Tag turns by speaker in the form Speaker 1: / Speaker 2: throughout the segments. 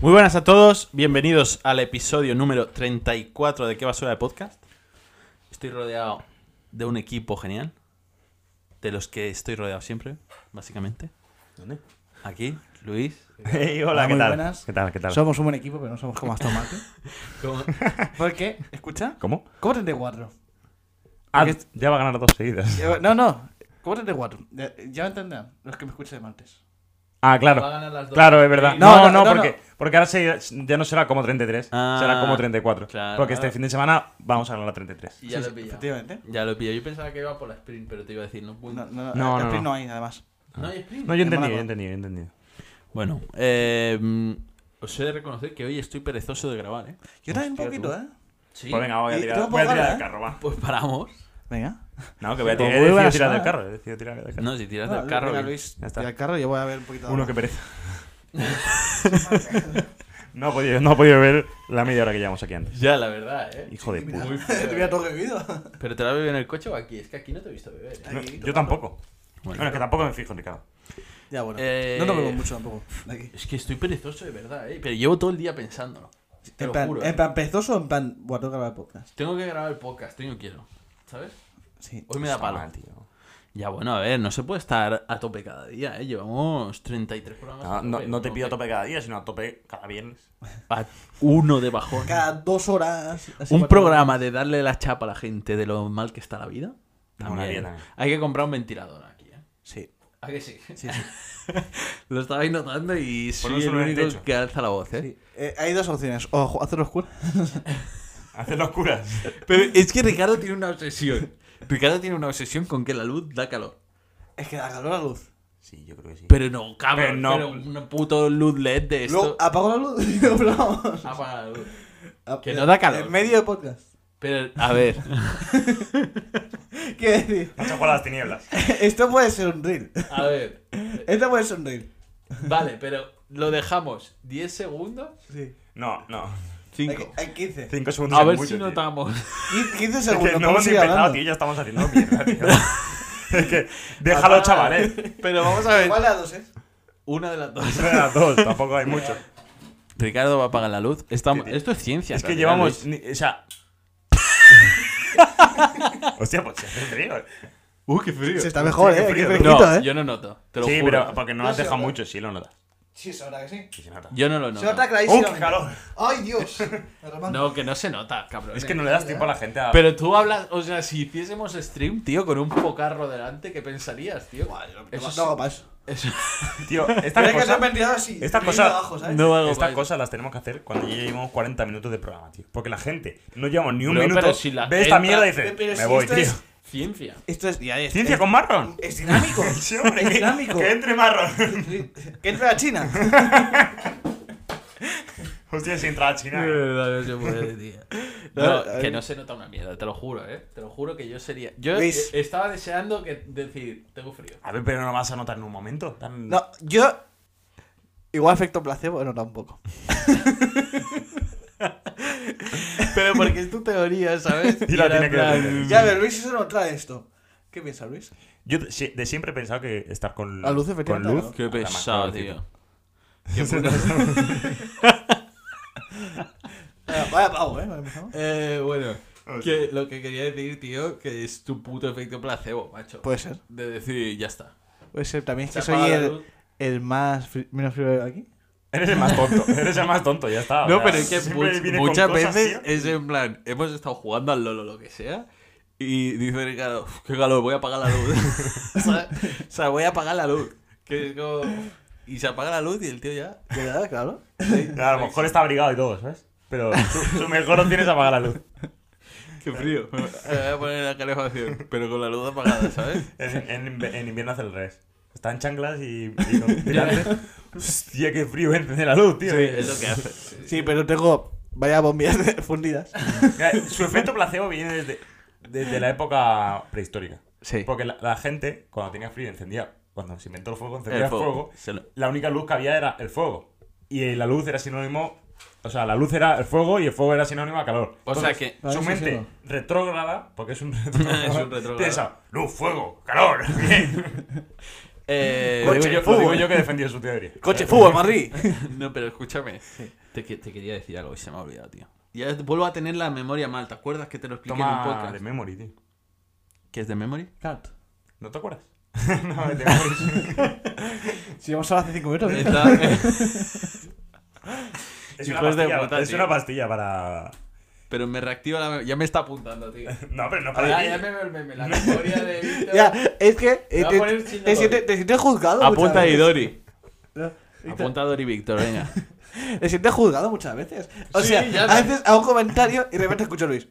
Speaker 1: Muy buenas a todos, bienvenidos al episodio número 34 de Qué Basura de Podcast. Estoy rodeado de un equipo genial, de los que estoy rodeado siempre, básicamente.
Speaker 2: ¿Dónde?
Speaker 1: Aquí, Luis.
Speaker 2: Hey, hola,
Speaker 3: Hola,
Speaker 2: ¿qué
Speaker 3: muy
Speaker 2: tal?
Speaker 3: buenas.
Speaker 2: ¿Qué tal? ¿Qué tal?
Speaker 3: Somos un buen equipo, pero no somos como Aston Martin.
Speaker 1: ¿Cómo-
Speaker 3: ¿Por qué?
Speaker 1: ¿Escucha?
Speaker 2: ¿Cómo?
Speaker 3: ¿Cómo 34?
Speaker 2: Ah,
Speaker 3: Porque-
Speaker 2: ya va a ganar dos seguidas.
Speaker 3: Eh, No, no. ¿Cómo 34? Ya ya me entenderán los que me escuchan de martes.
Speaker 2: Ah,
Speaker 1: Va a ganar las
Speaker 2: claro.
Speaker 1: dos.
Speaker 2: Claro, es verdad.
Speaker 3: No,
Speaker 2: No, no,
Speaker 3: no, no,
Speaker 2: porque,
Speaker 3: no.
Speaker 2: porque ahora se- ya no será como 33,
Speaker 1: Ah,
Speaker 2: será como 34.
Speaker 1: claro.
Speaker 2: Porque este fin de semana vamos a ganar a 33.
Speaker 1: Y ya lo
Speaker 3: Sí,
Speaker 1: he
Speaker 3: sí,
Speaker 1: pillado.
Speaker 3: Efectivamente.
Speaker 1: Ya lo he pillado. Yo pensaba que iba por la sprint, pero te iba a decir, no puedo.
Speaker 3: No,
Speaker 2: No,
Speaker 3: no, no.
Speaker 2: no,
Speaker 3: el print
Speaker 2: no.
Speaker 3: no hay, además.
Speaker 1: ¿No hay sprint?
Speaker 2: No, yo he
Speaker 3: En
Speaker 2: entendido,
Speaker 3: Mónaco.
Speaker 2: yo he entendido, yo he entendido.
Speaker 1: Bueno, eh, mm, os he de reconocer que hoy estoy perezoso de grabar, ¿eh?
Speaker 3: Yo también un
Speaker 2: Hostia,
Speaker 3: poquito,
Speaker 2: tú.
Speaker 3: ¿eh?
Speaker 1: Sí.
Speaker 2: Pues venga, voy a
Speaker 3: Y
Speaker 2: tirar,
Speaker 3: tengo
Speaker 2: voy a
Speaker 3: poca
Speaker 2: tirar del
Speaker 3: gana, ¿eh?
Speaker 2: carro, va.
Speaker 1: Pues paramos.
Speaker 3: Venga.
Speaker 2: No, que voy a tirar,
Speaker 3: Pues
Speaker 2: he
Speaker 3: muy
Speaker 2: decidido
Speaker 3: buenas
Speaker 2: tirar del
Speaker 3: horas.
Speaker 2: carro, he decidido tirar del carro.
Speaker 1: No, si tiras
Speaker 3: Bueno,
Speaker 1: del carro.
Speaker 3: venga,
Speaker 1: y-
Speaker 3: Luis,
Speaker 2: Ya está.
Speaker 3: tira el carro y yo voy a ver un poquito. de
Speaker 2: Uno que
Speaker 3: agua.
Speaker 2: pereza. no, ha podido, no ha podido ver la media hora que llevamos aquí antes.
Speaker 1: Ya, la verdad, ¿eh?
Speaker 2: Hijo de
Speaker 3: Mira,
Speaker 2: puta.
Speaker 1: Muy feo,
Speaker 3: te
Speaker 1: eh.
Speaker 3: voy a todo bebido.
Speaker 1: ¿Pero te la has bebido en el coche o aquí? Es que aquí no te he visto beber. ¿eh?
Speaker 2: No,
Speaker 3: Aquí,
Speaker 2: yo tampoco.
Speaker 1: Bueno.
Speaker 2: Bueno, es que tampoco me fijo, Ricardo.
Speaker 3: Ya, bueno.
Speaker 1: Eh,
Speaker 3: No nos vemos mucho tampoco. de aquí.
Speaker 1: Es que estoy perezoso de verdad, ¿eh? Pero llevo todo el día pensándolo. Te
Speaker 3: En
Speaker 1: lo
Speaker 3: plan,
Speaker 1: juro.
Speaker 3: en
Speaker 1: ¿eh?
Speaker 3: plan perezoso o en plan, bueno, tengo que grabar el podcast.
Speaker 1: Tengo que grabar el podcast, tengo quiero. ¿Sabes?
Speaker 3: Sí.
Speaker 1: Hoy me da
Speaker 2: Está
Speaker 1: palo.
Speaker 2: mal, tío.
Speaker 1: Ya, bueno, a ver, no se puede estar a tope cada día, ¿eh? Llevamos 33 programas.
Speaker 2: No,
Speaker 1: a
Speaker 2: Ah, no-
Speaker 1: tope,
Speaker 2: no te pido a tope cada día, sino a tope cada viernes.
Speaker 1: A uno de bajón.
Speaker 3: Cada dos horas. así,
Speaker 1: Un
Speaker 3: cuatro
Speaker 1: programa de darle la chapa a la gente de lo mal que está la vida.
Speaker 2: Molaría
Speaker 1: También.
Speaker 2: también.
Speaker 1: Hay que comprar un ventilador aquí, ¿eh?
Speaker 3: horas. Sí.
Speaker 1: ¿A que sí?
Speaker 3: Sí, sí.
Speaker 1: Lo estabais notando y soy
Speaker 2: Ponemos
Speaker 1: el
Speaker 2: uno en el
Speaker 1: único
Speaker 2: techo.
Speaker 1: que alza la voz, ¿eh?
Speaker 3: Sí. Eh, hay dos opciones. O ju- hacerlo oscuro.
Speaker 2: Hacer locuras.
Speaker 1: Pero es que Ricardo tiene una obsesión. Ricardo tiene una obsesión con que la luz da calor.
Speaker 3: Es que da calor la luz.
Speaker 2: Sí, yo creo que sí.
Speaker 1: Pero no, cabrón. Pero
Speaker 2: Pero no.
Speaker 1: una puto luz LED de esto. Ah,
Speaker 3: Luego apago la luz y lo hablamos.
Speaker 1: Apaga la luz.
Speaker 3: A-
Speaker 1: Que no da calor.
Speaker 3: En medio de podcast.
Speaker 1: Pero, a ver.
Speaker 3: Quiero decir,
Speaker 2: Muchas por las tinieblas.
Speaker 3: esto puede ser un reel.
Speaker 1: A ver.
Speaker 3: Esto puede ser un reel.
Speaker 1: Vale, pero lo dejamos 10 segundos.
Speaker 3: Sí.
Speaker 2: No, no.
Speaker 1: 5.
Speaker 3: Hay, hay 15.
Speaker 2: 5 segundos.
Speaker 1: A
Speaker 2: es
Speaker 1: ver
Speaker 2: mucho,
Speaker 1: si
Speaker 2: tío.
Speaker 1: notamos.
Speaker 3: 15
Speaker 2: Es que
Speaker 3: segundos.
Speaker 2: no hemos
Speaker 3: podemos
Speaker 2: ni
Speaker 3: seguir
Speaker 2: empezado,
Speaker 3: hablando.
Speaker 2: tío. Ya estamos haciendo mierda, tío. es que. Déjalo,
Speaker 1: Apaga.
Speaker 2: chavales.
Speaker 1: Pero vamos a ver.
Speaker 3: ¿Cuál de las dos es?
Speaker 1: Una de las dos.
Speaker 2: Eso era dos, tampoco hay mucho.
Speaker 1: Ricardo va a apagar la luz. Estamos-
Speaker 2: Sí, sí.
Speaker 1: Esto es ciencia.
Speaker 2: Es
Speaker 1: en
Speaker 2: que
Speaker 1: realidad,
Speaker 2: llevamos.
Speaker 1: Luis.
Speaker 2: ni- o sea. Hostia, pues se hace frío.
Speaker 1: Uh, qué frío.
Speaker 3: Se está mejor,
Speaker 2: qué
Speaker 3: eh. Aquí
Speaker 2: frío.
Speaker 3: fresquito,
Speaker 1: No,
Speaker 3: eh.
Speaker 1: yo no noto. Te lo
Speaker 2: sí,
Speaker 1: juro.
Speaker 2: pero porque no
Speaker 3: No
Speaker 2: has
Speaker 3: se
Speaker 2: dejado
Speaker 3: nota.
Speaker 2: mucho, sí lo notas.
Speaker 3: Sí, se nota que sí.
Speaker 2: Sí, se nota.
Speaker 1: Yo no lo
Speaker 3: Se
Speaker 1: noto.
Speaker 3: nota
Speaker 2: ¡Uh,
Speaker 3: clarísimamente.
Speaker 2: qué calor!
Speaker 3: ¡Ay, Dios! Me remango.
Speaker 1: No, que no se nota, cabrón.
Speaker 2: Es que no le das tiempo a la gente a.
Speaker 1: Pero tú hablas, o sea, si hiciésemos stream, tío, con un pocarro delante, ¿qué pensarías, tío?
Speaker 3: No,
Speaker 1: Eso es-
Speaker 3: no hago paso.
Speaker 1: eso-
Speaker 2: Tío,
Speaker 3: Pero
Speaker 2: esta
Speaker 3: es que se
Speaker 2: cosa.
Speaker 3: han ventilado así.
Speaker 2: esta
Speaker 3: bien
Speaker 2: cosa-
Speaker 3: abajo, ¿sabes?
Speaker 1: No hago
Speaker 2: Estas
Speaker 1: más.
Speaker 2: cosas las tenemos que hacer cuando ya llevamos 40 minutos de programa, tío. Porque la gente no llevamos ni un
Speaker 1: No, pero
Speaker 2: minuto.
Speaker 1: si la
Speaker 2: ve esta
Speaker 1: gente-
Speaker 2: mierda y dice:
Speaker 3: Pero
Speaker 2: Me
Speaker 3: si
Speaker 2: voy,
Speaker 3: esto
Speaker 2: tío.
Speaker 3: es-
Speaker 1: Ciencia.
Speaker 3: Esto es. ya es-
Speaker 2: ¿Ciencia
Speaker 3: es-
Speaker 2: con marrón?
Speaker 3: Es dinámico.
Speaker 2: Sí, hombre,
Speaker 3: es
Speaker 2: que-
Speaker 3: dinámico.
Speaker 2: Que entre marrón.
Speaker 3: Que entra a China.
Speaker 2: Hostia, si entra a China.
Speaker 1: No se puede, tío. No, que no se nota una mierda, te lo juro, eh. Te lo juro que yo sería. Yo
Speaker 3: Luis.
Speaker 1: eh, estaba deseando que decir, tengo frío.
Speaker 2: A ver, pero no vas a notar en un momento. Tan...
Speaker 3: No, yo. Igual efecto placebo, no tampoco.
Speaker 1: Pero porque es tu teoría, ¿sabes?
Speaker 2: Y la
Speaker 1: era
Speaker 2: tiene
Speaker 1: en
Speaker 2: que
Speaker 1: plan-
Speaker 2: defender.
Speaker 3: Ya, a ver, Luis, eso no trae esto. ¿Qué piensa Luis?
Speaker 2: Yo de si- de siempre he pensado que estar con
Speaker 3: La luz,
Speaker 2: con
Speaker 3: efectivamente, la
Speaker 2: luz
Speaker 3: luz.
Speaker 1: Qué
Speaker 2: además,
Speaker 1: pesado,
Speaker 2: con
Speaker 1: tío.
Speaker 2: lucito.
Speaker 1: Qué puto-
Speaker 3: Eh, vaya pavo, ¿eh? Vale, empezamos.
Speaker 1: Eh, bueno,
Speaker 2: O
Speaker 1: que lo que quería decir, tío, que es tu puto efecto placebo, macho.
Speaker 3: Puede ser.
Speaker 1: De decir, ya está.
Speaker 3: Puede ser. Pues, eh, También es
Speaker 1: Se
Speaker 3: que soy
Speaker 1: apaga la
Speaker 3: el,
Speaker 1: luz.
Speaker 3: el más. fri- menos frío de aquí.
Speaker 2: Eres el más tonto. Eres el más tonto, ya está. o
Speaker 1: No,
Speaker 2: sea,
Speaker 1: pero es que
Speaker 2: siempre
Speaker 1: much-
Speaker 2: viene con
Speaker 1: muchas
Speaker 2: cosas,
Speaker 1: veces
Speaker 2: tío.
Speaker 1: es en plan, hemos estado jugando al Lolo lo que sea, y dice Ricardo, "Uf, qué calor, voy a apagar la luz. o, sea, o sea, voy a apagar la luz. Que es como... Y se apaga la luz y el tío ya...
Speaker 3: ¿De verdad, claro?
Speaker 2: A lo mejor está abrigado y todo, ¿sabes? Pero su, su mejor opción es apagar la luz.
Speaker 1: Qué frío. Me voy a poner la calefacción, pero con la luz apagada, ¿sabes?
Speaker 2: En, en- en invierno hace el revés. Está en chanclas y, y con tirantes. Hostia, qué frío encender la luz, tío.
Speaker 1: Sí, es lo que hace.
Speaker 3: Sí, pero tengo. Vaya bombillas fundidas.
Speaker 2: Mira, Su efecto placebo viene desde, desde la época prehistórica.
Speaker 1: Sí.
Speaker 2: Porque la, la gente, cuando tenía frío, encendía. Cuando se inventó el fuego, encendía
Speaker 1: El
Speaker 2: el fuego.
Speaker 1: fuego. Se lo-
Speaker 2: La única luz que había era el fuego. Y eh, la luz era sinónimo. O sea, la luz era el fuego y el fuego era sinónimo a calor.
Speaker 1: O sea que-
Speaker 3: Ah,
Speaker 2: Su
Speaker 3: eso
Speaker 2: mente
Speaker 3: sí, no.
Speaker 2: retrógrada, porque es un retrógrado,
Speaker 1: Es un retrógrado.
Speaker 2: piensa: luz, fuego, calor. bien.
Speaker 1: Eh,
Speaker 2: Coche,
Speaker 1: digo yo-
Speaker 2: fútbol.
Speaker 1: lo digo
Speaker 2: yo que he defendido su teoría.
Speaker 4: Coche, fútbol, Madrid.
Speaker 1: yo- No, pero escúchame. Te, que- te quería decir algo y se me ha olvidado, tío. Ya vuelvo a tener la memoria mal. ¿Te acuerdas que te lo expliqué en un
Speaker 2: Toma
Speaker 1: podcast?
Speaker 2: de memory, tío.
Speaker 1: ¿Qué es de memory?
Speaker 2: ¿No te acuerdas? no, de memory.
Speaker 3: Si hemos hablado hace 5 minutos. ¿eh?
Speaker 1: Está-
Speaker 2: Es una,
Speaker 1: Hijos de
Speaker 2: pastilla,
Speaker 1: puta,
Speaker 2: es
Speaker 1: tío.
Speaker 2: una pastilla para.
Speaker 1: Pero me reactiva la memoria. Ya me está apuntando, tío.
Speaker 2: No, pero
Speaker 1: Ah,
Speaker 2: no para.
Speaker 5: Ahora ya me veo el meme, la memoria de Víctor.
Speaker 3: Ya, es que eh,
Speaker 5: Te
Speaker 3: te,
Speaker 5: va a poner sin
Speaker 3: te
Speaker 5: dolor.
Speaker 3: sientes, te sientes juzgado.
Speaker 1: Apunta
Speaker 3: muchas
Speaker 1: ahí,
Speaker 3: veces.
Speaker 1: Dori.
Speaker 3: No, Víctor,
Speaker 1: Apunta a Dori Víctor, venga.
Speaker 3: Te sientes juzgado muchas veces. O
Speaker 5: Sí,
Speaker 3: sea,
Speaker 5: ya me-
Speaker 3: haces a un comentario y de repente escucho a Luis.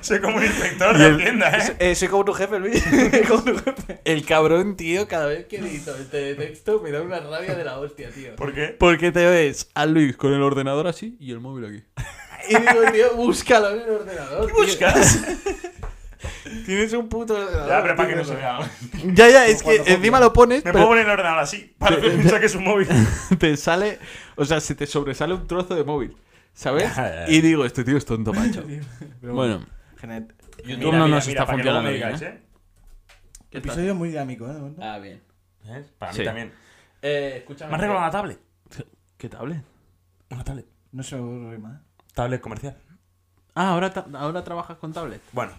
Speaker 2: Soy como un inspector de tienda, ¿eh?
Speaker 3: Eh, soy como tu jefe, Luis. como tu jefe.
Speaker 1: El cabrón, tío,
Speaker 5: Cada vez que edito este texto me da una rabia de la hostia, tío.
Speaker 2: ¿Por qué?
Speaker 1: Porque te ves a Luis con el ordenador así y el móvil aquí.
Speaker 5: Y digo, tío, búscalo en el ordenador. tío.
Speaker 2: buscas?
Speaker 3: Tienes un puto.
Speaker 2: Ya, pero para que no se vea.
Speaker 1: Ya, ya, es que encima lo pones,
Speaker 2: Me
Speaker 1: pero
Speaker 2: puedo poner el ordenador así para que no saques un móvil.
Speaker 1: te sale. O sea, se te sobresale un trozo de móvil. ¿Sabes?
Speaker 2: Ya, ya.
Speaker 1: Y digo, este tío es tonto, macho. Bueno,
Speaker 3: Genet.
Speaker 1: YouTube
Speaker 2: Mira,
Speaker 1: no
Speaker 2: mira,
Speaker 1: nos
Speaker 2: mira,
Speaker 1: está
Speaker 2: para que luego
Speaker 1: funcionando
Speaker 2: me
Speaker 1: bien.
Speaker 2: digáis,
Speaker 1: ¿eh?
Speaker 3: Episodio muy dinámico, ¿eh? de momento.
Speaker 1: Ah, bien.
Speaker 2: ¿eh? Para mí
Speaker 1: Sí.
Speaker 2: también.
Speaker 1: Eh, escúchame.
Speaker 2: ¿Me has regalado una tablet?
Speaker 1: ¿Qué tablet?
Speaker 2: Una tablet.
Speaker 3: No se me ocurre más.
Speaker 2: Tablet comercial.
Speaker 1: Ah, ahora, ta- ahora trabajas con tablet.
Speaker 2: Bueno,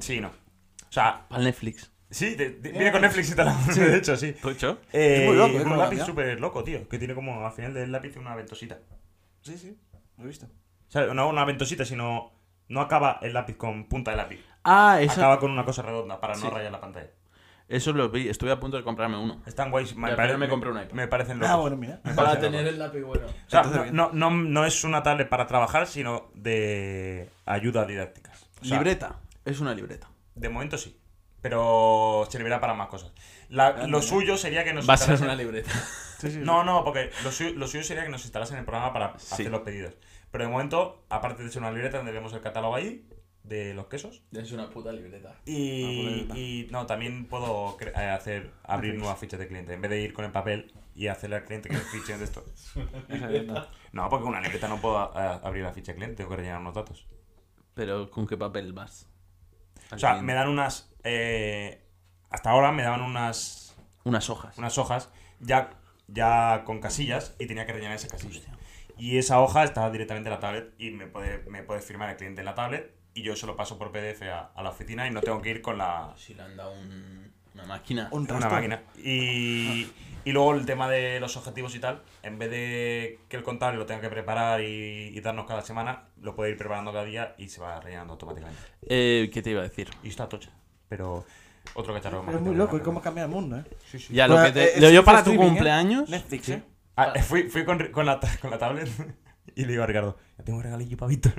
Speaker 2: sí, no. O sea,
Speaker 1: Para Netflix.
Speaker 2: sí, te- te-
Speaker 1: Eh,
Speaker 2: viene con Netflix instalado. De hecho, sí.
Speaker 1: ¿Tocho?
Speaker 2: Eh,
Speaker 3: Es muy loco, ¿eh?
Speaker 2: y
Speaker 3: cómo
Speaker 2: un
Speaker 3: lo ha
Speaker 2: lápiz
Speaker 3: cambiado.
Speaker 2: súper loco, tío. Que tiene como al final del lápiz una ventosita.
Speaker 3: Sí, sí, lo he visto.
Speaker 2: O sea, no una ventosita, sino. No acaba el lápiz con punta de lápiz.
Speaker 1: Ah, eso,
Speaker 2: Acaba con una cosa redonda para no rayar la pantalla.
Speaker 1: eso lo vi. Estuve a punto de comprarme uno.
Speaker 2: Están guays.
Speaker 1: Y al
Speaker 2: pare-
Speaker 1: final me compré un iPad.
Speaker 2: Me parecen locos.
Speaker 3: Ah, bueno, mira.
Speaker 2: Me
Speaker 5: Para
Speaker 2: parecen
Speaker 5: tener
Speaker 2: locos.
Speaker 5: el lápiz bueno.
Speaker 2: O sea,
Speaker 3: Entonces,
Speaker 2: no, no, no- no es una tablet para trabajar, sino de ayuda didácticas. O sea,
Speaker 1: libreta. Es una libreta.
Speaker 2: De momento sí. Pero servirá para más cosas.
Speaker 3: Ah,
Speaker 2: La- lo suyo sería que nos
Speaker 1: Va a ser
Speaker 2: instalasen-
Speaker 1: una libreta.
Speaker 2: No, no, porque lo suyo, lo suyo sería que nos instalasen el programa para
Speaker 1: Sí.
Speaker 2: hacer los pedidos. Pero de momento, aparte de ser una libreta donde vemos el catálogo ahí, de los quesos.
Speaker 5: Es una puta libreta.
Speaker 2: Y,
Speaker 3: Ah,
Speaker 2: y, no, también puedo cre- eh, hacer abrir nuevas fichas de cliente. En vez de ir con el papel y hacerle al cliente que me fiche de esto. No, porque una libreta no puedo eh, abrir la ficha de cliente, tengo que rellenar unos datos.
Speaker 1: Pero ¿con qué papel vas?
Speaker 2: O sea, me dan unas. eh, hasta ahora me daban unas
Speaker 1: Unas hojas.
Speaker 2: unas hojas ya, ya con casillas y tenía que rellenar esas casillas. Y esa hoja está directamente en la tablet y me puede, me puede firmar el cliente en la tablet y yo se lo paso por PDF a, a la oficina y no tengo que ir con la
Speaker 1: Si le han dado un- una máquina.
Speaker 3: Un
Speaker 2: una
Speaker 3: rastro.
Speaker 2: máquina. Y, y luego el tema de los objetivos y tal, en vez de que el contable lo tenga que preparar y, y darnos cada semana, lo puede ir preparando cada día y se va rellenando automáticamente.
Speaker 1: Eh, ¿Qué te iba a decir?
Speaker 2: Y está tocha, pero otro cacharro más
Speaker 3: Pero es
Speaker 2: que
Speaker 3: muy
Speaker 2: tengo en
Speaker 3: loco, ¿y
Speaker 2: la
Speaker 3: cómo
Speaker 2: cabeza.
Speaker 3: cambia el mundo, eh?
Speaker 2: Sí, sí.
Speaker 1: Ya, lo
Speaker 3: Bueno,
Speaker 1: que te,
Speaker 3: eh,
Speaker 1: lo- yo
Speaker 3: es
Speaker 1: para tu
Speaker 3: streaming, ¿eh?
Speaker 1: cumpleaños.
Speaker 3: Netflix, ¿eh?
Speaker 2: Ah, fui, fui con, con, la, ta- con la tablet y le digo a Ricardo, ya tengo un regalillo para Víctor.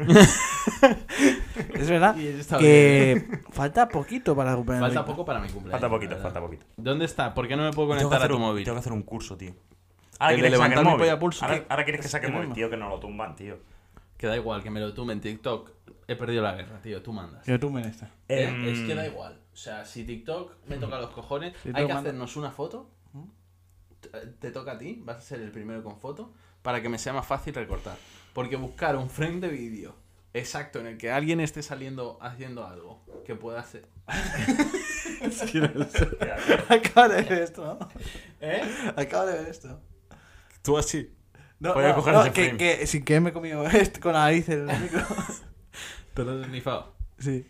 Speaker 3: Es verdad
Speaker 5: Y está
Speaker 3: que falta poquito para recuperar.
Speaker 1: Falta poco para mi cumpleaños.
Speaker 2: falta poquito,
Speaker 1: la verdad.
Speaker 2: falta poquito.
Speaker 1: ¿Dónde está? ¿Por qué no me puedo
Speaker 2: Tengo que,
Speaker 1: conectar a
Speaker 2: hacer
Speaker 1: tu
Speaker 2: un,
Speaker 1: móvil?
Speaker 2: tengo que hacer un curso, tío. Ahora
Speaker 1: ¿El de
Speaker 2: quieres que saque
Speaker 1: levantar
Speaker 2: el
Speaker 1: mi
Speaker 2: móvil.
Speaker 1: polla pulso?
Speaker 2: Ahora,
Speaker 1: ¿Qué?
Speaker 2: ahora quieres que saque el
Speaker 3: ¿Qué
Speaker 2: móvil, tío,
Speaker 3: problema?
Speaker 2: que no lo tumban, tío.
Speaker 1: Que da igual, que me lo tumben TikTok. He perdido la guerra, tío. Tú mandas.
Speaker 3: Que tú me esta.
Speaker 1: Eh,
Speaker 2: Em,
Speaker 1: Es que da igual. O sea, si TikTok me toca los cojones,
Speaker 3: Si
Speaker 1: hay
Speaker 3: TikTok
Speaker 1: que
Speaker 3: manda-
Speaker 1: hacernos una foto. Te- Te toca a ti, vas a ser el primero con foto, para que me sea más fácil recortar. Porque buscar un frame de vídeo exacto en el que alguien esté saliendo haciendo algo que pueda ser.
Speaker 2: ya, tío.
Speaker 3: Acabo de ver esto, ¿no?
Speaker 1: ¿Eh?
Speaker 3: Acabo de ver esto.
Speaker 1: Tú así.
Speaker 3: No,
Speaker 2: Podría
Speaker 3: no,
Speaker 2: coger
Speaker 3: no,
Speaker 2: ese
Speaker 3: que,
Speaker 2: frame.
Speaker 3: que sin que me he comido esto con la nariz el micro.
Speaker 1: Te lo has rifado.
Speaker 3: sí.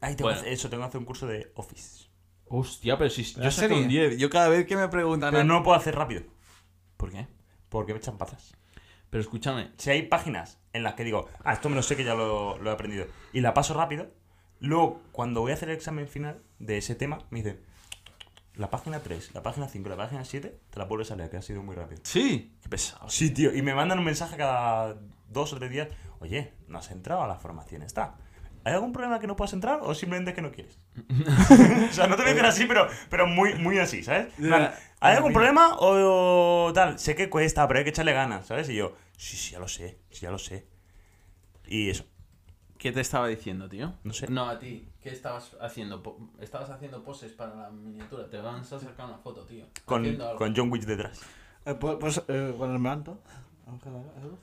Speaker 2: Ay, tengo que
Speaker 1: Bueno.
Speaker 2: hacer- eso, tengo que hacer un curso de Office.
Speaker 1: Hostia, pero si
Speaker 3: ¿En
Speaker 1: yo saco
Speaker 3: serio?
Speaker 1: un 10. Yo cada vez que me preguntan...
Speaker 2: Pero no lo puedo hacer rápido,
Speaker 1: ¿Por qué?
Speaker 2: porque me echan patas.
Speaker 1: Pero escúchame.
Speaker 2: Si hay páginas en las que digo, ah, esto me lo sé que ya lo, lo he aprendido, y la paso rápido, luego, cuando voy a hacer el examen final de ese tema, me dicen, la página 3, la página 5, la página 7, te la vuelves a leer, que ha sido muy rápido.
Speaker 1: Sí. Qué pesado.
Speaker 2: Sí, tío, y me mandan un mensaje cada dos o tres días. Oye, no has entrado a la formación esta. ¿Hay algún problema que no puedas entrar o simplemente es que no quieres? o sea, no te lo dicen así, pero, pero muy, muy así, ¿sabes? En plan, ¿Hay algún problema o, o tal? Sé que cuesta, pero hay que echarle ganas, ¿sabes? Y yo, sí, sí, ya lo sé, sí, ya lo sé. Y eso,
Speaker 1: ¿Qué te estaba diciendo, tío?
Speaker 2: no sé.
Speaker 1: No, a ti. ¿Qué estabas haciendo? Po- estabas haciendo poses para la miniatura. Te vas a sacar una foto, tío.
Speaker 2: Con,
Speaker 1: Haciendo algo.
Speaker 2: con John Wick detrás.
Speaker 3: Eh, pues, pues eh, con el manto. Vamos a ver, ¿algo?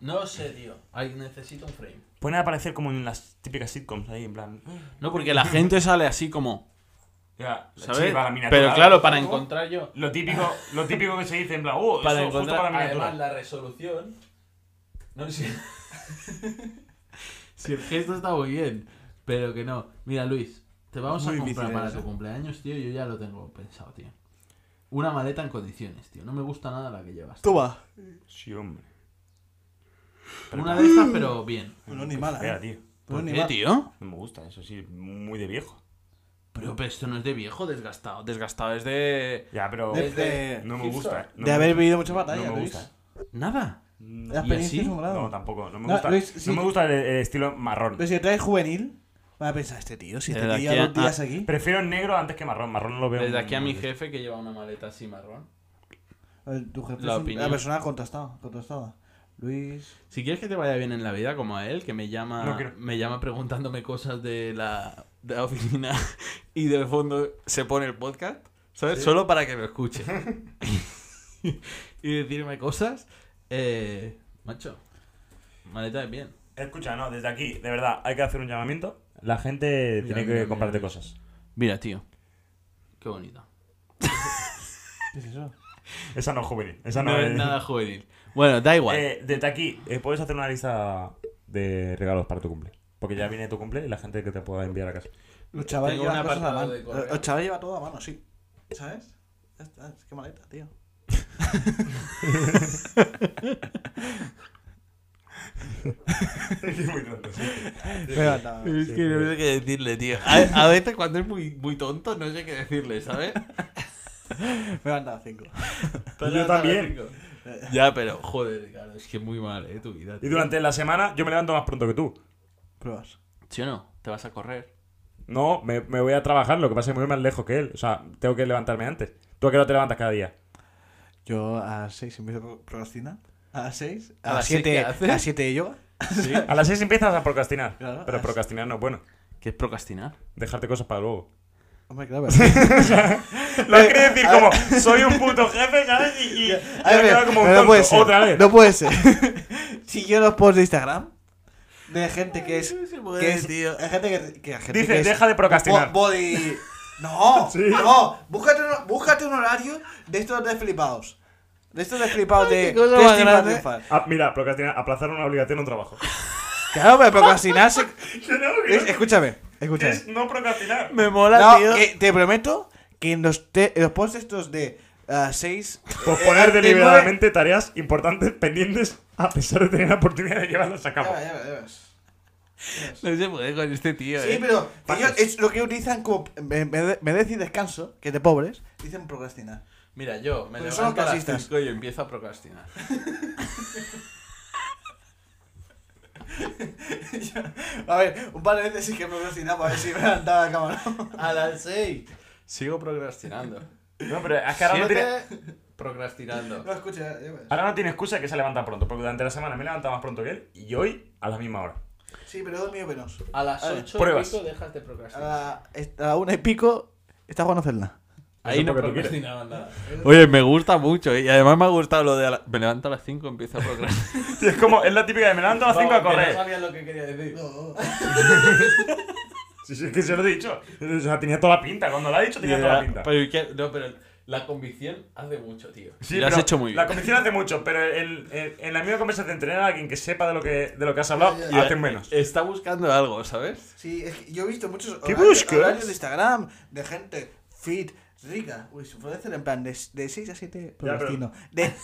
Speaker 1: No lo sé, tío. Ay, necesito un frame.
Speaker 2: Pueden aparecer como en las típicas sitcoms ahí, en plan. "Ah,
Speaker 1: No, porque la gente sale así como...
Speaker 2: Ya,
Speaker 1: ¿Sabes?
Speaker 2: sí, para la miniatura.
Speaker 1: Pero claro, para encontrar yo.
Speaker 2: Lo típico, lo típico que se dice en plan, oh,
Speaker 1: Para
Speaker 2: eso, justo
Speaker 1: encontrar-
Speaker 2: para la
Speaker 5: Además,
Speaker 2: miniatura.
Speaker 5: la resolución. No sé.
Speaker 1: Si el gesto está muy bien, pero que no. Mira, Luis, te vamos
Speaker 3: Muy
Speaker 1: a comprar
Speaker 3: difícil
Speaker 1: para
Speaker 3: eso.
Speaker 1: tu cumpleaños, tío. Yo ya lo tengo pensado, tío. Una maleta en condiciones, tío. No me gusta nada la que llevas.
Speaker 3: Toma.
Speaker 2: Sí, hombre.
Speaker 1: Una de estas, pero bien.
Speaker 3: Bueno, ni mala,
Speaker 2: Espera,
Speaker 3: eh.
Speaker 2: tío.
Speaker 1: ¿Por
Speaker 3: Bueno, ni
Speaker 1: qué,
Speaker 3: mala.
Speaker 1: tío?
Speaker 2: No me gusta, eso sí, muy de viejo.
Speaker 1: Pero, pero esto no es de viejo desgastado. Desgastado es de...
Speaker 2: Ya, pero
Speaker 3: De, de-
Speaker 2: no me gusta. eh. No
Speaker 3: de
Speaker 2: me-
Speaker 3: haber vivido mucha
Speaker 2: no
Speaker 3: batalla,
Speaker 2: me
Speaker 3: Luis.
Speaker 2: gusta.
Speaker 1: Nada.
Speaker 3: La
Speaker 1: ¿Y
Speaker 3: experiencia
Speaker 1: así?
Speaker 3: es un grado.
Speaker 2: No, tampoco. No me
Speaker 3: No,
Speaker 2: gusta,
Speaker 3: Luis, sí.
Speaker 2: no me gusta el, el estilo marrón.
Speaker 3: Pero si lo traes juvenil, van a pensar, este tío, si
Speaker 1: Eh,
Speaker 3: te
Speaker 1: de
Speaker 3: pilla
Speaker 1: aquí a-
Speaker 3: dos días
Speaker 1: ah.
Speaker 3: aquí.
Speaker 2: Prefiero negro antes que marrón. Marrón no lo veo.
Speaker 1: Desde aquí a mi
Speaker 2: jefe.
Speaker 1: jefe que lleva una maleta así marrón.
Speaker 3: A ver, Tu jefe
Speaker 1: La
Speaker 3: es un-
Speaker 1: opinión.
Speaker 3: una persona contrastada. contrastada. Luis.
Speaker 1: Si quieres que te vaya bien en la vida, como a él, que me llama,
Speaker 2: No quiero.
Speaker 1: me llama preguntándome cosas de la, de la oficina y de fondo se pone el podcast, ¿sabes? Solo para que lo escuche. y decirme cosas. eh, macho, maleta es bien.
Speaker 2: Escucha, no, desde aquí, de verdad, hay que hacer un llamamiento. La gente tiene que
Speaker 1: mira,
Speaker 2: comprarte
Speaker 1: mira.
Speaker 2: cosas.
Speaker 1: Mira, tío. Qué bonita.
Speaker 3: ¿Qué es eso?
Speaker 2: Esa no es juvenil. Esa no,
Speaker 1: No es nada juvenil. Bueno, da igual.
Speaker 2: Eh, desde aquí, eh, puedes hacer una lista de regalos para tu cumple. Porque ya viene tu cumple y la gente que te pueda enviar a casa.
Speaker 3: Los chavales
Speaker 1: Tengo
Speaker 3: llevan
Speaker 1: un
Speaker 3: cosas a
Speaker 1: apartado
Speaker 3: mano.
Speaker 1: de correo.
Speaker 3: Los chavales llevan todo a mano, sí. ¿Sabes? Ya está, es que maleta, tío.
Speaker 2: Muy tonto, sí.
Speaker 3: Pero anda,
Speaker 1: Es que no sé qué decirle, tío. A, a veces cuando es muy, muy tonto, no sé qué decirle, ¿sabes?
Speaker 3: Me han dado cinco.
Speaker 2: Yo también.
Speaker 1: Ya, pero joder, claro, es que muy mal, eh, tu vida.
Speaker 2: Y
Speaker 1: tío.
Speaker 2: durante la semana yo me levanto más pronto que tú.
Speaker 3: Pruebas.
Speaker 1: ¿Sí o no? Te vas a correr.
Speaker 2: No, me, me voy a trabajar, lo que pasa es que me voy más lejos que él. O sea, tengo que levantarme antes. ¿Tú a qué hora te levantas cada día?
Speaker 3: Yo a las seis empiezo a pro- procrastinar. A las seis.
Speaker 1: ¿A
Speaker 3: A las
Speaker 1: las seis
Speaker 3: siete.
Speaker 1: qué
Speaker 3: A
Speaker 1: haces?
Speaker 3: las siete de yoga.
Speaker 1: Sí.
Speaker 2: A las seis empiezas a procrastinar.
Speaker 3: Claro,
Speaker 2: pero
Speaker 3: a-
Speaker 2: procrastinar no es bueno.
Speaker 1: ¿Qué es procrastinar?
Speaker 2: Dejarte cosas para luego.
Speaker 3: Hombre, claro.
Speaker 2: Lo has querido decir como, soy un puto jefe, ¿sabes? Y, y
Speaker 3: A
Speaker 2: me he quedado
Speaker 3: ver,
Speaker 2: como un
Speaker 3: pero
Speaker 2: tonto.
Speaker 3: no puede ser.
Speaker 2: Otra vez.
Speaker 3: No puede ser. si yo los posts de Instagram de gente que es. Que es tío. gente que. que gente
Speaker 2: Dice,
Speaker 3: que es
Speaker 2: deja de procrastinar.
Speaker 3: bo- Body. No,
Speaker 2: Sí.
Speaker 3: no. Búscate un, búscate un horario de estos de flipados. De estos de flipados de.
Speaker 1: qué cosa
Speaker 3: tres
Speaker 1: más
Speaker 3: tipos de
Speaker 1: grande.
Speaker 3: fans.
Speaker 2: Ah, mira, procrastinar, aplazar una obligación a un trabajo.
Speaker 3: Claro, pero procrastinarse.
Speaker 2: Que no, que
Speaker 3: es-
Speaker 2: no,
Speaker 3: escúchame,
Speaker 2: que
Speaker 3: escúchame.
Speaker 2: es no procrastinar.
Speaker 1: Me mola,
Speaker 3: No,
Speaker 1: tío.
Speaker 3: que te prometo que en los, te- en los posts estos de ah, 6. Eh,
Speaker 2: Posponer Pues deliberadamente tareas importantes pendientes a pesar de tener la oportunidad de llevarlas a cabo.
Speaker 1: No se puede con este tío,
Speaker 3: Sí,
Speaker 1: eh.
Speaker 3: pero ellos
Speaker 2: Pajas.
Speaker 3: es lo que utilizan como. Me, me, me decís descanso, que te pobres, dicen procrastinar.
Speaker 1: Mira, yo me levanto
Speaker 3: Pues son
Speaker 1: a las
Speaker 3: casistas.
Speaker 1: 5 y empiezo a procrastinar.
Speaker 3: A ver, un par de veces sí que procrastinar para ver si me levantaba la cámara.
Speaker 1: A las 6. Sigo procrastinando.
Speaker 2: No, pero es que ahora no, tiene,
Speaker 1: Siete, procrastinando.
Speaker 3: No, escucha, eh, pues. ya ves.
Speaker 2: ahora no tiene excusa que se levanta pronto, porque durante la semana me levanta más pronto que él y hoy a la misma hora.
Speaker 3: Sí, pero he dormido penoso.
Speaker 1: A las
Speaker 3: Vale, Ah.
Speaker 1: 8
Speaker 2: pruebas.
Speaker 1: pico dejas de
Speaker 3: A
Speaker 1: procrastinar.
Speaker 3: la, a la una y pico, está jugando Zelda.
Speaker 1: Ahí
Speaker 2: Eso
Speaker 1: no
Speaker 2: porque tú quieres.
Speaker 1: procrastinaban nada. Oye, me gusta mucho, eh. Y además me ha gustado lo de... a la- Me levanto a las 5 y empiezo a procrastinar.
Speaker 2: Sí, es como, es la típica de me levanto a las 5 a
Speaker 5: Vamos, que No
Speaker 2: correr.
Speaker 5: sabías lo que quería decir.
Speaker 2: Sí, sí, es que se lo he dicho. O sea, tenía toda la pinta. Cuando lo ha dicho, tenía toda la pinta.
Speaker 1: pero, ¿y qué? no, pero la convicción hace mucho, tío.
Speaker 2: Sí,
Speaker 1: lo has
Speaker 2: pero
Speaker 1: hecho muy
Speaker 2: La
Speaker 1: bien.
Speaker 2: convicción hace mucho, pero el- el- en la misma conversación tener a alguien que sepa de lo que, de lo que has hablado hace menos.
Speaker 1: eh, Está buscando algo, ¿sabes?
Speaker 3: Sí, es que yo he visto muchos
Speaker 2: ¿Qué
Speaker 3: horarios,
Speaker 2: buscas?
Speaker 3: horarios de Instagram de gente fit, rica. Uy, se puede hacer en plan de, de 6 a
Speaker 2: pero-
Speaker 3: 7 procrastino. De, de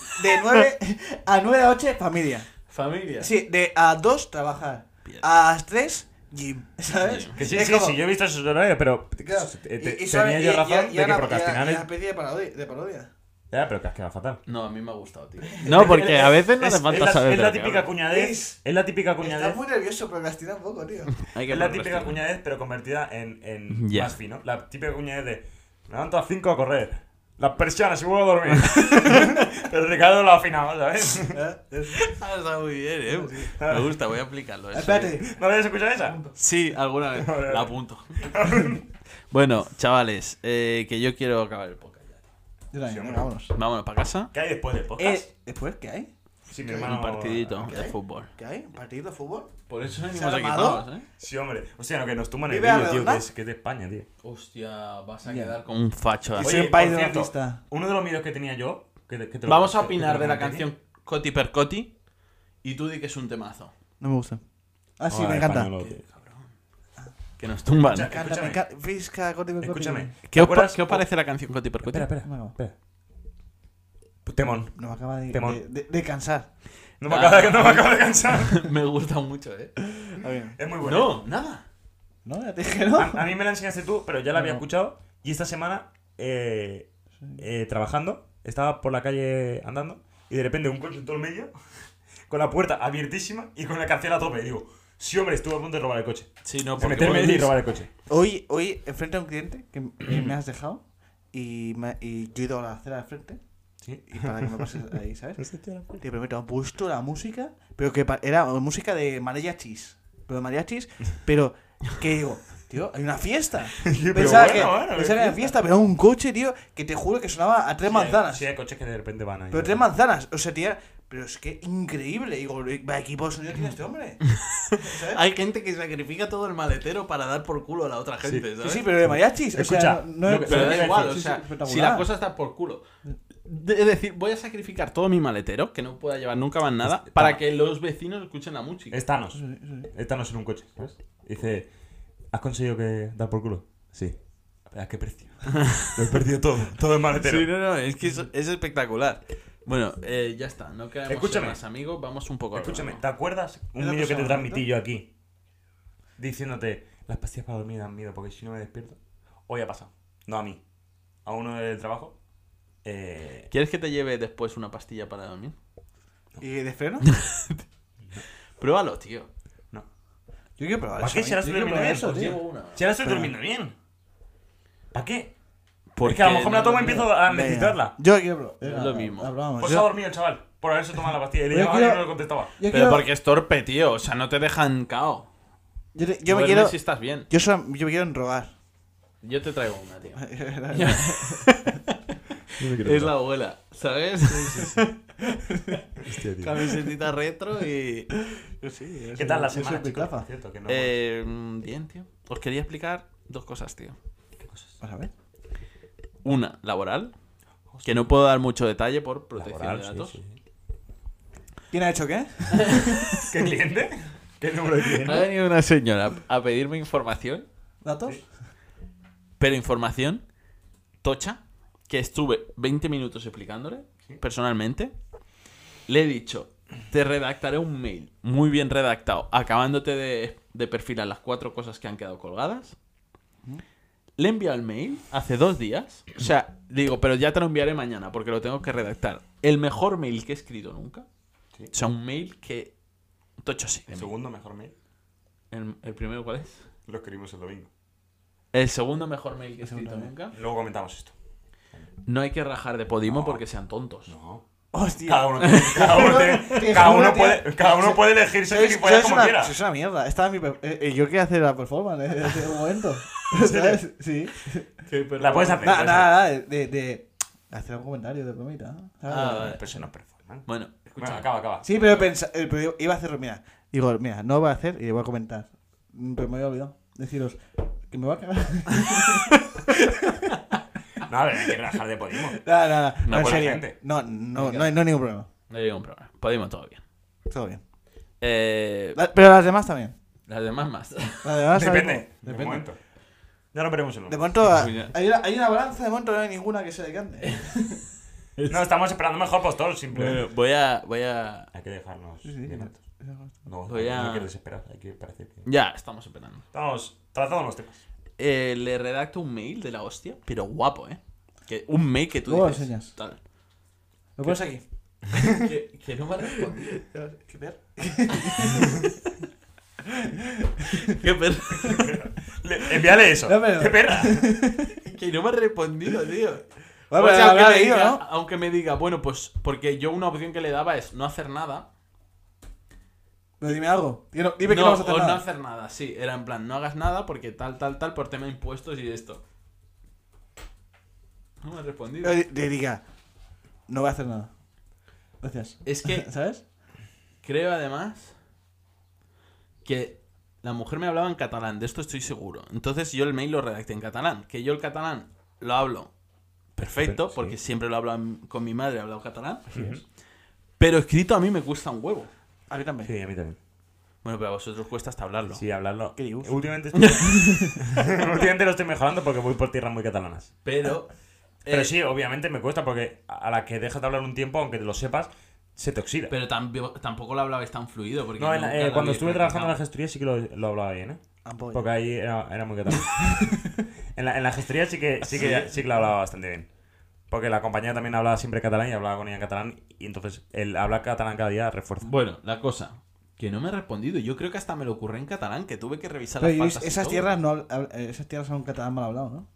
Speaker 3: 9 a 9 a 8 familia.
Speaker 1: Familia.
Speaker 3: Sí, de a 2 trabajar.
Speaker 1: Bien.
Speaker 3: A las 3 gym, ¿sabes?
Speaker 1: Gym.
Speaker 2: Que sí,
Speaker 3: Es
Speaker 2: sí,
Speaker 3: como-
Speaker 2: sí, yo he visto esos horarios, pero
Speaker 3: Claro,
Speaker 2: te- te-
Speaker 3: y- y
Speaker 2: tenía
Speaker 3: sabe-
Speaker 2: yo
Speaker 3: y-
Speaker 2: razón
Speaker 3: y- y
Speaker 2: de que
Speaker 3: una-
Speaker 2: procrastinar
Speaker 3: y- y
Speaker 2: es...
Speaker 3: una especie de parodi- de parodia.
Speaker 2: Ya, pero que has quedado fatal.
Speaker 1: No, a mí me ha gustado, tío. No, porque a veces no
Speaker 2: Es-
Speaker 1: hace falta
Speaker 2: es la,
Speaker 1: saber.
Speaker 2: Es
Speaker 1: de
Speaker 2: la
Speaker 1: lo que
Speaker 2: típica
Speaker 1: habla.
Speaker 2: cuñadez.
Speaker 3: Es-
Speaker 2: Es la típica
Speaker 3: Está
Speaker 2: cuñadez.
Speaker 3: muy nervioso, procrastina un poco, tío.
Speaker 1: Hay que
Speaker 2: Es la
Speaker 1: procrastinar.
Speaker 2: típica cuñadez, pero convertida en, en
Speaker 1: Ya.
Speaker 2: más fino. La típica cuñadez de me levanto a las 5 a correr. Las persianas, seguro a dormir. pero Ricardo lo ha afinado, ¿sabes?
Speaker 3: ¿Eh?
Speaker 1: Ah, está muy bien, eh. Me gusta, voy a aplicarlo. eso.
Speaker 3: Espérate,
Speaker 2: ¿No habéis escuchado esa?
Speaker 1: Sí, alguna vez.
Speaker 2: vale.
Speaker 1: La apunto. bueno, chavales, eh, que yo quiero acabar el podcast ya.
Speaker 3: yo también,
Speaker 2: hombre.
Speaker 3: venga, vámonos.
Speaker 1: Vámonos para casa.
Speaker 2: ¿Qué hay después del podcast?
Speaker 3: Eh, ¿Después qué hay?
Speaker 2: Sí, mi
Speaker 3: ¿qué?
Speaker 2: hermano.
Speaker 1: Un partidito
Speaker 3: ¿qué
Speaker 1: de
Speaker 3: hay?
Speaker 1: fútbol.
Speaker 3: ¿Qué hay? ¿Un partido de fútbol?
Speaker 1: Por eso
Speaker 3: venimos aquí todos,
Speaker 1: ¿eh?
Speaker 2: Sí, hombre. Hostia, lo que nos tumban el
Speaker 3: Vive la
Speaker 2: vídeo, tío,
Speaker 3: redonda.
Speaker 2: que es, que es de España, tío.
Speaker 5: Hostia, vas a
Speaker 3: Ya.
Speaker 5: quedar
Speaker 1: Con un facho.
Speaker 3: Y
Speaker 1: así.
Speaker 3: soy un país
Speaker 2: por
Speaker 3: de
Speaker 2: cierto,
Speaker 3: racista.
Speaker 2: Uno de los miedos que tenía yo. que te- que te lo-
Speaker 1: Vamos a
Speaker 2: que- que te
Speaker 1: opinar
Speaker 2: lo
Speaker 1: de la
Speaker 2: comenté.
Speaker 1: canción Coti per Coti. Y tú di que es un temazo.
Speaker 3: No me gusta. Ah, sí,
Speaker 2: Hola,
Speaker 3: me encanta.
Speaker 2: españolote.
Speaker 1: Que nos tumban.
Speaker 2: O sea,
Speaker 3: Me encanta, me
Speaker 2: Escúchame.
Speaker 3: encanta. Fisca, corte, corte,
Speaker 2: Escúchame.
Speaker 3: corte.
Speaker 1: ¿Qué os,
Speaker 2: ¿Te acuerdas?
Speaker 1: ¿Qué os parece la canción Coti per Coti?
Speaker 2: Espera, espera, espera. Temón.
Speaker 3: No me acaba de,
Speaker 2: Temón.
Speaker 3: de, de- de cansar.
Speaker 2: No me,
Speaker 1: Ah.
Speaker 2: acaba, de- no me acaba de cansar.
Speaker 1: Me gusta mucho, ¿eh?
Speaker 3: A ver.
Speaker 2: Es muy bueno.
Speaker 1: No, nada.
Speaker 3: No, ya te dije, ¿no?
Speaker 2: A, a mí me la enseñaste tú, pero ya la había
Speaker 3: No.
Speaker 2: escuchado. Y esta semana, eh, eh, trabajando, estaba por la calle andando. Y de repente un coche en todo el medio, con la puerta abiertísima y con la canción a tope. Y digo, sí, hombre, estuve a punto de robar el coche.
Speaker 1: Sí, no,
Speaker 2: De
Speaker 1: porque
Speaker 2: meterme
Speaker 1: vos-
Speaker 2: y robar el coche.
Speaker 3: Hoy, hoy, enfrente a un cliente que m- que me has dejado y, me- y yo he ido a la acera de frente
Speaker 2: Sí.
Speaker 3: y para que me pases ahí, ¿sabes?
Speaker 2: Pero
Speaker 3: Te prometo, han puesto la música, pero que pa- era música de mariachis. Pero de mariachis, pero que digo, tío, hay una fiesta. Pensaba
Speaker 2: bueno,
Speaker 3: que,
Speaker 2: bueno,
Speaker 3: pensaba
Speaker 2: qué
Speaker 3: que era una fiesta, pero era un coche, tío, que te juro que sonaba a tres manzanas.
Speaker 2: Sí, hay coches que de repente van ahí.
Speaker 3: Pero tres manzanas, o sea, tía, pero es que increíble. Digo, vaya equipo de sonido tiene este hombre. ¿Sabes?
Speaker 1: ¿Eh? Hay gente que sacrifica todo el maletero para dar por culo a la otra gente,
Speaker 3: Sí,
Speaker 1: ¿sabes?
Speaker 3: sí, pero de mariachis. o sea,
Speaker 2: Escucha,
Speaker 3: no,
Speaker 2: lo
Speaker 3: no
Speaker 2: que-
Speaker 1: Pero
Speaker 2: Sí,
Speaker 1: da
Speaker 2: sí,
Speaker 1: igual,
Speaker 2: sí,
Speaker 1: o
Speaker 3: sí,
Speaker 1: sea,
Speaker 3: sí, espectacular.
Speaker 1: si la cosa está por culo. De- es decir, voy a sacrificar todo mi maletero, que no pueda llevar nunca más nada,
Speaker 2: Está-
Speaker 1: para que los vecinos escuchen la música.
Speaker 2: Es Thanos.
Speaker 3: Sí, sí, sí.
Speaker 2: Es Thanos en un coche, ¿sabes? Dice, ¿has conseguido que dar por culo? Sí. ¿A qué precio? Lo he perdido todo, todo el maletero.
Speaker 1: Sí, no, no, es que es, es espectacular. Bueno, eh, ya está, no queremos
Speaker 2: Escúchame.
Speaker 1: ser más amigos, vamos un poco al
Speaker 2: Escúchame, ¿te
Speaker 1: grano.
Speaker 2: acuerdas
Speaker 3: ¿Es
Speaker 2: un
Speaker 3: la
Speaker 2: vídeo que te
Speaker 3: persona
Speaker 2: transmití
Speaker 3: bonita?
Speaker 2: yo aquí? Diciéndote, las pastillas para dormir dan miedo porque si no me despierto. Hoy ha pasado. No a mí. A uno del trabajo. Eh,
Speaker 1: ¿Quieres que te lleve después una pastilla para dormir?
Speaker 3: ¿Y de freno?
Speaker 1: Pruébalo, tío.
Speaker 2: no.
Speaker 3: Yo quiero probar
Speaker 2: ¿Para qué
Speaker 3: eso, ¿eh?
Speaker 2: serás
Speaker 3: Yo
Speaker 2: un
Speaker 3: quiero probar
Speaker 2: herminero?
Speaker 3: eso,
Speaker 1: Os
Speaker 3: tío.
Speaker 1: llevo una.
Speaker 2: Si ahora estoy
Speaker 3: Pero-
Speaker 2: durmiendo bien. ¿Para qué?
Speaker 1: Porque
Speaker 2: Porque a lo mejor me la
Speaker 1: no
Speaker 2: tomo y
Speaker 1: es lo
Speaker 2: empiezo a
Speaker 3: Venga,
Speaker 2: necesitarla.
Speaker 3: Yo quiero probar.
Speaker 1: Es lo mismo.
Speaker 2: Pues se ha dormido el chaval. Por haberse tomado la pastilla. Y le
Speaker 3: Yo
Speaker 2: llamaba y
Speaker 3: quiero-
Speaker 2: no le contestaba.
Speaker 1: mismo.
Speaker 3: Yo,
Speaker 1: Pero
Speaker 3: quiero-
Speaker 1: porque es torpe, tío. O sea, no te dejan cao.
Speaker 3: yo te- yo me
Speaker 1: Duerme
Speaker 3: quiero.
Speaker 1: si estás bien.
Speaker 3: Yo, solo- yo me quiero enrogar.
Speaker 1: Yo te traigo una, tío.
Speaker 3: Yo
Speaker 1: Es la abuela, ¿sabes? Camisetita retro y...
Speaker 3: sí,
Speaker 2: ¿Qué tal la
Speaker 3: yo soy
Speaker 2: semana, chicos?
Speaker 3: piclafa.
Speaker 2: Por cierto, que no-
Speaker 1: Eh, bien, tío. Os quería explicar dos cosas, tío.
Speaker 3: Vas a ver.
Speaker 1: Una, laboral, que no puedo dar mucho detalle por protección
Speaker 2: Laboral,
Speaker 1: de
Speaker 2: sí,
Speaker 1: datos.
Speaker 2: sí, sí.
Speaker 3: ¿Quién ha hecho qué?
Speaker 2: ¿Qué cliente? ¿Qué número de cliente?
Speaker 1: Ha venido una señora a pedirme información,
Speaker 3: ¿Datos?
Speaker 1: pero información tocha, que estuve 20 minutos explicándole personalmente. Le he dicho, te redactaré un mail muy bien redactado, acabándote de, de perfilar las cuatro cosas que han quedado colgadas. Le he enviado el mail hace dos días. O sea, digo, pero ya te lo enviaré mañana porque lo tengo que redactar. El mejor mail que he escrito nunca.
Speaker 2: Sí.
Speaker 1: O sea, un mail que... Tocho sí.
Speaker 2: El segundo mejor mail.
Speaker 1: ¿El, el primero cuál es?
Speaker 2: Lo escribimos el domingo.
Speaker 1: El segundo mejor mail que he
Speaker 3: El segundo
Speaker 1: escrito nunca.
Speaker 2: Luego comentamos esto.
Speaker 1: No hay que rajar de Podimo
Speaker 2: No.
Speaker 1: porque sean tontos.
Speaker 2: No.
Speaker 3: Hostia.
Speaker 2: Cada uno, tiene- cada uno, tiene-
Speaker 3: Te
Speaker 2: cada
Speaker 3: juro,
Speaker 2: uno
Speaker 3: tío.
Speaker 2: puede, cada uno puede elegir ser
Speaker 3: Sois-
Speaker 2: gilipollas
Speaker 3: sois
Speaker 2: como
Speaker 3: una,
Speaker 2: quiera.
Speaker 3: sois una mierda. Estaba mi. per- eh, eh, yo quería hacer la performance eh, desde un momento. ¿Sabes? Sí.
Speaker 2: La puedes hacer. puedes
Speaker 3: Nada, nada,
Speaker 2: hacer.
Speaker 3: nada, de, de- de hacer un comentario de bromita. ¿no? ¿Sabes?
Speaker 1: Ah, vale.
Speaker 2: Pero eso no es performance.
Speaker 1: Bueno,
Speaker 2: Bueno,
Speaker 1: escucha.
Speaker 2: acaba, acaba.
Speaker 3: Sí, pero, pensa- eh, pero iba a hacerlo, mira. Digo, mira, no va a hacer y le voy a comentar. Mm, Pero me había olvidado. Deciros que me va a cagar.
Speaker 2: No, a ver, hay que relajar de Podimo.
Speaker 3: Nada, nada, nada.
Speaker 1: No,
Speaker 3: No, en
Speaker 2: buena
Speaker 3: serio.
Speaker 2: gente.
Speaker 3: No, no, no, hay, no hay ningún problema.
Speaker 1: no llega un problema. Podimo todo bien.
Speaker 3: Todo bien.
Speaker 1: Eh,
Speaker 3: La- pero las demás también.
Speaker 1: las demás más.
Speaker 3: Las demás
Speaker 2: Depende.
Speaker 3: también.
Speaker 2: De momento. Ya lo veremos el
Speaker 3: De
Speaker 2: lunes.
Speaker 3: momento, ah,
Speaker 1: Muy bien.
Speaker 3: hay una, hay una balanza, de momento no hay ninguna que se decante.
Speaker 2: No, estamos esperando mejor postor, simplemente.
Speaker 1: Bueno, voy a. Voy a.
Speaker 2: Hay que dejarnos
Speaker 3: Sí, sí.
Speaker 2: bien altos. No,
Speaker 1: Voy a-
Speaker 2: no hay que desesperar. Hay que parecer que...
Speaker 1: Ya, estamos esperando.
Speaker 2: Estamos tratando los temas.
Speaker 1: Eh, le redacto un mail de la hostia, pero guapo, ¿eh? Que, un mail que tú
Speaker 3: Luego lo
Speaker 1: dices.
Speaker 3: enseñas.
Speaker 1: Tal.
Speaker 3: Lo pones aquí.
Speaker 1: que, que no me ha respondido.
Speaker 3: ¿Qué ver?
Speaker 1: Qué perra.
Speaker 2: Le- envíale eso.
Speaker 3: No, pero-
Speaker 2: ¡Qué perra!
Speaker 1: Que no me ha respondido, tío.
Speaker 3: Bueno,
Speaker 1: O
Speaker 3: pero
Speaker 1: sea,
Speaker 3: lo habrá
Speaker 1: aunque, me
Speaker 3: leído,
Speaker 1: diga,
Speaker 3: ¿no?
Speaker 1: aunque me diga, bueno, pues. Porque yo una opción que le daba es no hacer nada.
Speaker 3: Pero dime algo. Dime, dime que
Speaker 1: no,
Speaker 3: no vas a hacer
Speaker 1: o
Speaker 3: nada.
Speaker 1: no hacer nada, sí. Era en plan, no hagas nada porque tal, tal, tal, por tema de impuestos y esto. No me ha respondido.
Speaker 3: Pero di- di- diga, no voy a hacer nada. Gracias.
Speaker 1: Es que
Speaker 3: ¿Sabes?
Speaker 1: creo además que la mujer me hablaba en catalán, de esto estoy seguro. Entonces yo el mail lo redacté en catalán, que yo el catalán lo hablo perfecto,
Speaker 2: Súper, sí.
Speaker 1: porque siempre lo hablo en- con mi madre, he hablado catalán. Pero escrito a mí me cuesta un huevo.
Speaker 3: A mí también.
Speaker 2: Sí, a mí también.
Speaker 1: Bueno, pero a vosotros cuesta hasta hablarlo.
Speaker 2: Sí, hablarlo.
Speaker 3: ¿Qué dius?
Speaker 2: Últimamente, estoy- Últimamente lo estoy mejorando porque voy por tierras muy catalanas.
Speaker 1: Pero...
Speaker 2: Pero
Speaker 1: eh,
Speaker 2: sí, obviamente me cuesta porque a la que dejas de hablar un tiempo, aunque te lo sepas, se te oxida.
Speaker 1: Pero tambi- tampoco lo hablabais tan fluido. Porque
Speaker 2: No, en la-
Speaker 1: nunca
Speaker 2: eh,
Speaker 1: lo
Speaker 2: cuando
Speaker 1: había
Speaker 2: estuve trabajando en la
Speaker 1: practicado.
Speaker 2: gestoría sí que lo, lo hablaba bien, ¿eh?
Speaker 1: Ah, pues,
Speaker 3: Tampoco.
Speaker 2: Porque ahí era, era muy catalán. en, la, en la gestoría sí que, sí, que, sí que lo hablaba bastante bien. Porque la compañera también hablaba siempre catalán y hablaba con ella en catalán. Y entonces el hablar catalán cada día refuerza.
Speaker 1: Bueno, la cosa. Que no me he respondido. Yo creo que hasta me lo ocurre en catalán, que tuve que revisar
Speaker 3: Pero
Speaker 1: las
Speaker 3: yo-
Speaker 1: faltas y
Speaker 3: esas
Speaker 1: todo.
Speaker 3: tierras no hab- hab- esas tierras son catalán mal hablado, ¿no?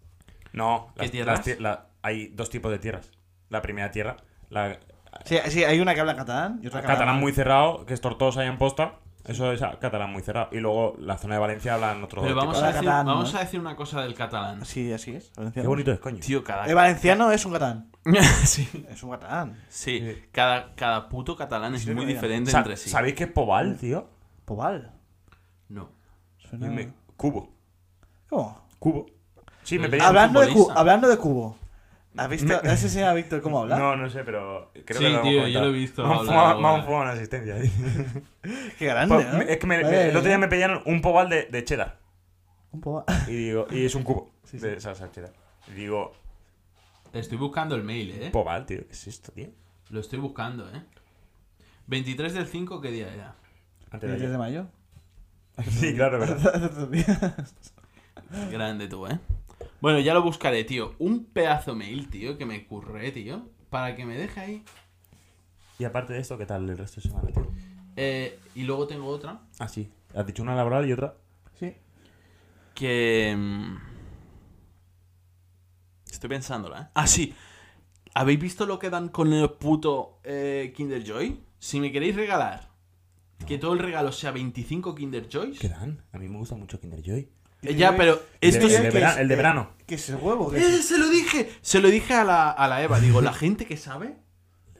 Speaker 2: No,
Speaker 1: ¿Qué
Speaker 2: las,
Speaker 1: tierras?
Speaker 2: las tie- la- hay dos tipos de tierras. La primera tierra, la
Speaker 1: Ah,
Speaker 3: Sí, sí, hay una que habla catalán y otra que habla
Speaker 2: catalán
Speaker 3: mal.
Speaker 2: muy cerrado, que es tortosa y en posta. Eso es ah, catalán muy cerrado. Y luego la zona de Valencia hablan otro
Speaker 1: Pero
Speaker 2: tipo
Speaker 1: vamos
Speaker 2: de-
Speaker 1: a,
Speaker 3: Para
Speaker 1: decir,
Speaker 3: catalán, ¿no?
Speaker 1: vamos a decir una cosa del catalán.
Speaker 3: Sí, así es.
Speaker 2: Qué
Speaker 3: valenciano.
Speaker 2: bonito es, coño.
Speaker 1: Tío, cada...
Speaker 3: El valenciano es un catalán.
Speaker 1: sí,
Speaker 3: Es un catalán.
Speaker 1: sí. Cada, cada puto catalán es
Speaker 3: Sí,
Speaker 1: muy
Speaker 3: no, ya.
Speaker 1: diferente
Speaker 2: Sa-
Speaker 1: entre sí. Mm.
Speaker 2: ¿Sabéis qué es Pobal, tío?
Speaker 3: Pobal.
Speaker 1: No.
Speaker 3: Suena...
Speaker 2: Me- Cubo.
Speaker 3: ¿Cómo?
Speaker 2: Cubo. Sí, me
Speaker 1: Pero
Speaker 2: pedí
Speaker 1: es
Speaker 3: Hablando de, cu-
Speaker 1: futbolista.
Speaker 3: hablando de cubo. ¿Has visto? ¿Has enseñado a Víctor cómo hablar?
Speaker 2: No, no sé, pero creo
Speaker 1: Sí,
Speaker 2: que lo
Speaker 1: tío, yo lo he visto
Speaker 2: Vamos
Speaker 1: hablar
Speaker 2: a
Speaker 1: alguna vez.
Speaker 2: fumar una asistencia.
Speaker 3: Qué grande,
Speaker 2: Pues,
Speaker 3: ¿no?
Speaker 2: me- es que me- me-
Speaker 3: Vale,
Speaker 2: el otro día
Speaker 3: ¿no?
Speaker 2: me pillaron un Pobal de, de cheddar.
Speaker 3: Un pobal.
Speaker 2: Y digo, y es un cubo
Speaker 3: Sí, sí.
Speaker 2: de salsa cheddar. Y digo,
Speaker 1: Estoy buscando el mail, ¿eh?
Speaker 2: Pobal, tío, ¿qué es esto, tío?
Speaker 1: Lo estoy buscando, ¿eh? 23 del 5, ¿qué día era?
Speaker 2: Antes de
Speaker 3: ¿El 10 de
Speaker 2: ayer.
Speaker 3: mayo?
Speaker 2: Sí, claro, es verdad.
Speaker 3: Hace dos días.
Speaker 1: Grande tú, ¿eh? Bueno, ya lo buscaré, tío. Un pedazo mail, tío, que me curré, tío. Para que me deje ahí.
Speaker 2: Y aparte de esto, ¿qué tal el resto de semana, tío?
Speaker 1: Eh, y luego tengo otra
Speaker 2: Ah, sí. Has dicho una laboral y otra.
Speaker 3: Sí.
Speaker 1: que... mm, Estoy pensándola, ¿eh? Ah, sí. ¿Habéis visto lo que dan con el puto eh, Kinder Joy? Si me queréis regalar que todo el regalo sea 25 Kinder Joys.
Speaker 2: ¿Qué dan? A mí me gusta mucho Kinder Joy.
Speaker 1: Eh, ya, pero esto
Speaker 2: el,
Speaker 1: es...
Speaker 2: de
Speaker 3: que
Speaker 2: vera-
Speaker 3: es-
Speaker 2: el de
Speaker 3: eh,
Speaker 2: verano.
Speaker 3: ¿Qué es el huevo? ¿Qué es?
Speaker 1: Eh, se lo dije. Se lo dije a la, a la Eva. Digo, la gente que sabe,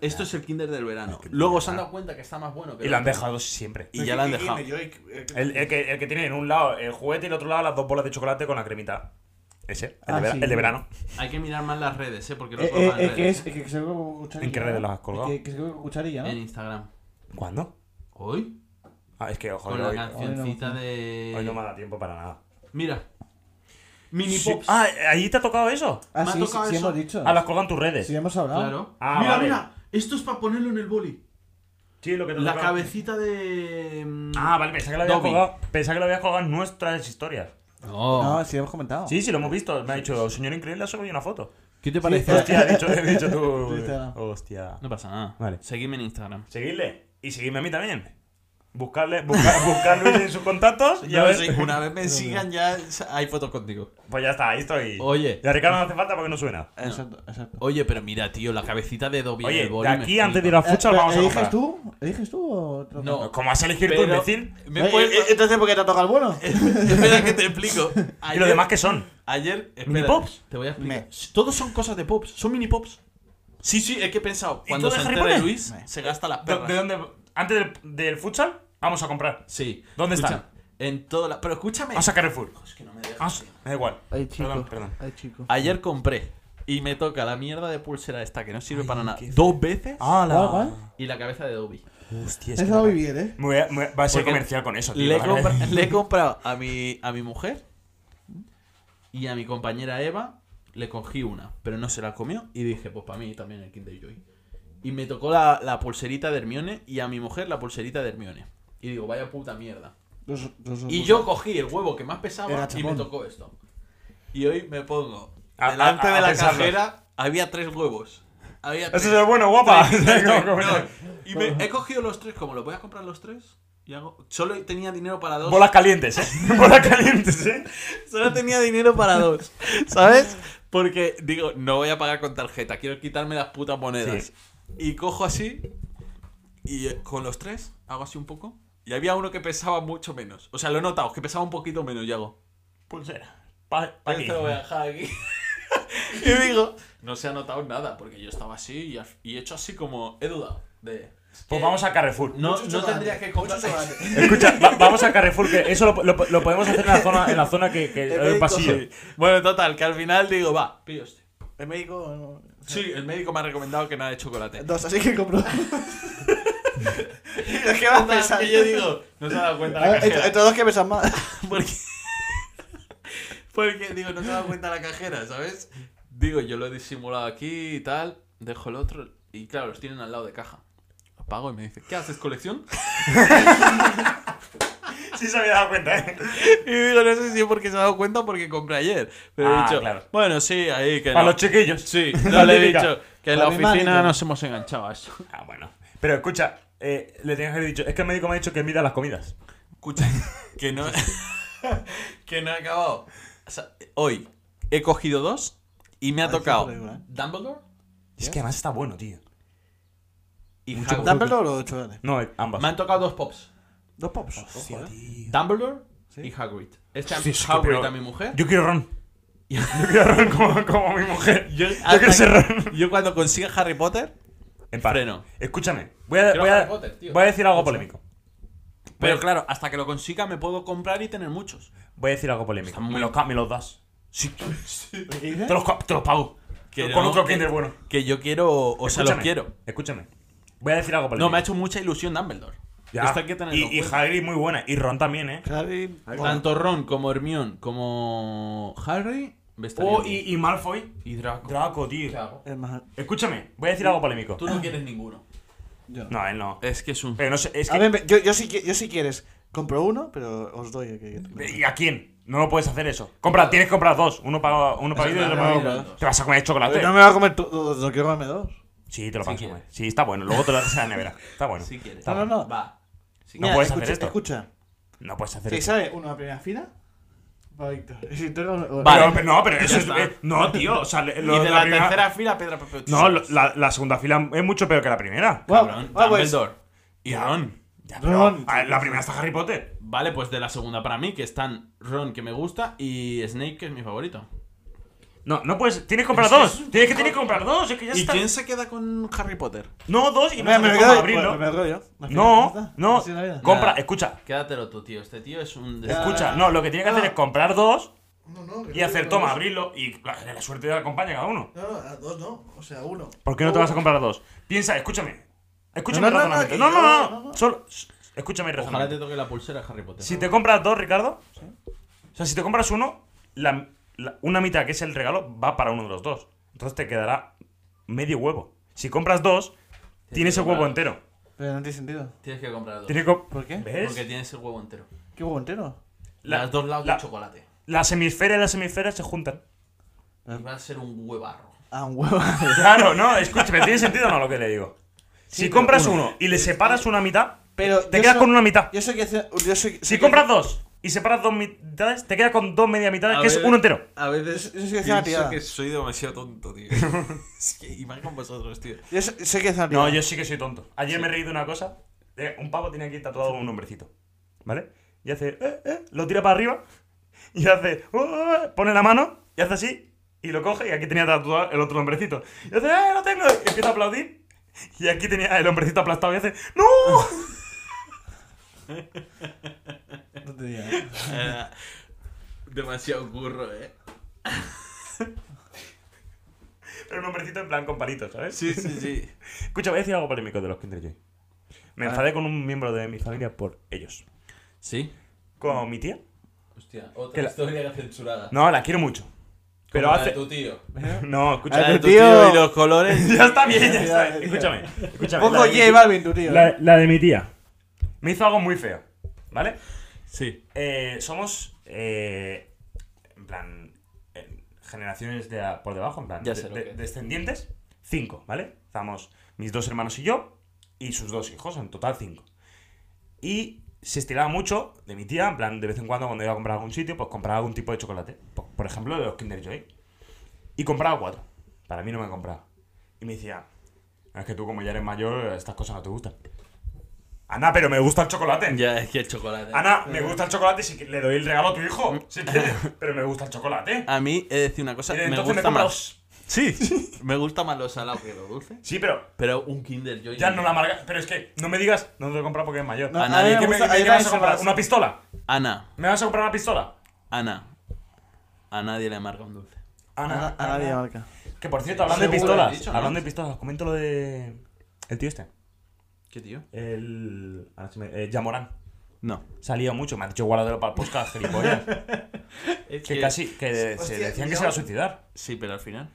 Speaker 1: esto es el Kinder del verano.
Speaker 2: Es que-
Speaker 1: Luego se han dado cuenta que está más bueno que
Speaker 2: Y
Speaker 1: el
Speaker 2: lo han
Speaker 1: otro.
Speaker 2: dejado siempre.
Speaker 1: Y ya la han
Speaker 3: ¿Qué- qué-
Speaker 1: dejado.
Speaker 3: qué- yo- eh, que-
Speaker 2: El, el que, el que tiene en un lado el juguete y en el otro lado las dos bolas de chocolate con la cremita. Ese, el,
Speaker 3: Ah,
Speaker 2: de, vera-
Speaker 3: sí.
Speaker 2: el de verano.
Speaker 1: Hay que mirar más las redes, ¿eh? Porque lo
Speaker 3: Eh,
Speaker 1: colgan
Speaker 3: eh,
Speaker 1: en
Speaker 3: eh, que
Speaker 1: redes,
Speaker 3: es
Speaker 1: ¿eh?
Speaker 3: eh, que se ve con cucharilla.
Speaker 2: ¿En qué redes
Speaker 3: ¿no?
Speaker 2: las has colgado?
Speaker 3: Eh, Que, que se ve con cucharilla,
Speaker 1: En
Speaker 3: ¿no?
Speaker 1: Instagram.
Speaker 2: ¿Cuándo?
Speaker 1: ¿Hoy?
Speaker 2: Ah, es que, ojo,
Speaker 1: Con la
Speaker 2: hoy,
Speaker 1: cancioncita de...
Speaker 2: hoy no me da tiempo para nada.
Speaker 1: Mira. Mini
Speaker 2: Sí.
Speaker 1: Pops.
Speaker 2: Ah, ahí te ha tocado eso.
Speaker 3: Ah,
Speaker 1: Me ha
Speaker 3: sí, sí,
Speaker 1: tocado
Speaker 3: sí
Speaker 1: eso.
Speaker 3: hemos dicho.
Speaker 2: Ah, las colgan tus redes.
Speaker 3: Sí hemos hablado.
Speaker 1: Claro.
Speaker 2: Ah,
Speaker 1: mira,
Speaker 2: vale.
Speaker 1: mira. Esto es para ponerlo en el boli.
Speaker 2: Sí, lo que te
Speaker 1: La
Speaker 2: toca.
Speaker 1: cabecita de... mm,
Speaker 2: Ah, vale, pensaba que lo habías
Speaker 1: Dobby.
Speaker 2: colgado. Pensaba que lo habías colgado en nuestras historias.
Speaker 1: No.
Speaker 3: No, sí hemos comentado.
Speaker 2: Sí, sí, lo hemos visto. Me ha dicho, señor increíble, ha subido una foto.
Speaker 1: ¿Qué te
Speaker 3: parece?
Speaker 2: Hostia, he dicho, he dicho tú.
Speaker 3: Instagram.
Speaker 2: Hostia.
Speaker 1: No pasa nada.
Speaker 2: Vale.
Speaker 1: Seguidme en Instagram.
Speaker 2: Seguidle. Y seguidme a mí también. Buscarle, buscar, buscar Luis en sus contactos. Y a ver.
Speaker 1: una vez me sigan ya hay fotos contigo.
Speaker 2: Pues ya está, ahí estoy.
Speaker 1: Oye.
Speaker 2: Y a Ricardo no hace falta porque no sube nada.
Speaker 3: Exacto, exacto.
Speaker 1: Oye, pero mira, tío, la cabecita de Dobby en
Speaker 2: Oye,
Speaker 1: el boli
Speaker 2: de
Speaker 1: me
Speaker 2: aquí
Speaker 1: flipa.
Speaker 2: antes de ir a
Speaker 3: Eh,
Speaker 2: futsal
Speaker 3: pero,
Speaker 2: vamos a
Speaker 3: ¿Eliges
Speaker 2: comprar.
Speaker 3: tú? ¿Eliges tú o te lo
Speaker 1: No.
Speaker 2: ¿Cómo vas a elegir tú,
Speaker 1: Pero-
Speaker 2: imbécil? eh,
Speaker 1: Me Eh,
Speaker 3: toca? Eh,
Speaker 1: puedes-
Speaker 3: eh, Entonces, ¿por qué te ha tocado el bueno?
Speaker 1: espera que te explico.
Speaker 2: ¿Y los demás qué son?
Speaker 1: Ayer,
Speaker 2: ¿Mini
Speaker 1: espérate,
Speaker 2: pops?
Speaker 1: Te voy a explicar.
Speaker 3: Me.
Speaker 1: Todos son cosas de pops, son mini pops. Sí, sí, es que he pensado,
Speaker 2: ¿Y
Speaker 1: cuando
Speaker 2: todo
Speaker 1: se
Speaker 2: de Harry
Speaker 1: entere
Speaker 2: Potter?
Speaker 1: Luis,
Speaker 3: Me.
Speaker 1: se gasta las
Speaker 2: ¿De,
Speaker 1: perras.
Speaker 2: de dónde? Antes del, del futsal, vamos a comprar.
Speaker 1: Sí.
Speaker 2: ¿Dónde
Speaker 1: Escucha,
Speaker 2: están?
Speaker 1: En toda la... Pero escúchame.
Speaker 2: Vamos a Carrefour.
Speaker 1: Es que no me dejas,
Speaker 2: Vamos,
Speaker 1: tío.
Speaker 2: me Ah, da igual.
Speaker 3: Ay, chico.
Speaker 2: Perdón, perdón.
Speaker 3: Ay, chico.
Speaker 1: Ayer compré y me toca la mierda de pulsera esta que no sirve
Speaker 2: Ay,
Speaker 1: para nada.
Speaker 2: qué Ah.
Speaker 1: Dos veces
Speaker 3: Ah, ¿Cuál, cuál?
Speaker 1: y la cabeza de Dobby.
Speaker 2: Hostia, es
Speaker 3: Es
Speaker 2: que
Speaker 3: algo
Speaker 2: me
Speaker 3: bien, ¿eh?
Speaker 2: voy a, me voy a- va a ser
Speaker 1: Porque
Speaker 2: comercial con eso, tío.
Speaker 1: Le he,
Speaker 2: la
Speaker 1: compra-
Speaker 2: verdad.
Speaker 1: le he comprado a mi, a mi mujer y a mi compañera Eva, le cogí una, pero no se la comió y dije, pues para mí también el Kinder Joy. Y me tocó la, la pulserita de Hermione y a mi mujer la pulserita de Hermione. Y digo, vaya puta mierda.
Speaker 3: Dos- dos- dos-
Speaker 1: Y yo cogí el huevo que más pesaba
Speaker 3: Era
Speaker 1: y me
Speaker 3: chapón.
Speaker 1: tocó esto. Y hoy me pongo
Speaker 2: A-
Speaker 1: delante
Speaker 2: a- a
Speaker 1: de la
Speaker 2: pensarlo.
Speaker 1: cajera, había tres huevos. Había tres.
Speaker 2: Ese es el bueno, guapa.
Speaker 1: No, y me- he cogido los tres, como lo voy a comprar los tres, y hago- solo tenía dinero para dos.
Speaker 2: Bolas calientes, eh. Bolas calientes, eh.
Speaker 1: Solo tenía dinero para dos, ¿sabes? Porque digo, no voy a pagar con tarjeta, quiero quitarme las putas monedas.
Speaker 2: Sí.
Speaker 1: Y cojo así, y eh, con los tres, hago así un poco. Y había uno que pesaba mucho menos. O sea, lo he notado, que pesaba un poquito menos, y hago.
Speaker 2: Pulsera. Pa, pa aquí.
Speaker 1: "Esto lo voy a dejar aquí". y digo, no se ha notado nada, porque yo estaba así y, as- y he hecho así como, he dudado. De,
Speaker 2: Pues vamos a Carrefour.
Speaker 1: No,
Speaker 3: Mucho
Speaker 1: no
Speaker 3: chocolate,
Speaker 1: tendrías que comprar.
Speaker 3: mucho chocolate.
Speaker 2: Escucha, va- vamos a Carrefour, que eso lo, lo- lo podemos hacer en la zona, en la zona que, que
Speaker 3: Te
Speaker 2: hay un
Speaker 3: pedí
Speaker 2: pasillo.
Speaker 3: cosas.
Speaker 1: Bueno, total, que al final digo, va, pillo este.
Speaker 3: El médico. no-
Speaker 1: Sí, el médico me ha recomendado que nada de chocolate.
Speaker 3: Dos, así que compro. Y los que más pesan.
Speaker 1: Y yo digo, no se ha dado cuenta
Speaker 3: Ah,
Speaker 1: la
Speaker 3: Entre
Speaker 1: cajera.
Speaker 3: entre dos que pesan más.
Speaker 1: Porque, porque digo, no se ha dado cuenta la cajera, ¿sabes? Digo, yo lo he disimulado aquí y tal, dejo el otro y claro, los tienen al lado de caja. Lo pago y me dice, ¿qué haces, colección?
Speaker 2: Sí se había dado cuenta, ¿eh?
Speaker 1: Y digo, no sé si es porque se ha dado cuenta o porque compré ayer. Pero he
Speaker 2: Ah,
Speaker 1: dicho,
Speaker 2: claro.
Speaker 1: bueno, sí, ahí que
Speaker 2: Para
Speaker 1: no.
Speaker 2: los chiquillos.
Speaker 1: Sí, no le he
Speaker 2: típica.
Speaker 1: dicho que en
Speaker 3: Para
Speaker 1: la
Speaker 3: mi manager.
Speaker 1: oficina nos hemos enganchado a eso.
Speaker 2: Ah, bueno. Pero escucha, eh, le tenías que haber dicho, es que el médico me ha dicho que mida las comidas.
Speaker 1: Escucha, que no, que no he acabado. O sea, hoy he cogido dos y me ha
Speaker 3: Parece
Speaker 1: tocado
Speaker 3: regular.
Speaker 1: Dumbledore
Speaker 2: Es que además está bueno, tío.
Speaker 1: y
Speaker 2: Mucho
Speaker 1: Hagrid.
Speaker 3: Dumbledore o chocolate.
Speaker 2: No, eh, ambas.
Speaker 1: Me han tocado dos pops.
Speaker 3: Dos pops.
Speaker 2: Hostia,
Speaker 3: Ojo, eh.
Speaker 2: tío.
Speaker 1: Dumbledore
Speaker 3: Sí.
Speaker 1: y Hagrid. Este
Speaker 2: Sí, es que
Speaker 1: Hagrid
Speaker 2: pero-
Speaker 1: a mi mujer.
Speaker 2: Yo quiero ron. Yo quiero ron como, como mi mujer. Yo, quiero ser ron.
Speaker 1: yo cuando consiga Harry Potter,
Speaker 2: En paz.
Speaker 1: Freno.
Speaker 2: Escúchame, voy a,
Speaker 5: Quiero
Speaker 2: voy a-
Speaker 5: Harry Potter, tío.
Speaker 2: voy a decir algo polémico.
Speaker 1: pero claro, hasta que lo consiga me puedo comprar y tener muchos.
Speaker 2: Voy a decir algo polémico.
Speaker 1: Está muy-
Speaker 2: Me, los, ca- me los das. Sí.
Speaker 3: ¿Qué dices?
Speaker 2: Te los, ca- te los pago.
Speaker 1: Que
Speaker 2: Con
Speaker 1: no,
Speaker 2: otro
Speaker 1: que-
Speaker 2: Kinder bueno.
Speaker 1: Que yo quiero, o sea, los
Speaker 2: Escúchame,
Speaker 1: quiero.
Speaker 2: Escúchame. Voy a decir algo polémico.
Speaker 1: No, me ha hecho mucha ilusión Dumbledore.
Speaker 2: Ya.
Speaker 1: Esto hay que tenerlo en
Speaker 2: y, y
Speaker 1: cuenta.
Speaker 2: Hagrid muy buena. Y Ron también, ¿eh?
Speaker 3: Harry.
Speaker 1: Tanto Ron como Hermión como Harry me estarían
Speaker 2: Oh, y, y Malfoy.
Speaker 1: bien. Y Draco.
Speaker 2: Draco, tío.
Speaker 5: Claro.
Speaker 3: Es más.
Speaker 2: Escúchame, voy a decir algo polémico.
Speaker 1: Tú no quieres ninguno.
Speaker 3: Yo.
Speaker 2: No, él no.
Speaker 1: Es que es un.
Speaker 2: Pero no sé, es
Speaker 3: A
Speaker 2: que-
Speaker 3: ver, yo, yo, si, qui- yo si quieres, compro uno, pero os doy el que.
Speaker 2: ¿Y a quién? No lo puedes hacer eso. Compra, tienes que comprar dos. Uno para uno para
Speaker 1: Es
Speaker 2: ir y otro
Speaker 1: verdad,
Speaker 2: para-
Speaker 1: verdad.
Speaker 2: Te vas a comer chocolate.
Speaker 3: No me voy a comer todos, no quiero comerme dos.
Speaker 2: Sí, te lo
Speaker 1: Si
Speaker 2: paso.
Speaker 1: quieres.
Speaker 2: Sí, está bueno. Luego te lo haces en la nevera. Está bueno.
Speaker 1: Si quieres.
Speaker 2: Está
Speaker 3: No, no,
Speaker 2: bueno.
Speaker 3: no.
Speaker 1: Va. Si
Speaker 2: No
Speaker 1: quieres.
Speaker 2: puedes
Speaker 3: escucha,
Speaker 2: hacer esto.
Speaker 3: Escucha.
Speaker 2: No puedes hacer
Speaker 3: Si
Speaker 2: eso.
Speaker 3: sale uno a primera fila, va Víctor. Y si tú no-
Speaker 1: Vale.
Speaker 2: Pero, pero no, pero eso es.
Speaker 1: está.
Speaker 2: eh, no, tío. O sea, le- lo-
Speaker 1: Y de la,
Speaker 2: primera-
Speaker 1: tercera fila, Pedra, Papel o
Speaker 2: No,
Speaker 1: Tijera.
Speaker 2: lo- la, la segunda fila es mucho peor que la primera.
Speaker 3: Bueno,
Speaker 1: Cabrón,
Speaker 3: bueno, pues,
Speaker 1: Dumbledore. Y Ron.
Speaker 2: Ya,
Speaker 3: Ron.
Speaker 2: a ver, la primera está Harry Potter.
Speaker 1: Vale, pues de la segunda para mí, que están Ron, que me gusta, y Snake, que es mi favorito.
Speaker 2: No, no puedes. Tienes que comprar dos. Tienes que, tienes que comprar dos. Es que ya
Speaker 1: ¿Y
Speaker 2: está.
Speaker 1: quién se queda con Harry Potter?
Speaker 2: No, dos y
Speaker 3: me,
Speaker 2: no
Speaker 3: me,
Speaker 2: me
Speaker 3: lo
Speaker 2: a
Speaker 3: quedo,
Speaker 2: abrirlo.
Speaker 3: pues, me lo quedo yo. Al final, ya
Speaker 2: No,
Speaker 3: está.
Speaker 2: no.
Speaker 3: Así es la vida.
Speaker 2: Compra,
Speaker 1: Nah.
Speaker 2: escucha.
Speaker 1: Quédatelo tú, tío. Este tío es un.
Speaker 3: Ya.
Speaker 2: Escucha,
Speaker 3: Ah.
Speaker 2: no, lo que tiene que hacer
Speaker 3: Ah.
Speaker 2: es comprar dos
Speaker 4: No, no. que
Speaker 2: y hacer
Speaker 4: no,
Speaker 2: toma,
Speaker 4: no,
Speaker 2: abrirlo y claro, la suerte de la compañía cada uno.
Speaker 4: No, no, a dos no. O sea, uno.
Speaker 2: ¿Por qué no te vas a comprar dos? Piensa, escúchame. Escúchame
Speaker 3: No, no, no,
Speaker 2: razonablemente.
Speaker 3: no,
Speaker 2: No,
Speaker 3: que
Speaker 2: no,
Speaker 3: yo-
Speaker 2: no,
Speaker 3: no, no.
Speaker 2: Solo, escúchame
Speaker 1: Ojalá te
Speaker 2: razonablemente.
Speaker 1: toque la pulsera de Harry Potter.
Speaker 2: Si te compras dos, Ricardo, o sea, si te compras uno, la- la- una mitad que es el regalo va para uno de los dos. Entonces te quedará medio huevo. Si compras dos, tienes el
Speaker 1: comprar
Speaker 2: huevo
Speaker 1: dos.
Speaker 2: entero.
Speaker 3: Pero no tiene sentido.
Speaker 1: Tienes que comprar dos.
Speaker 2: Tienes que-
Speaker 3: ¿Por qué?
Speaker 2: ¿Ves?
Speaker 1: Porque tienes el huevo entero.
Speaker 3: Qué huevo entero.
Speaker 2: La-
Speaker 1: Las dos lados
Speaker 2: la-
Speaker 1: de chocolate.
Speaker 2: Las hemisferas y las hemisferas se juntan.
Speaker 1: Y va a ser un huevarro.
Speaker 3: Ah, un huevo.
Speaker 2: Claro, no, escúchame, tiene sentido o no lo que le digo.
Speaker 3: Sí,
Speaker 2: si
Speaker 3: pero
Speaker 2: compras
Speaker 3: uno.
Speaker 2: uno. y le separas una mitad,
Speaker 3: Pero
Speaker 2: te
Speaker 3: yo
Speaker 2: quedas
Speaker 3: so-
Speaker 2: con una mitad.
Speaker 3: Yo soy que. Yo soy,
Speaker 2: Si compras dos y separas dos mitades, te quedas con dos media mitades,
Speaker 1: A
Speaker 2: que es
Speaker 1: ver.
Speaker 2: uno entero.
Speaker 1: A veces
Speaker 3: Yo soy que hace una tirada.
Speaker 1: soy demasiado tonto, tío. es que, y más con vosotros, tío.
Speaker 3: Yo soy, soy que hace una
Speaker 2: No,
Speaker 3: tirada.
Speaker 2: yo sí que soy tonto. Ayer me he reído de una cosa. Eh, un pavo tiene aquí tatuado un hombrecito. ¿Vale? Y hace, eh, eh, lo tira para arriba. Y hace, "Uh, uh, uh", pone la mano y hace así. Y lo coge y aquí tenía tatuado el otro hombrecito. Y hace, eh, lo tengo. Y empieza a aplaudir. Y aquí tenía el hombrecito aplastado y hace, ¡No!
Speaker 3: No te ¿eh? digas.
Speaker 1: Eh, demasiado curro, eh.
Speaker 2: Pero un hombrecito en plan con palitos, ¿sabes?
Speaker 1: Sí, sí, sí.
Speaker 2: Escucha, voy a decir algo polémico de los Kinder Joy. Me enfadé con un miembro de mi familia por ellos.
Speaker 1: ¿Sí?
Speaker 2: Con mi tía.
Speaker 5: Hostia,
Speaker 2: Que
Speaker 5: otra
Speaker 2: la-
Speaker 5: historia censurada.
Speaker 1: Ah.
Speaker 2: No, la quiero mucho. Pero
Speaker 5: Como la de
Speaker 2: hace.
Speaker 5: tu tío.
Speaker 2: No,
Speaker 3: La
Speaker 2: escucha.
Speaker 3: de
Speaker 1: tu
Speaker 3: tu tío.
Speaker 1: y los colores.
Speaker 2: Ya está bien, ya
Speaker 3: Ya,
Speaker 2: está.
Speaker 3: ya, ya.
Speaker 2: Escúchame, escúchame.
Speaker 3: Poco
Speaker 2: la de mi
Speaker 3: J
Speaker 2: tía-
Speaker 3: Balvin, tu tío. ¿eh?
Speaker 2: La, la de mi tía. Me hizo algo muy feo, ¿vale?
Speaker 1: Sí.
Speaker 2: Eh, somos. eh, en plan. eh, generaciones de a- por debajo, en plan.
Speaker 1: Ya
Speaker 2: de-
Speaker 1: sé lo
Speaker 2: de-
Speaker 1: que es.
Speaker 2: descendientes, cinco, ¿vale? Estamos mis dos hermanos y yo, y sus dos hijos, en total cinco. Y se estiraba mucho de mi tía, en plan, de vez en cuando cuando iba a comprar a algún sitio, pues compraba algún tipo de chocolate. Por, por ejemplo, de los Kinder Joy. Y compraba cuatro. Para mí no me compraba. Y me decía, es que tú como ya eres mayor, estas cosas no te gustan. Ana, pero me gusta el chocolate.
Speaker 1: Ya, es que el chocolate.
Speaker 2: Ana, me gusta el chocolate si que- le
Speaker 3: Mm.
Speaker 2: doy el regalo a tu hijo. Si quieres, pero me gusta el chocolate.
Speaker 3: Ah,
Speaker 1: A mí he de decir una cosa.
Speaker 2: Y
Speaker 1: me
Speaker 2: entonces
Speaker 1: gusta
Speaker 2: compra
Speaker 1: más.
Speaker 2: dos.
Speaker 1: Sí, me gusta más lo salado que lo dulce.
Speaker 2: Sí, pero
Speaker 1: Pero un Kinder Joy.
Speaker 2: ya no la amarga. Pero es que no me digas, no te lo he comprado porque es mayor.
Speaker 1: a
Speaker 3: mí
Speaker 1: nadie
Speaker 3: me
Speaker 2: ¿Qué me,
Speaker 3: gusta- a mí
Speaker 2: qué me
Speaker 3: también
Speaker 2: vas a
Speaker 3: se
Speaker 2: comprar?
Speaker 3: me-
Speaker 2: ¿Una pistola?
Speaker 1: Ana,
Speaker 2: ¿Me vas a comprar una pistola?
Speaker 1: Ana. A nadie le marca un dulce.
Speaker 3: A, a nadie marca.
Speaker 2: Que por cierto, hablando de
Speaker 1: Seguro lo
Speaker 2: pistolas,
Speaker 1: has dicho, ¿no?
Speaker 2: hablando de pistolas, os comento lo de. El tío este.
Speaker 1: ¿Qué tío?
Speaker 2: El. Ahora sí me. eh, Yamorán.
Speaker 1: No.
Speaker 2: Salía mucho, me han dicho guardarlo para el podcast, gilipollas.
Speaker 1: Es
Speaker 2: que casi. Que de- se
Speaker 3: Hostia,
Speaker 2: decían que
Speaker 3: ya-
Speaker 2: se iba a suicidar.
Speaker 1: Sí, pero al final.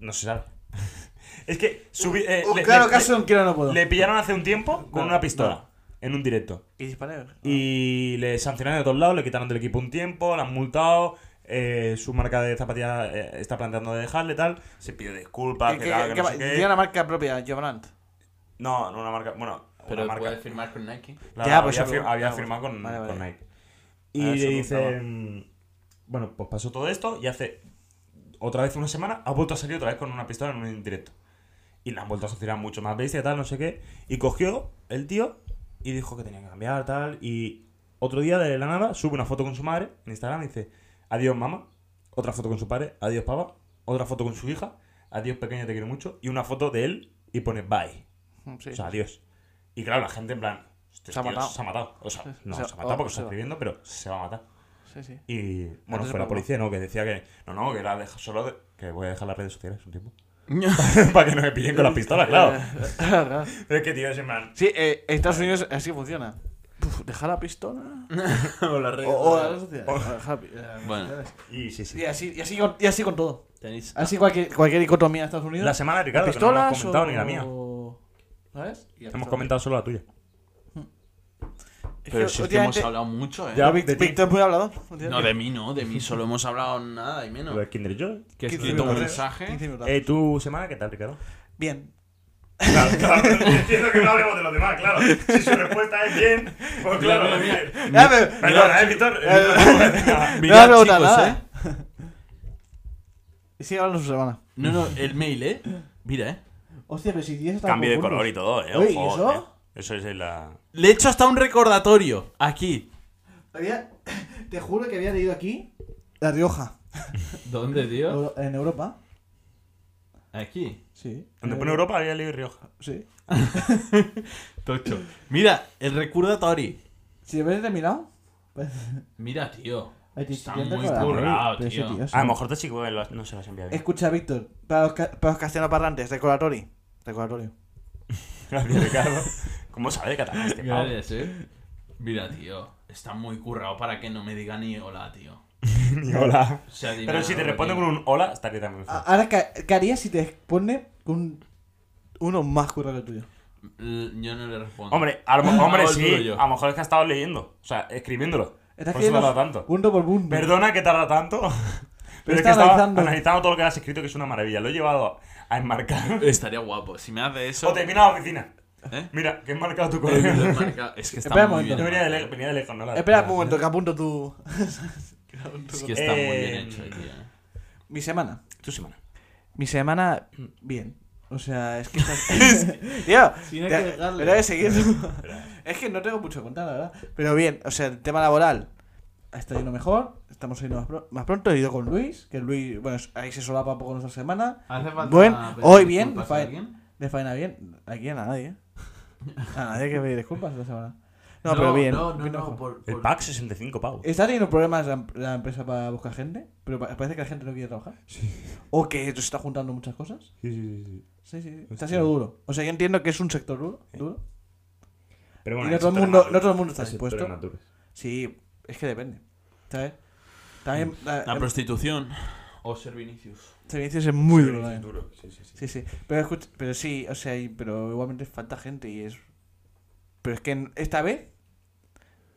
Speaker 2: No se sabe. Es que subí. eh,
Speaker 3: Un
Speaker 2: le-
Speaker 3: Uh, Oh, claro
Speaker 2: le-
Speaker 3: caso en quiero no puedo.
Speaker 2: le, le pillaron hace un tiempo con
Speaker 3: No,
Speaker 2: una pistola. En un directo.
Speaker 3: Y ¿eh? disparé.
Speaker 2: Y le sancionaron de todos lados, le quitaron del equipo un tiempo, la han multado. eh, su marca de zapatillas eh, está planteando de dejarle tal. Se pide disculpas,
Speaker 3: Que-
Speaker 2: que,
Speaker 3: que-
Speaker 2: tal, que
Speaker 3: que
Speaker 2: no
Speaker 3: va-
Speaker 2: sé qué.
Speaker 3: Tiene una marca propia, Jovant.
Speaker 2: No, no una marca. Bueno,
Speaker 5: Pero
Speaker 2: una marca.
Speaker 5: puedes firmar con Nike.
Speaker 2: Claro,
Speaker 3: Ya, pues
Speaker 2: había,
Speaker 3: eso
Speaker 2: fir- ah, había
Speaker 3: preguntaba.
Speaker 2: firmado con,
Speaker 3: Vale, vale.
Speaker 2: con Nike.
Speaker 3: Ah,
Speaker 2: Y
Speaker 3: eso
Speaker 2: le dice.
Speaker 3: preguntaba.
Speaker 2: mm, Bueno, pues pasó todo esto y hace otra vez una semana ha vuelto a salir otra vez con una pistola en un indirecto. Y la han vuelto a asociar mucho más bestia, tal, no sé qué. Y cogió el tío y dijo que tenía que cambiar, tal. Y otro día de la nada sube una foto con su madre en Instagram y dice: Adiós, mamá. Otra foto con su padre. Adiós, papá. Otra foto con su hija. Adiós, pequeña, te quiero mucho. Y una foto de él y pone bye.
Speaker 3: Mm, Sí.
Speaker 2: O sea, adiós. Y claro, la gente en plan. "Este
Speaker 3: Se ha
Speaker 2: tío
Speaker 3: matado".
Speaker 2: se ha matado. O sea, no,
Speaker 3: O sea,
Speaker 2: se ha matado
Speaker 3: oh,
Speaker 2: porque se
Speaker 3: se
Speaker 2: está
Speaker 3: va.
Speaker 2: escribiendo, pero se va a matar.
Speaker 3: sí, sí.
Speaker 2: Y bueno,
Speaker 3: Entonces,
Speaker 2: fue la
Speaker 3: Pablo.
Speaker 2: policía, ¿no? Que decía que. No, no, que la deja solo. de- que voy a dejar las redes sociales un tiempo. Para que no me pillen con las pistolas, claro.
Speaker 3: Claro.
Speaker 2: Pero es que, tío, es en plan.
Speaker 3: Sí, eh, en Estados Unidos así funciona. Puf, deja la pistola.
Speaker 1: O la regla.
Speaker 3: O, o la sociedad. O deja la pi- eh,
Speaker 1: Bueno.
Speaker 2: Oh, Y sí, sí.
Speaker 3: Y así, y, así con, y así con todo.
Speaker 1: Tenéis.
Speaker 3: Así cualquier, cualquier dicotomía de Estados Unidos.
Speaker 2: La semana de Ricardo, que no
Speaker 3: pistolas
Speaker 2: hemos comentado ni la
Speaker 3: o-
Speaker 2: mía.
Speaker 3: ¿Sabes? Y la
Speaker 2: Hemos
Speaker 3: pistola.
Speaker 2: comentado solo la tuya.
Speaker 1: Pero si es
Speaker 3: Es que
Speaker 1: que hemos
Speaker 3: últimamente-
Speaker 1: hablado mucho, ¿eh?
Speaker 2: Ya,
Speaker 3: Vic-
Speaker 2: de ti.
Speaker 3: Víctor es muy hablador.
Speaker 1: No, de mí no, de mí solo hemos hablado nada y
Speaker 2: Lo
Speaker 1: menos.
Speaker 2: de Kinder Joy.
Speaker 1: Que he
Speaker 3: 15
Speaker 1: escrito un
Speaker 3: minutos.
Speaker 1: mensaje.
Speaker 3: 15 minutos.
Speaker 2: Eh, ¿Tu semana qué tal, Ricardo?
Speaker 3: Bien.
Speaker 2: Claro, claro. Entiendo que no hablemos de los demás, claro. Si su respuesta es bien, pues claro, bien.
Speaker 3: Ah, pero-
Speaker 2: Perdona, eh, Víctor.
Speaker 3: No has
Speaker 1: Mirad,
Speaker 3: preguntado
Speaker 1: chicos,
Speaker 3: nada.
Speaker 1: ¿eh?
Speaker 3: Sigue hablando su semana.
Speaker 1: No, no, el mail, ¿eh? Mira, ¿eh?
Speaker 3: Hostia, pero si 10
Speaker 2: Cambio de color y todo, eh.
Speaker 3: Oye, pues. ¿y
Speaker 2: Ojo,
Speaker 3: eso? Eh.
Speaker 2: eh. Eso es la.
Speaker 1: Le he hecho hasta un recordatorio. Aquí.
Speaker 3: Te juro que había leído aquí. La Rioja.
Speaker 5: ¿Dónde, tío?
Speaker 3: Euro- En Europa.
Speaker 1: Aquí.
Speaker 3: Sí.
Speaker 2: Donde
Speaker 3: Eh,
Speaker 2: pone Europa, había leído Rioja.
Speaker 3: Sí.
Speaker 1: Tocho. Mira, el recordatorio.
Speaker 3: Si ves terminado. pues,
Speaker 5: Mira, tío.
Speaker 3: Ahí te-
Speaker 5: Está
Speaker 3: te entra
Speaker 5: muy
Speaker 3: con la-
Speaker 5: currado,
Speaker 3: pero sí,
Speaker 5: tío.
Speaker 3: sí.
Speaker 2: Ah, A lo mejor te sí que lo- no se las envía bien.
Speaker 3: Escucha, Víctor. Para los, ca- para los castellanoparlantes, recordatorio. Recordatorio.
Speaker 2: Gracias, Ricardo. ¿Cómo sabe de catalán este pavo?
Speaker 5: Gracias, eh.
Speaker 1: Ah. Mira, tío. Está muy currado para que no me diga ni hola, tío.
Speaker 2: Ni hola.
Speaker 1: O sea, dime
Speaker 2: Pero si te
Speaker 1: algo,
Speaker 2: responde
Speaker 1: tío.
Speaker 2: con un hola, estaría también feo.
Speaker 3: A- Ahora, ¿qué qué harías si te pone un, uno más currado que el tuyo?
Speaker 1: L- Yo no le
Speaker 3: ah.
Speaker 1: respondo.
Speaker 2: Hombre, a lo mejor, hombre,
Speaker 1: No, el duro
Speaker 2: sí.
Speaker 1: Ah, yo.
Speaker 2: A lo mejor es que ha estado leyendo. O sea, escribiéndolo. Por
Speaker 3: Estás
Speaker 2: eso
Speaker 3: escribiendo
Speaker 2: tarda tanto.
Speaker 3: Punto por punto.
Speaker 2: Perdona que tarda tanto. Pero es que
Speaker 3: está
Speaker 2: estaba
Speaker 3: analizando.
Speaker 2: analizando todo lo que has escrito, que es una maravilla. Lo he llevado a enmarcar.
Speaker 1: Estaría guapo. Si me hace eso.
Speaker 2: O te viene a la oficina.
Speaker 1: ¿Eh?
Speaker 2: Mira, que he marcado tu
Speaker 1: Eh,
Speaker 2: correo.
Speaker 1: lo he marcado. Es que está
Speaker 3: Espera un
Speaker 1: muy
Speaker 3: momento.
Speaker 1: bien.
Speaker 2: Yo venía de, le-
Speaker 1: marcado.
Speaker 2: venía de lejos, ¿no? La-
Speaker 3: Espera
Speaker 2: la-
Speaker 3: un momento, que apunto tu.
Speaker 1: Es que está muy bien
Speaker 2: Eh,
Speaker 1: hecho, tío.
Speaker 3: Mi semana.
Speaker 2: Tu semana.
Speaker 3: Mi semana, bien. O sea, es que estás... Tío,
Speaker 5: Tiene
Speaker 3: te-
Speaker 5: que dejarle.
Speaker 3: pero he seguido. es que no tengo mucho que contar, la verdad. Pero bien, o sea, el tema laboral está yendo mejor. Estamos yendo más, pro- más pronto. He ido con Luis, que Luis, bueno, es- ahí se solapa un poco nuestra semana.
Speaker 5: Hace falta
Speaker 3: Bueno,
Speaker 5: pedir
Speaker 3: hoy bien,
Speaker 5: disculpas a
Speaker 3: fa-
Speaker 5: alguien.
Speaker 3: de faena bien. Aquí a nadie. ¿eh? A nadie que pedir disculpas esta semana. No,
Speaker 5: No,
Speaker 3: pero bien.
Speaker 5: No, no,
Speaker 3: bien
Speaker 5: no,
Speaker 3: mejor.
Speaker 5: por-
Speaker 2: El
Speaker 5: por-
Speaker 2: pack 65 pavos.
Speaker 3: Está teniendo problemas la, la empresa para buscar gente, pero pa- parece que la gente no quiere trabajar. O que se está juntando muchas cosas.
Speaker 2: Sí, sí, sí, sí.
Speaker 3: Sí, sí, sí.
Speaker 2: Hostia.
Speaker 3: Está siendo duro. O sea, yo entiendo que es un sector duro. duro.
Speaker 2: Pero
Speaker 3: y no
Speaker 2: el
Speaker 3: todo, el
Speaker 2: sector
Speaker 3: mundo,
Speaker 2: es
Speaker 3: no todo el
Speaker 2: maduro.
Speaker 3: mundo está
Speaker 2: El sector
Speaker 3: dispuesto.
Speaker 2: es maduro.
Speaker 3: Sí, es que depende. ¿Sabes? También.
Speaker 2: Mm.
Speaker 1: La
Speaker 3: eh,
Speaker 1: prostitución. O ser Vinicius.
Speaker 3: se me dice que es muy
Speaker 2: Sí,
Speaker 3: duro.
Speaker 2: sí,
Speaker 3: eh. también.
Speaker 2: duro, sí, sí, sí.
Speaker 3: Sí, sí. Pero, escucha- pero sí, o sea, y- pero igualmente falta gente y es. Pero es que en- esta vez.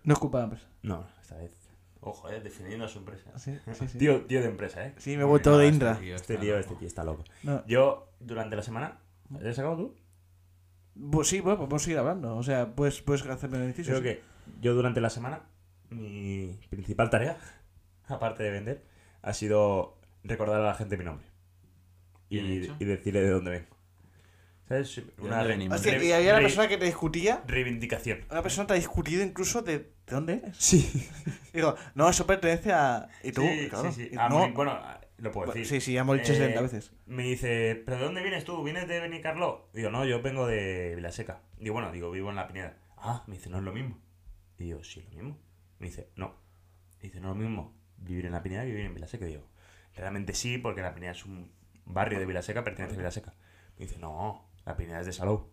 Speaker 3: No es culpa de la empresa.
Speaker 2: No, esta vez. Ojo, eh, defendiendo a su empresa.
Speaker 3: Sí, sí, sí.
Speaker 2: Tío, tío de empresa, eh.
Speaker 3: Sí, me he vuelto de Indra.
Speaker 2: Este tío, este tío está loco.
Speaker 3: No.
Speaker 2: Yo, durante la semana. ¿Lo has sacado tú?
Speaker 3: Pues sí, bueno, pues podemos seguir hablando. O sea, puedes, puedes hacerme beneficios.
Speaker 2: Creo que yo durante la semana, mi principal tarea, aparte de vender, ha sido recordar a la gente mi nombre. Y,
Speaker 1: Bien hecho.
Speaker 2: y decirle de dónde vengo. ¿Sabes? Una
Speaker 1: dónde
Speaker 2: re-
Speaker 1: venimos?
Speaker 3: Hostia,
Speaker 2: re-
Speaker 3: y había una
Speaker 2: re-
Speaker 3: persona que te discutía.
Speaker 2: reivindicación.
Speaker 3: Una persona te ha discutido incluso de ¿de dónde eres?
Speaker 6: Sí.
Speaker 3: Digo, no, eso pertenece a. Y tú,
Speaker 2: sí,
Speaker 3: claro.
Speaker 2: sí, sí.
Speaker 3: Y
Speaker 2: Ah,
Speaker 3: no,
Speaker 2: muy- bueno, ah, lo puedo
Speaker 3: Bueno,
Speaker 2: decir.
Speaker 3: sí, sí, ya hemos dicho 70 veces.
Speaker 2: Me dice, ¿pero de dónde vienes tú? ¿Vienes de Benicarló? Digo, no, yo vengo de Vilaseca. Digo, bueno, digo, vivo en La Pineda. Ah, me dice, no es lo mismo. Y yo, sí, es lo mismo. Me dice, no. Dice, no es lo mismo vivir en La Pineda que vivir en Vilaseca. Y yo, realmente sí, porque La Pineda es un barrio de Vilaseca, pertenece a Vilaseca. Me dice, no, La Pineda es de Salou.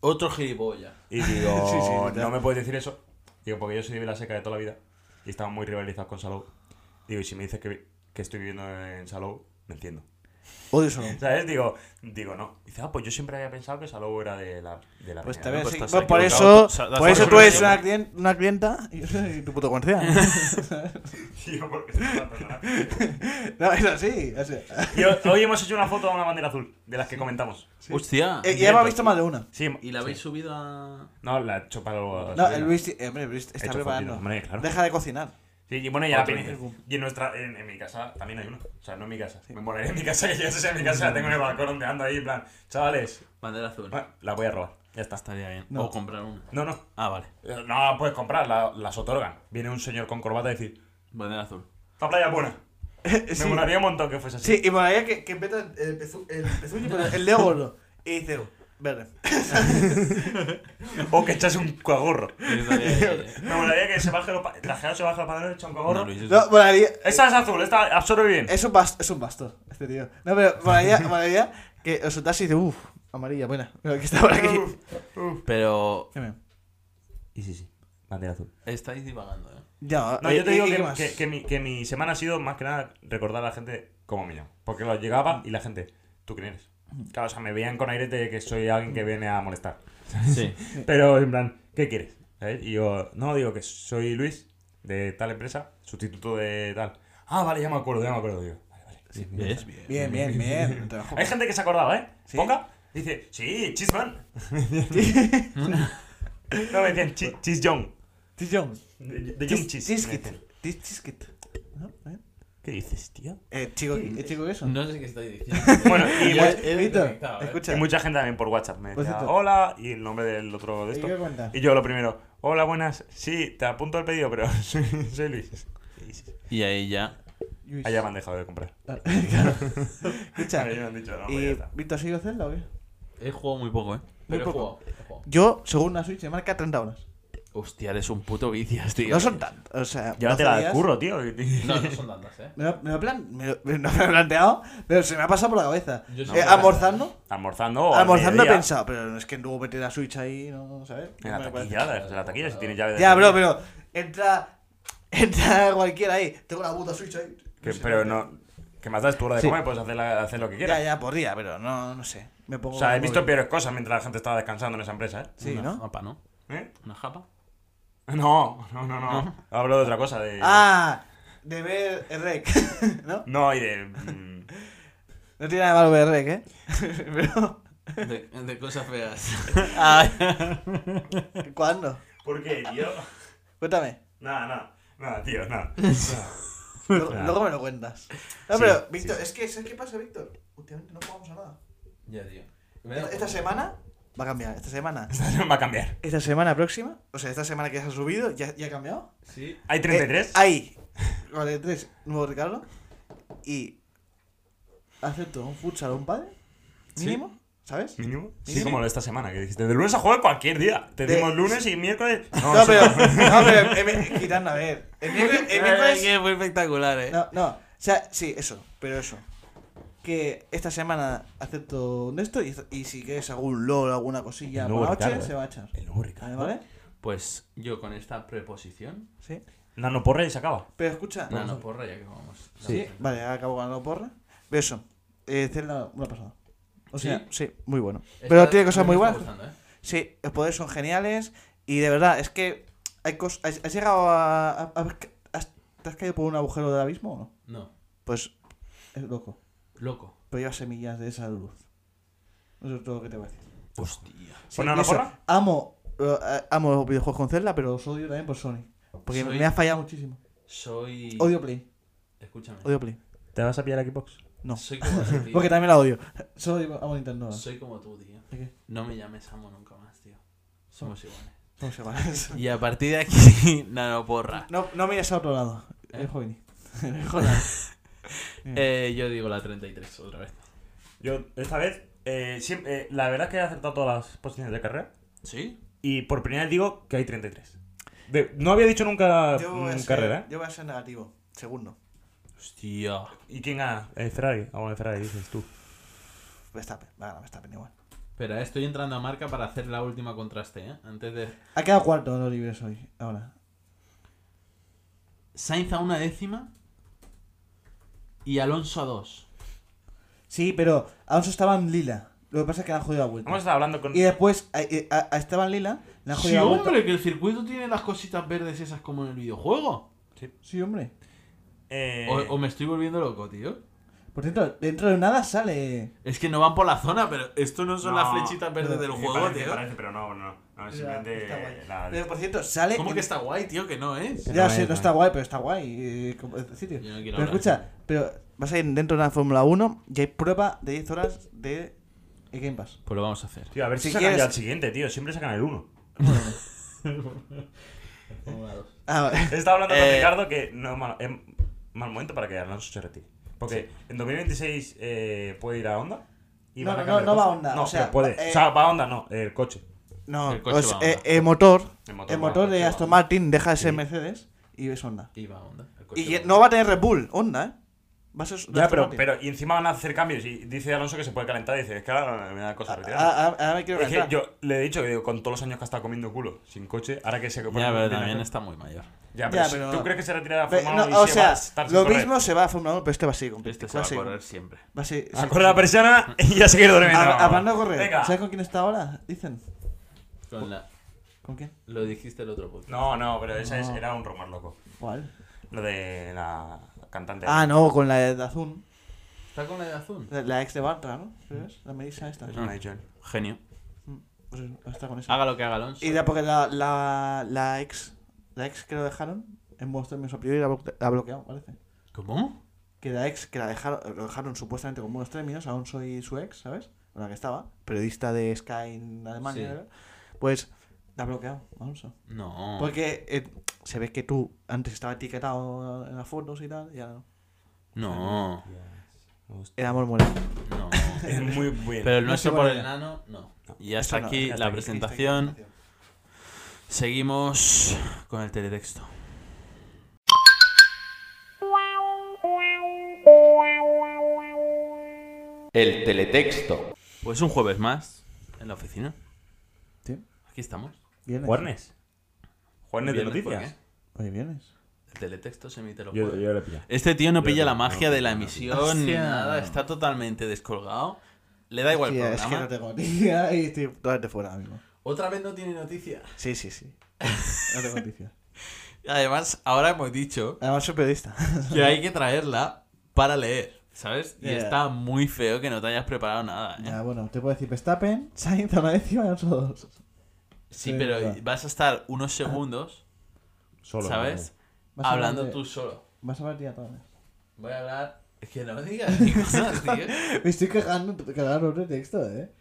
Speaker 5: Otro gilipollas.
Speaker 2: Y digo,
Speaker 3: Sí, sí, literal.
Speaker 2: no me puedes decir eso. Digo, porque yo soy de Vilaseca de toda la vida. Y estamos muy rivalizados con Salou. Digo, y si me dices que, que estoy viviendo en Salou, me entiendo.
Speaker 3: Odio Salou.
Speaker 2: ¿Sabes? Digo, digo, no. Dice, ah, pues yo siempre había pensado que Salou era de la, de la
Speaker 3: Pues
Speaker 2: Peña, ¿no?
Speaker 3: te ves.
Speaker 1: pues
Speaker 3: sí.
Speaker 1: estás
Speaker 3: Bueno, por
Speaker 1: equivocado.
Speaker 3: eso,
Speaker 1: Sa- das
Speaker 3: por
Speaker 1: la
Speaker 3: eso tú eres
Speaker 1: solución.
Speaker 3: una, clien- una clienta y yo soy tu puto conocida.
Speaker 2: Tío, ¿por qué se me va a perdonar?
Speaker 3: no, es así. o sea.
Speaker 2: Y hoy- hoy hemos hecho una foto a una bandera azul, de las que comentamos.
Speaker 1: Hostia.
Speaker 3: Eh, ya hemos visto más de una.
Speaker 2: Sí,
Speaker 1: ¿Y la habéis subido a...?
Speaker 2: No, la he hecho para los-
Speaker 3: No, el Luis, eh, hombre, Luis está
Speaker 2: Hecho
Speaker 3: preparando.
Speaker 2: fotito, hombre, claro.
Speaker 3: Deja de cocinar.
Speaker 2: Sí, y bueno, ya la
Speaker 3: Otro
Speaker 2: Peña.
Speaker 3: Facebook.
Speaker 2: Y en, nuestra, en, en mi casa también hay uno. O sea, no en mi casa. Me molaré en mi casa, que yo no sé si en mi casa la tengo en el balcón donde ando ahí, en plan, chavales,
Speaker 5: Bandera azul.
Speaker 2: va, la voy a robar. Ya está.
Speaker 1: Estaría bien.
Speaker 3: No.
Speaker 1: O comprar una.
Speaker 2: No, no. Eh,
Speaker 1: Ah, vale.
Speaker 2: No la puedes comprar, la- las otorgan. Viene un señor con corbata a decir,
Speaker 1: Bandera azul.
Speaker 2: esta playa es buena.
Speaker 3: Eh, Sí.
Speaker 2: Me molaría un montón que fuese así.
Speaker 3: Sí, y por ahí que, que peta el, pezu, el pezuño, pero el dedo gordo. Y dice, verde.
Speaker 2: O que echase un coagorro.
Speaker 1: no,
Speaker 2: Me molaría que se baje los pa- trajeado se baje los pantalones, echa un coagorro.
Speaker 1: Luis,
Speaker 3: No, por ahí-
Speaker 2: Esa es azul, esta absorbe bien.
Speaker 3: es un, bas- es un bastón, este tío. No, pero por ahí, por ahí que os soltás y dice, uff, amarilla, buena. Mira, que está por aquí.
Speaker 1: Pero
Speaker 3: Dime.
Speaker 2: Y sí, sí. Bandera azul.
Speaker 1: estáis divagando, ¿eh?
Speaker 3: Ya,
Speaker 2: No,
Speaker 3: eh,
Speaker 2: yo te
Speaker 3: ¿y-
Speaker 2: digo
Speaker 3: y qué
Speaker 2: que,
Speaker 3: más?
Speaker 2: que- que mi, que mi semana ha sido más que nada recordar a la gente como mío. Porque lo llegaba y la gente, ¿tú quién eres? Claro, o sea, me veían con aire de que soy alguien que viene a molestar.
Speaker 1: Sí.
Speaker 2: Pero en plan, ¿qué quieres? ¿Sabes? Y yo, no, digo que soy Luis, de tal empresa, sustituto de tal. Ah, vale, ya me acuerdo, ya me acuerdo, digo. Vale, vale. sí, mira.
Speaker 1: ¿Ves?
Speaker 3: Bien, bien, bien. Trabajo.
Speaker 2: Hay gente que se acordaba, ¿eh?
Speaker 3: ¿Sí?
Speaker 2: Poca. Dice, sí, Chisman. no, me decían "Chi- Chis Young.
Speaker 3: Tijon.
Speaker 2: De de Young Chis. me
Speaker 3: Tiskit.
Speaker 2: decían.
Speaker 3: Tiskit. ¿No? ¿Eh?
Speaker 2: ¿Qué dices, tío?
Speaker 3: Eh, chico, eh, chico, eso.
Speaker 5: No sé qué estoy diciendo.
Speaker 2: Bueno, y,
Speaker 3: Ya,
Speaker 2: mu-
Speaker 5: he
Speaker 3: Víctor,
Speaker 5: desconectado, eh.
Speaker 3: escucha.
Speaker 2: y mucha gente también por WhatsApp me
Speaker 3: Por
Speaker 2: decía,
Speaker 3: cierto.
Speaker 2: hola, y el nombre del otro de
Speaker 3: ¿Y
Speaker 2: esto.
Speaker 3: Pues qué cuenta?
Speaker 2: Y yo lo primero, hola, buenas, sí, te apunto el pedido, pero soy, soy Luis. Sí, sí.
Speaker 1: Y ahí ya.
Speaker 3: Luis.
Speaker 2: Allá me han dejado de comprar.
Speaker 3: Ah, claro. Escucha.
Speaker 2: Ellos me han dicho, no, pues ya
Speaker 3: ¿Y
Speaker 2: está.
Speaker 3: Víctor ha seguido Zelda o qué?
Speaker 1: He jugado muy poco, ¿eh?
Speaker 5: Pero he
Speaker 3: poco.
Speaker 5: jugado, he jugado.
Speaker 3: Yo, según la Switch, me marca 30 horas.
Speaker 1: Hostia, eres un puto vicias, tío.
Speaker 3: No son tantas. O sea,
Speaker 2: Llévatela
Speaker 3: 12
Speaker 2: de
Speaker 3: días.
Speaker 2: curro, tío.
Speaker 5: No, no son tantas, eh.
Speaker 3: Me lo, me lo plan, me lo- no me lo he planteado, pero se me ha pasado por la cabeza.
Speaker 5: Yo sí
Speaker 3: Eh,
Speaker 5: me lo
Speaker 3: almorzando,
Speaker 2: Almorzando o al
Speaker 3: almorzando he
Speaker 2: mediodía.
Speaker 3: pensado, pero es que luego meter la Switch ahí, no, ¿sabes?
Speaker 2: En la
Speaker 3: No me parece.
Speaker 2: taquilla, de la taquilla, si tienes llave de
Speaker 3: Ya, bro,
Speaker 2: taquilla.
Speaker 3: pero entra, entra cualquiera ahí. Tengo la puta Switch ahí.
Speaker 2: Que- pero no... Que más das tú hora de comer, puedes hacer, la- hacer lo que quieras.
Speaker 3: Ya, ya, podría, pero no, no sé. Me pongo
Speaker 2: O sea, he
Speaker 3: el
Speaker 2: visto
Speaker 3: móvil.
Speaker 2: peores cosas mientras la gente estaba descansando en esa empresa, ¿eh?
Speaker 3: Sí,
Speaker 1: Una
Speaker 3: ¿no?
Speaker 1: japa, ¿no?
Speaker 2: ¿Eh?
Speaker 1: ¿Una japa?
Speaker 2: No, no, no, no. Hablo de otra cosa, de...
Speaker 3: Ah, de ver el rec, ¿no?
Speaker 2: No, y de... mm,
Speaker 3: No tiene nada de malo ver rec, ¿eh? pero,
Speaker 5: De, de cosas feas.
Speaker 3: ¿cuándo?
Speaker 2: ¿Por qué, tío?
Speaker 3: Cuéntame.
Speaker 2: Nada, nada. Nada, tío, nada.
Speaker 3: Luego,
Speaker 2: Claro.
Speaker 3: luego me lo cuentas. No,
Speaker 2: Ah. Sí,
Speaker 3: pero,
Speaker 2: sí,
Speaker 3: Víctor,
Speaker 2: sí.
Speaker 3: es que, ¿sabes qué pasa, Víctor? Últimamente no jugamos a nada.
Speaker 5: Ya, tío. Me da
Speaker 3: Esta, esta
Speaker 5: por-
Speaker 3: semana va a cambiar, esta semana.
Speaker 2: Va a cambiar.
Speaker 3: Esta semana próxima, o sea, esta semana que has subido, ya, ya ha cambiado.
Speaker 5: Sí.
Speaker 2: ¿Hay 33?
Speaker 3: Eh, hay 43 nuevo regalo y acepto un futsal o un padre, mínimo, ¿sabes?
Speaker 2: ¿Mínimo? Sí,
Speaker 3: Mínimo.
Speaker 2: como lo de esta semana que dijiste. De lunes a jueves cualquier día. Te
Speaker 3: De-
Speaker 2: dimos lunes y miércoles. No,
Speaker 3: No,
Speaker 2: sí.
Speaker 3: pero, no, pero eh, me- quitando, a ver. El miércoles- el
Speaker 5: Ay,
Speaker 3: miércoles
Speaker 5: que fue espectacular, eh.
Speaker 3: No, no. O sea, sí, eso. Pero eso. Que esta semana acepto un de esto y, y si quieres algún LOL, alguna cosilla
Speaker 2: No,
Speaker 3: por la noche,
Speaker 2: Ricardo, eh.
Speaker 3: se va a echar.
Speaker 2: El nuevo
Speaker 3: ¿Vale?
Speaker 2: Ricardo.
Speaker 3: ¿Vale?
Speaker 1: Pues yo con esta preposición.
Speaker 3: Sí.
Speaker 2: Nano porra y se acaba.
Speaker 3: Pero escucha.
Speaker 1: No, no, porra, ya que vamos.
Speaker 3: Ah, Sí. Vale, acabo ganando porra. Pero eso. Eh, Zelda, una pasada. O sea, sí, muy bueno. Pero tiene cosas muy buenas.
Speaker 1: ¿eh?
Speaker 3: Sí, los poderes son geniales. Y de verdad, es que hay cos- has, has llegado a. a- a- has- ¿Te has caído por un agujero del abismo o no?
Speaker 1: No,
Speaker 3: Pues es loco.
Speaker 1: loco.
Speaker 3: Pero lleva semillas de esa luz. Eso es todo lo que te voy a decir.
Speaker 2: Pues,
Speaker 1: Hostia.
Speaker 3: Sí,
Speaker 2: ¿Por Nano
Speaker 3: y eso,
Speaker 2: Porra?
Speaker 3: Amo, eh, amo los videojuegos con Zelda, pero los odio también por Sony. Porque
Speaker 1: Soy-
Speaker 3: me ha fallado muchísimo.
Speaker 1: Soy.
Speaker 3: Odio Play.
Speaker 1: Escúchame.
Speaker 3: Odio Play.
Speaker 2: ¿Te vas a pillar a Xbox?
Speaker 3: No.
Speaker 1: Soy como tú, tío.
Speaker 3: Porque también la odio. Solo digo- amo Nintendo. ahora.
Speaker 1: Soy como tú, tío.
Speaker 3: ¿De qué?
Speaker 1: No me llames amo nunca más, tío. Somos iguales.
Speaker 3: Vamos iguales.
Speaker 1: Y a partir de aquí, nanoporra.
Speaker 3: No, no mires a otro lado.
Speaker 1: ¿Eh?
Speaker 3: Es joven. Joder. Mm.
Speaker 1: Eh, yo digo la 33 otra vez.
Speaker 2: Yo, esta vez, eh, siem- eh, la verdad es que he acertado todas las posiciones de carrera.
Speaker 1: ¿Sí?
Speaker 2: Y por primera vez digo que hay 33. De- no había dicho nunca
Speaker 3: Yo voy a
Speaker 2: mm,
Speaker 3: ser-
Speaker 2: carrera, ¿eh?
Speaker 3: Yo voy a ser negativo. Segundo.
Speaker 1: Hostia.
Speaker 2: ¿Y quién gana? Eh, Ferrari. Ah, bueno, Ferrari dices tú.
Speaker 3: Verstappen. Va a ganar Verstappen igual.
Speaker 1: Espera, eh, estoy entrando a marca para hacer la última contraste, ¿eh? Antes de.
Speaker 3: Ha quedado cuarto los libres hoy. Ahora.
Speaker 1: Sainz a una décima. Y Alonso a dos.
Speaker 3: Sí, pero Alonso estaba en lila. Lo que pasa es que le han jodido la vuelta.
Speaker 2: Vamos a estar hablando con.
Speaker 3: Y después a, a- a Esteban Lila le han jodido
Speaker 1: Sí,
Speaker 3: la vuelta.
Speaker 1: hombre, que el circuito tiene las cositas verdes esas como en el videojuego.
Speaker 3: Sí, hombre.
Speaker 2: eh,
Speaker 1: O, o me estoy volviendo loco, tío.
Speaker 3: Por cierto, dentro de nada sale.
Speaker 1: Es que no van por la zona, pero esto no son
Speaker 2: No,
Speaker 1: las flechitas verdes del
Speaker 2: sí,
Speaker 1: juego,
Speaker 2: parece,
Speaker 1: tío.
Speaker 2: parece, pero no, no. No, es simplemente.
Speaker 3: Está guay.
Speaker 2: la-
Speaker 3: Pero por cierto, sale.
Speaker 1: ¿Cómo
Speaker 3: en-
Speaker 1: que está guay, tío? Que no es.
Speaker 2: Que
Speaker 3: Ya
Speaker 2: no
Speaker 3: sé,
Speaker 2: es,
Speaker 3: no
Speaker 2: no
Speaker 3: está
Speaker 2: es.
Speaker 3: guay, pero está guay. eh, como es sitio.
Speaker 1: Yo no quiero hablar.
Speaker 3: pero escucha, pero vas a ir dentro de la Fórmula 1 y hay prueba de 10 horas de eh, Game Pass.
Speaker 1: Pues lo vamos a hacer.
Speaker 2: Tío, a ver si,
Speaker 3: Si
Speaker 2: sacan
Speaker 3: quieres-
Speaker 2: ya el siguiente, tío. Siempre sacan el 1.
Speaker 3: Ah, vale.
Speaker 2: Estaba hablando con
Speaker 1: Eh,
Speaker 2: Ricardo que no es mal, es mal momento para que Alonso se retire. Porque en 2026 eh, puede ir a Honda. Y
Speaker 3: No,
Speaker 2: van a cambiar
Speaker 3: no, no,
Speaker 2: el
Speaker 3: no va
Speaker 2: coche.
Speaker 3: a Honda,
Speaker 2: No,
Speaker 3: o sea,
Speaker 2: pero puede.
Speaker 3: eh,
Speaker 2: o sea, va a Honda, no, el coche.
Speaker 3: No,
Speaker 1: El coche
Speaker 3: es,
Speaker 1: va a
Speaker 3: eh,
Speaker 1: Honda.
Speaker 3: eh, motor.
Speaker 2: El
Speaker 3: El
Speaker 2: motor
Speaker 3: motor,
Speaker 2: va, el coche
Speaker 3: de
Speaker 2: va.
Speaker 3: Aston Martin deja de ser
Speaker 2: Sí.
Speaker 3: Mercedes y es Honda.
Speaker 1: Y va, onda. El coche
Speaker 3: Y
Speaker 1: va.
Speaker 3: no va a tener Red Bull, Honda, ¿eh? Va a ser de
Speaker 2: Ya,
Speaker 3: Aston
Speaker 2: pero,
Speaker 3: Martin.
Speaker 2: pero y encima van a hacer cambios. Y dice Alonso que se puede calentar. Y dice, es que ahora me da cosa
Speaker 3: Ah,
Speaker 2: retirar.
Speaker 3: ah, ah, ahora me quiero
Speaker 2: Es que
Speaker 3: calentar.
Speaker 2: yo le he dicho que digo, con todos los años que ha estado comiendo culo sin coche, ahora que se.
Speaker 1: Ya, pero también está muy mayor.
Speaker 2: Ya, pero,
Speaker 3: Ya,
Speaker 2: si-
Speaker 3: pero-
Speaker 2: ¿tú crees que se retira de la
Speaker 3: Pe-
Speaker 2: Fórmula
Speaker 3: no,
Speaker 2: 1 y
Speaker 3: o
Speaker 2: se va a
Speaker 3: sea,
Speaker 2: estar sin
Speaker 3: lo
Speaker 2: correr?
Speaker 3: mismo se va a Fórmula 1, pero este va a seguir con
Speaker 1: Este se
Speaker 3: va
Speaker 1: va a
Speaker 3: seguir con-
Speaker 1: correr siempre.
Speaker 3: va a seguir-
Speaker 2: A correr la persiana y ya seguir durmiendo.
Speaker 3: Hab- Hablando de correr,
Speaker 2: Venga.
Speaker 3: ¿sabes con quién está ahora? Dicen.
Speaker 1: Con la-
Speaker 3: ¿Con quién?
Speaker 1: Lo dijiste el otro podcast.
Speaker 2: No, no, pero ese es-
Speaker 3: No.
Speaker 2: era un rumor loco.
Speaker 3: ¿Cuál?
Speaker 2: Lo de la cantante.
Speaker 3: Ah, no, con la de Azul.
Speaker 1: ¿Está con la de azul?
Speaker 3: La, la ex de Bartra, ¿no? ¿Sabes? La medisa esta.
Speaker 2: Eso me ha dicho él.
Speaker 1: Genio.
Speaker 3: Pues eso, está con esa.
Speaker 1: Haga lo que haga Alonso.
Speaker 3: Y la, porque la, la, la ex. La ex que lo dejaron en Monster Menos Superior y la, blo- la bloquearon, parece.
Speaker 1: ¿Cómo?
Speaker 3: Que la ex que la dejaron, lo dejaron supuestamente con buenos términos, aún soy su ex, ¿sabes? Con la que estaba, periodista de Sky en Alemania,
Speaker 1: Sí.
Speaker 3: ¿verdad? pues la ha bloqueado, Alonso.
Speaker 1: No.
Speaker 3: Porque eh, se ve que tú antes estaba etiquetado en las fotos y tal, y ahora no.
Speaker 1: No.
Speaker 2: Ah.
Speaker 3: El amor muere.
Speaker 1: No.
Speaker 2: Es muy bien.
Speaker 1: Pero el
Speaker 3: No
Speaker 1: nuestro
Speaker 3: se
Speaker 1: por
Speaker 3: vale.
Speaker 1: el nano, no. Y
Speaker 3: Eso
Speaker 1: hasta
Speaker 3: no,
Speaker 1: aquí
Speaker 3: hasta
Speaker 1: la
Speaker 3: aquí,
Speaker 1: presentación. Seguimos con el teletexto.
Speaker 5: El teletexto.
Speaker 1: Pues un jueves más en la oficina.
Speaker 3: Sí.
Speaker 1: Aquí estamos.
Speaker 3: Viernes.
Speaker 2: Juernes. Juernes de
Speaker 1: Viernes,
Speaker 2: noticias.
Speaker 1: ¿por
Speaker 3: Hoy viernes.
Speaker 1: qué? El teletexto se emite los
Speaker 2: Yo,
Speaker 1: jueves.
Speaker 2: le pillo.
Speaker 1: Este tío no
Speaker 2: Yo
Speaker 1: pilla la
Speaker 2: no,
Speaker 1: magia
Speaker 2: no,
Speaker 1: de la
Speaker 2: no, no.
Speaker 1: emisión ni
Speaker 5: Hostia.
Speaker 1: nada. Está totalmente descolgado. Le da igual
Speaker 3: Sí,
Speaker 1: el
Speaker 3: es que
Speaker 1: programa.
Speaker 3: no tengo ni idea y estoy totalmente fuera ahora mismo.
Speaker 5: Otra vez no tiene noticia.
Speaker 3: Sí, sí, sí. No tengo noticias.
Speaker 1: Además, ahora hemos dicho
Speaker 3: Además, soy periodista.
Speaker 1: que hay que traerla para leer, ¿sabes? Y
Speaker 3: Ya.
Speaker 1: está muy feo que no te hayas preparado nada. ¿eh?
Speaker 3: ya, bueno, te puedo decir Verstappen, Sainz a una décima y otros dos.
Speaker 1: Sí,
Speaker 3: Sí,
Speaker 1: pero
Speaker 3: verdad. Ah.
Speaker 1: vas a estar unos segundos,
Speaker 2: Solo.
Speaker 1: ¿sabes?
Speaker 3: Vas a hablar
Speaker 1: Hablando
Speaker 3: de-
Speaker 1: tú solo.
Speaker 3: Vas a partir a todas.
Speaker 5: Voy a hablar.
Speaker 1: Es que no digas ni cosas, tío.
Speaker 3: Me estoy cagando, cagando en el texto, ¿eh?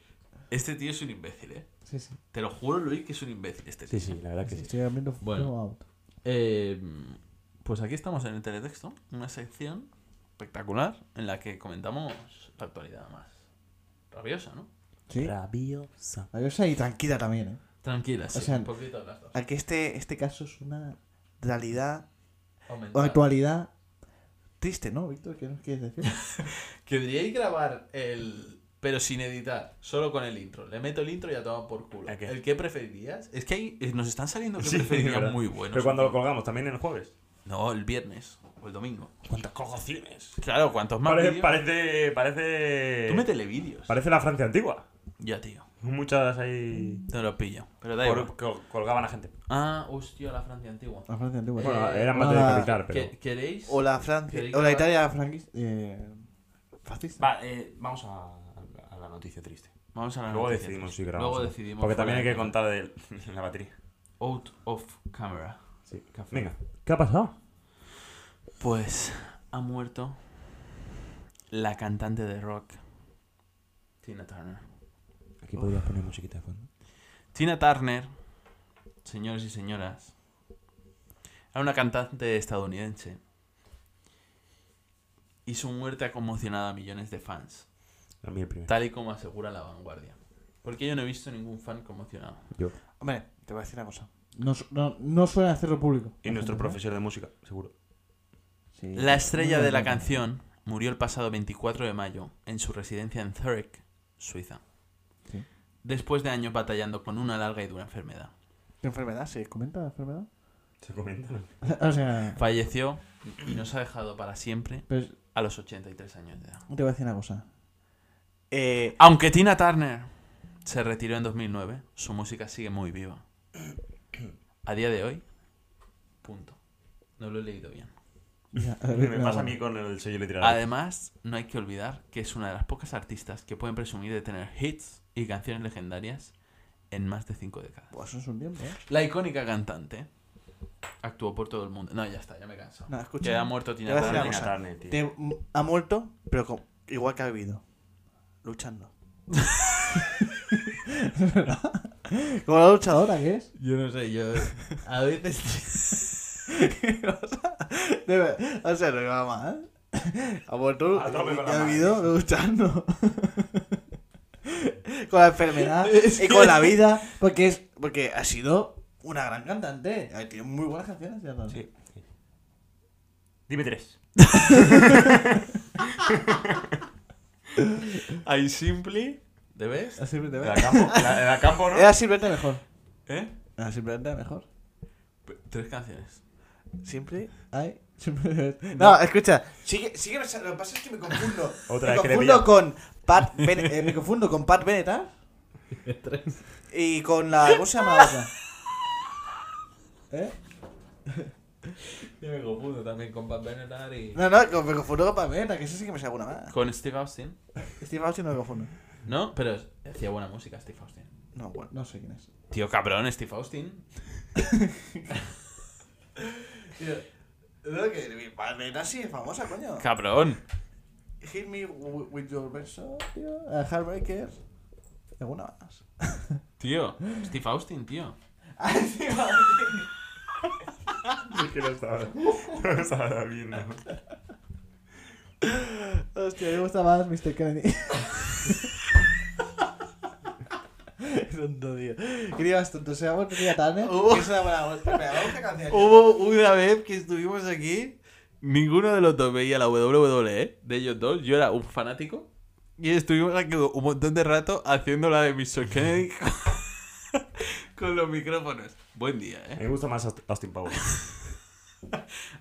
Speaker 1: Este tío es un imbécil, ¿eh?
Speaker 3: Sí, sí.
Speaker 1: Te lo juro, Luis, que es un imbécil este tío.
Speaker 2: Sí, sí, la verdad que sí.
Speaker 3: Estoy abriendo
Speaker 1: Bueno.
Speaker 3: fuego out.
Speaker 1: Eh, pues aquí estamos en el teletexto, una sección espectacular en la que comentamos la actualidad más rabiosa, ¿no?
Speaker 3: Sí.
Speaker 2: Rabiosa.
Speaker 3: Rabiosa y tranquila también, ¿eh?
Speaker 1: Tranquila, sí.
Speaker 3: sea,
Speaker 1: un poquito de las dos.
Speaker 3: Aquí este, este caso es una realidad o
Speaker 1: Aumentar.
Speaker 3: actualidad triste, ¿no, Víctor? ¿Qué nos quieres decir?
Speaker 1: Que deberíais grabar el. Pero sin editar, solo con el intro. Le meto el intro y a tomar por culo.
Speaker 2: ¿El qué?
Speaker 1: ¿El qué preferirías? Es que ahí eh, nos están saliendo que
Speaker 2: Sí,
Speaker 1: preferirían
Speaker 2: ¿verdad?
Speaker 1: muy buenos.
Speaker 2: Pero cuando lo colgamos, también el jueves.
Speaker 1: No, el viernes o el domingo.
Speaker 2: ¿Cuántas cojones?
Speaker 1: Claro, cuantos más.
Speaker 2: Parece,
Speaker 1: vídeos-
Speaker 2: parece, parece.
Speaker 1: Tú métele vídeos.
Speaker 2: Parece la Francia antigua.
Speaker 1: Ya, tío.
Speaker 2: Muchas ahí.
Speaker 1: Te lo pillo. Pero da igual.
Speaker 2: por- col- colgaban a gente.
Speaker 1: Ah, hostia, la Francia antigua.
Speaker 3: La Francia antigua.
Speaker 2: Bueno, eran
Speaker 3: no,
Speaker 2: más de
Speaker 3: la-
Speaker 2: decapitar, Ah, pero.
Speaker 1: ¿Qué- ¿Queréis?
Speaker 3: O la Francia.
Speaker 1: ¿Queréis
Speaker 3: O la
Speaker 1: grabar?
Speaker 3: Italia franquista. Eh, fascista.
Speaker 2: Va, eh, vamos a, a la noticia triste.
Speaker 1: Vamos a la
Speaker 2: Luego
Speaker 1: noticia.
Speaker 2: decidimos si grabamos.
Speaker 1: Ah, pues Luego
Speaker 2: o no.
Speaker 1: decidimos.
Speaker 2: Porque también hay
Speaker 1: fuera
Speaker 2: que
Speaker 1: de-
Speaker 2: contar de la batería.
Speaker 1: Out of camera.
Speaker 2: Sí. Venga. ¿Qué ha pasado?
Speaker 1: Pues ha muerto la cantante de rock, Tina Turner.
Speaker 2: Aquí podrías poner musiquita de fondo.
Speaker 1: Tina Turner señores y señoras, era una cantante estadounidense y su muerte ha conmocionado a millones de fans,
Speaker 2: A mí el primero.
Speaker 1: tal y como asegura La Vanguardia. Porque yo no he visto ningún fan conmocionado.
Speaker 3: Hombre, te voy a decir una cosa.
Speaker 4: No, su- no, no suelen hacerlo público.
Speaker 2: Y nuestro profesor de música, seguro.
Speaker 4: Sí.
Speaker 1: La estrella de la canción murió el pasado 24 de mayo en su residencia en Zurich, Suiza.
Speaker 4: Sí.
Speaker 1: Después de años batallando con una larga y dura enfermedad.
Speaker 3: ¿Qué enfermedad? Sí,
Speaker 4: ¿Comenta la enfermedad?
Speaker 2: Se comentan.
Speaker 4: o sea,
Speaker 1: Falleció y nos ha dejado para siempre
Speaker 4: pues,
Speaker 1: a los 83 años de edad.
Speaker 3: te voy a decir una cosa. Eh,
Speaker 1: Aunque Tina Turner se retiró en 2009, su música sigue muy viva. A día de hoy, punto. No lo he leído bien.
Speaker 4: ya, a ver,
Speaker 2: Me
Speaker 4: venga,
Speaker 2: pasa a
Speaker 4: va.
Speaker 2: mí con el sello literario.
Speaker 1: Además, no hay que olvidar que es una de las pocas artistas que pueden presumir de tener hits y canciones legendarias en más de cinco décadas.
Speaker 3: pues eso es un tiempo, ¿eh?
Speaker 1: La icónica cantante actuó por todo el mundo. No, ya está, ya me canso.
Speaker 3: No, escucha.
Speaker 1: que ha muerto Tina
Speaker 3: Te voy a decir
Speaker 1: Turner.
Speaker 3: una cosa.
Speaker 2: Turner, tío.
Speaker 3: Te- m- ha muerto, pero con- igual que ha vivido. Luchando.
Speaker 4: Como la luchadora que es.
Speaker 1: Yo no sé, yo a veces
Speaker 3: De ver- o sea, no iba mal. Ha muerto
Speaker 2: A tope con
Speaker 3: y
Speaker 2: la
Speaker 3: ha
Speaker 2: madre.
Speaker 3: vivido luchando. con la enfermedad y con la vida. Porque es porque ha sido una gran cantante. Eh, Tiene muy buenas canciones. ya no.
Speaker 2: Sí. Dime tres.
Speaker 1: I simply the best.
Speaker 3: Era simplemente
Speaker 2: El
Speaker 3: mejor.
Speaker 2: acampo, la, el acampo, ¿no?
Speaker 3: Era simplemente mejor.
Speaker 1: ¿Eh?
Speaker 3: Era simplemente mejor.
Speaker 1: P- Tres canciones.
Speaker 3: Siempre
Speaker 4: Ay, siempre-
Speaker 3: No, escucha, sigue, sigue, pensando, lo que pasa es que me confundo.
Speaker 2: Otra
Speaker 3: me
Speaker 2: vez que le
Speaker 3: confundo
Speaker 2: pillas.
Speaker 3: con Pat Ben- eh, me confundo con Pat Benatar y con la ¿cómo se llama la otra?
Speaker 4: ¿Eh?
Speaker 5: Yo me confundo también con Pat Benatar y...
Speaker 3: No, no, con- me confundo con Pat Benatar, que eso sí que me sé alguna más.
Speaker 1: Con Steve Austin.
Speaker 3: Steve Austin no me confundo.
Speaker 1: No, pero hacía buena música Steve Austin.
Speaker 3: No, bueno.
Speaker 4: No sé quién es.
Speaker 1: Tío cabrón, Steve Austin.
Speaker 3: No, que Pat Benatar sí es famosa, coño.
Speaker 1: Cabrón.
Speaker 3: Hit me wi- with your verso, tío. A Heartbreaker. Alguna más. Ah,
Speaker 1: Tío, Steve Austin, tío.
Speaker 2: Es que no estaba. No estaba viendo.
Speaker 4: Hostia, me gusta más Mr. Kennedy. tonto, tío. Quería más tonto. Se llama Tina Turner.
Speaker 3: Uh. Es una buena vuelta. Espera, vamos a canción.
Speaker 1: Hubo una vez que estuvimos aquí, ninguno de los dos veía la WWE, de ellos dos, yo era un fanático, y estuvimos aquí un montón de rato haciendo la de Mr. Kennedy con- con los micrófonos. Buen día, ¿eh?
Speaker 2: Me gusta más Aust- Austin Powers.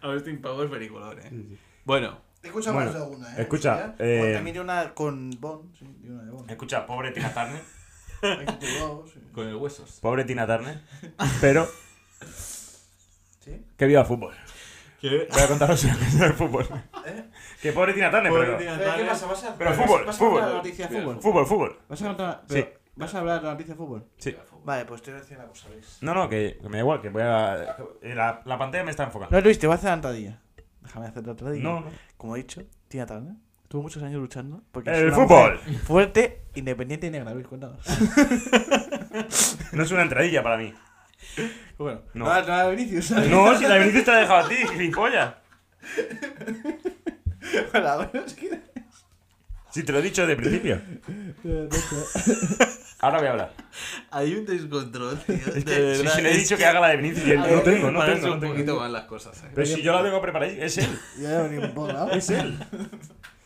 Speaker 1: Austin Powers peliculón, ¿eh? Bueno,
Speaker 3: Escucha
Speaker 2: Bueno,
Speaker 3: más de alguna, eh.
Speaker 2: escucha,
Speaker 3: Hostia.
Speaker 2: eh,
Speaker 3: Bueno, También tiene una con Bond. Sí, tiene una de Bond.
Speaker 2: Escucha, pobre Tina Turner.
Speaker 3: Hay que tiene dos, sí.
Speaker 1: con el huesos.
Speaker 2: Pobre Tina Turner. Pero
Speaker 3: ¿Sí?
Speaker 2: que viva el fútbol.
Speaker 1: ¿Qué?
Speaker 2: Voy a contaros una cosa del fútbol.
Speaker 3: ¿Eh?
Speaker 2: Que pobre Tina Turner,
Speaker 1: Pobre
Speaker 2: pero.
Speaker 1: Tina
Speaker 3: Pero, Eh, ¿Qué
Speaker 1: Turner.
Speaker 3: pasa? ¿Vas a,
Speaker 2: Pero
Speaker 3: vas-
Speaker 2: fútbol,
Speaker 3: vas a
Speaker 2: fútbol.
Speaker 3: hablar de la noticia de fútbol?
Speaker 2: Fútbol, fútbol.
Speaker 4: ¿Vas a contar?
Speaker 2: Sí.
Speaker 4: pero, ¿Vas a hablar de la noticia de fútbol?
Speaker 2: Sí.
Speaker 3: Vale, pues te voy a decir una cosa, ¿ves?
Speaker 2: No, no, que, que me da igual, que voy a. eh, La, la pantalla me está enfocando.
Speaker 3: No, Luis, te voy a hacer la entradilla. Déjame hacer la entradilla.
Speaker 2: No, no.
Speaker 3: Como he dicho, Tina Turner estuvo muchos años luchando. Porque es
Speaker 2: El
Speaker 3: una
Speaker 2: fútbol.
Speaker 3: mujer Fuerte, independiente y negra, Luis, cuéntanos.
Speaker 2: No es una entradilla para mí.
Speaker 3: bueno,
Speaker 2: No.
Speaker 3: nada, nada de Vinicius. ¿sabes?
Speaker 2: No, si la Vinicius te la he dejado a ti, gilipollas.
Speaker 3: Hola, bueno, es que-
Speaker 2: Si te lo he dicho desde el principio.
Speaker 4: Eh, no sé.
Speaker 2: Ahora voy a hablar.
Speaker 1: Hay un descontrol, tío.
Speaker 2: Es que si, si le he dicho que haga la de Vinicius, y él- no tengo, no tengo. no
Speaker 1: un
Speaker 2: tengo.
Speaker 1: poquito más las cosas, ¿eh?
Speaker 2: Pero si yo la tengo preparada, es él.
Speaker 4: Ya he venido un poco, ¿no?
Speaker 2: Es él.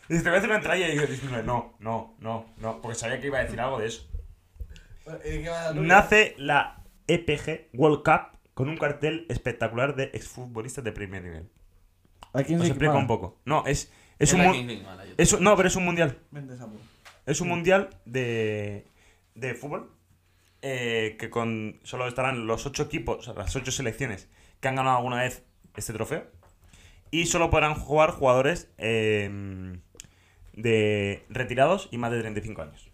Speaker 2: Dice, te voy a hacer una entrada y yo diciendo, no, no, no, no, porque sabía que iba a decir algo de eso.
Speaker 3: Bueno,
Speaker 2: eh,
Speaker 3: ¿y de qué va la novia?
Speaker 2: Nace la EPG World Cup con un cartel espectacular de exfutbolistas de primer nivel.
Speaker 4: ¿A quién
Speaker 2: Os
Speaker 4: se
Speaker 2: explico
Speaker 4: equipara?
Speaker 2: un poco. No, es, es,
Speaker 1: Es
Speaker 2: un
Speaker 1: la
Speaker 2: mu-
Speaker 1: King Kingman, la-
Speaker 2: es un- no, pero es un mundial.
Speaker 3: Vente, Samu.
Speaker 2: Es un mundial de, de fútbol eh, que con solo estarán los ocho equipos, o sea, las ocho selecciones que han ganado alguna vez este trofeo. Y solo podrán jugar jugadores eh, de retirados y más de 35 años.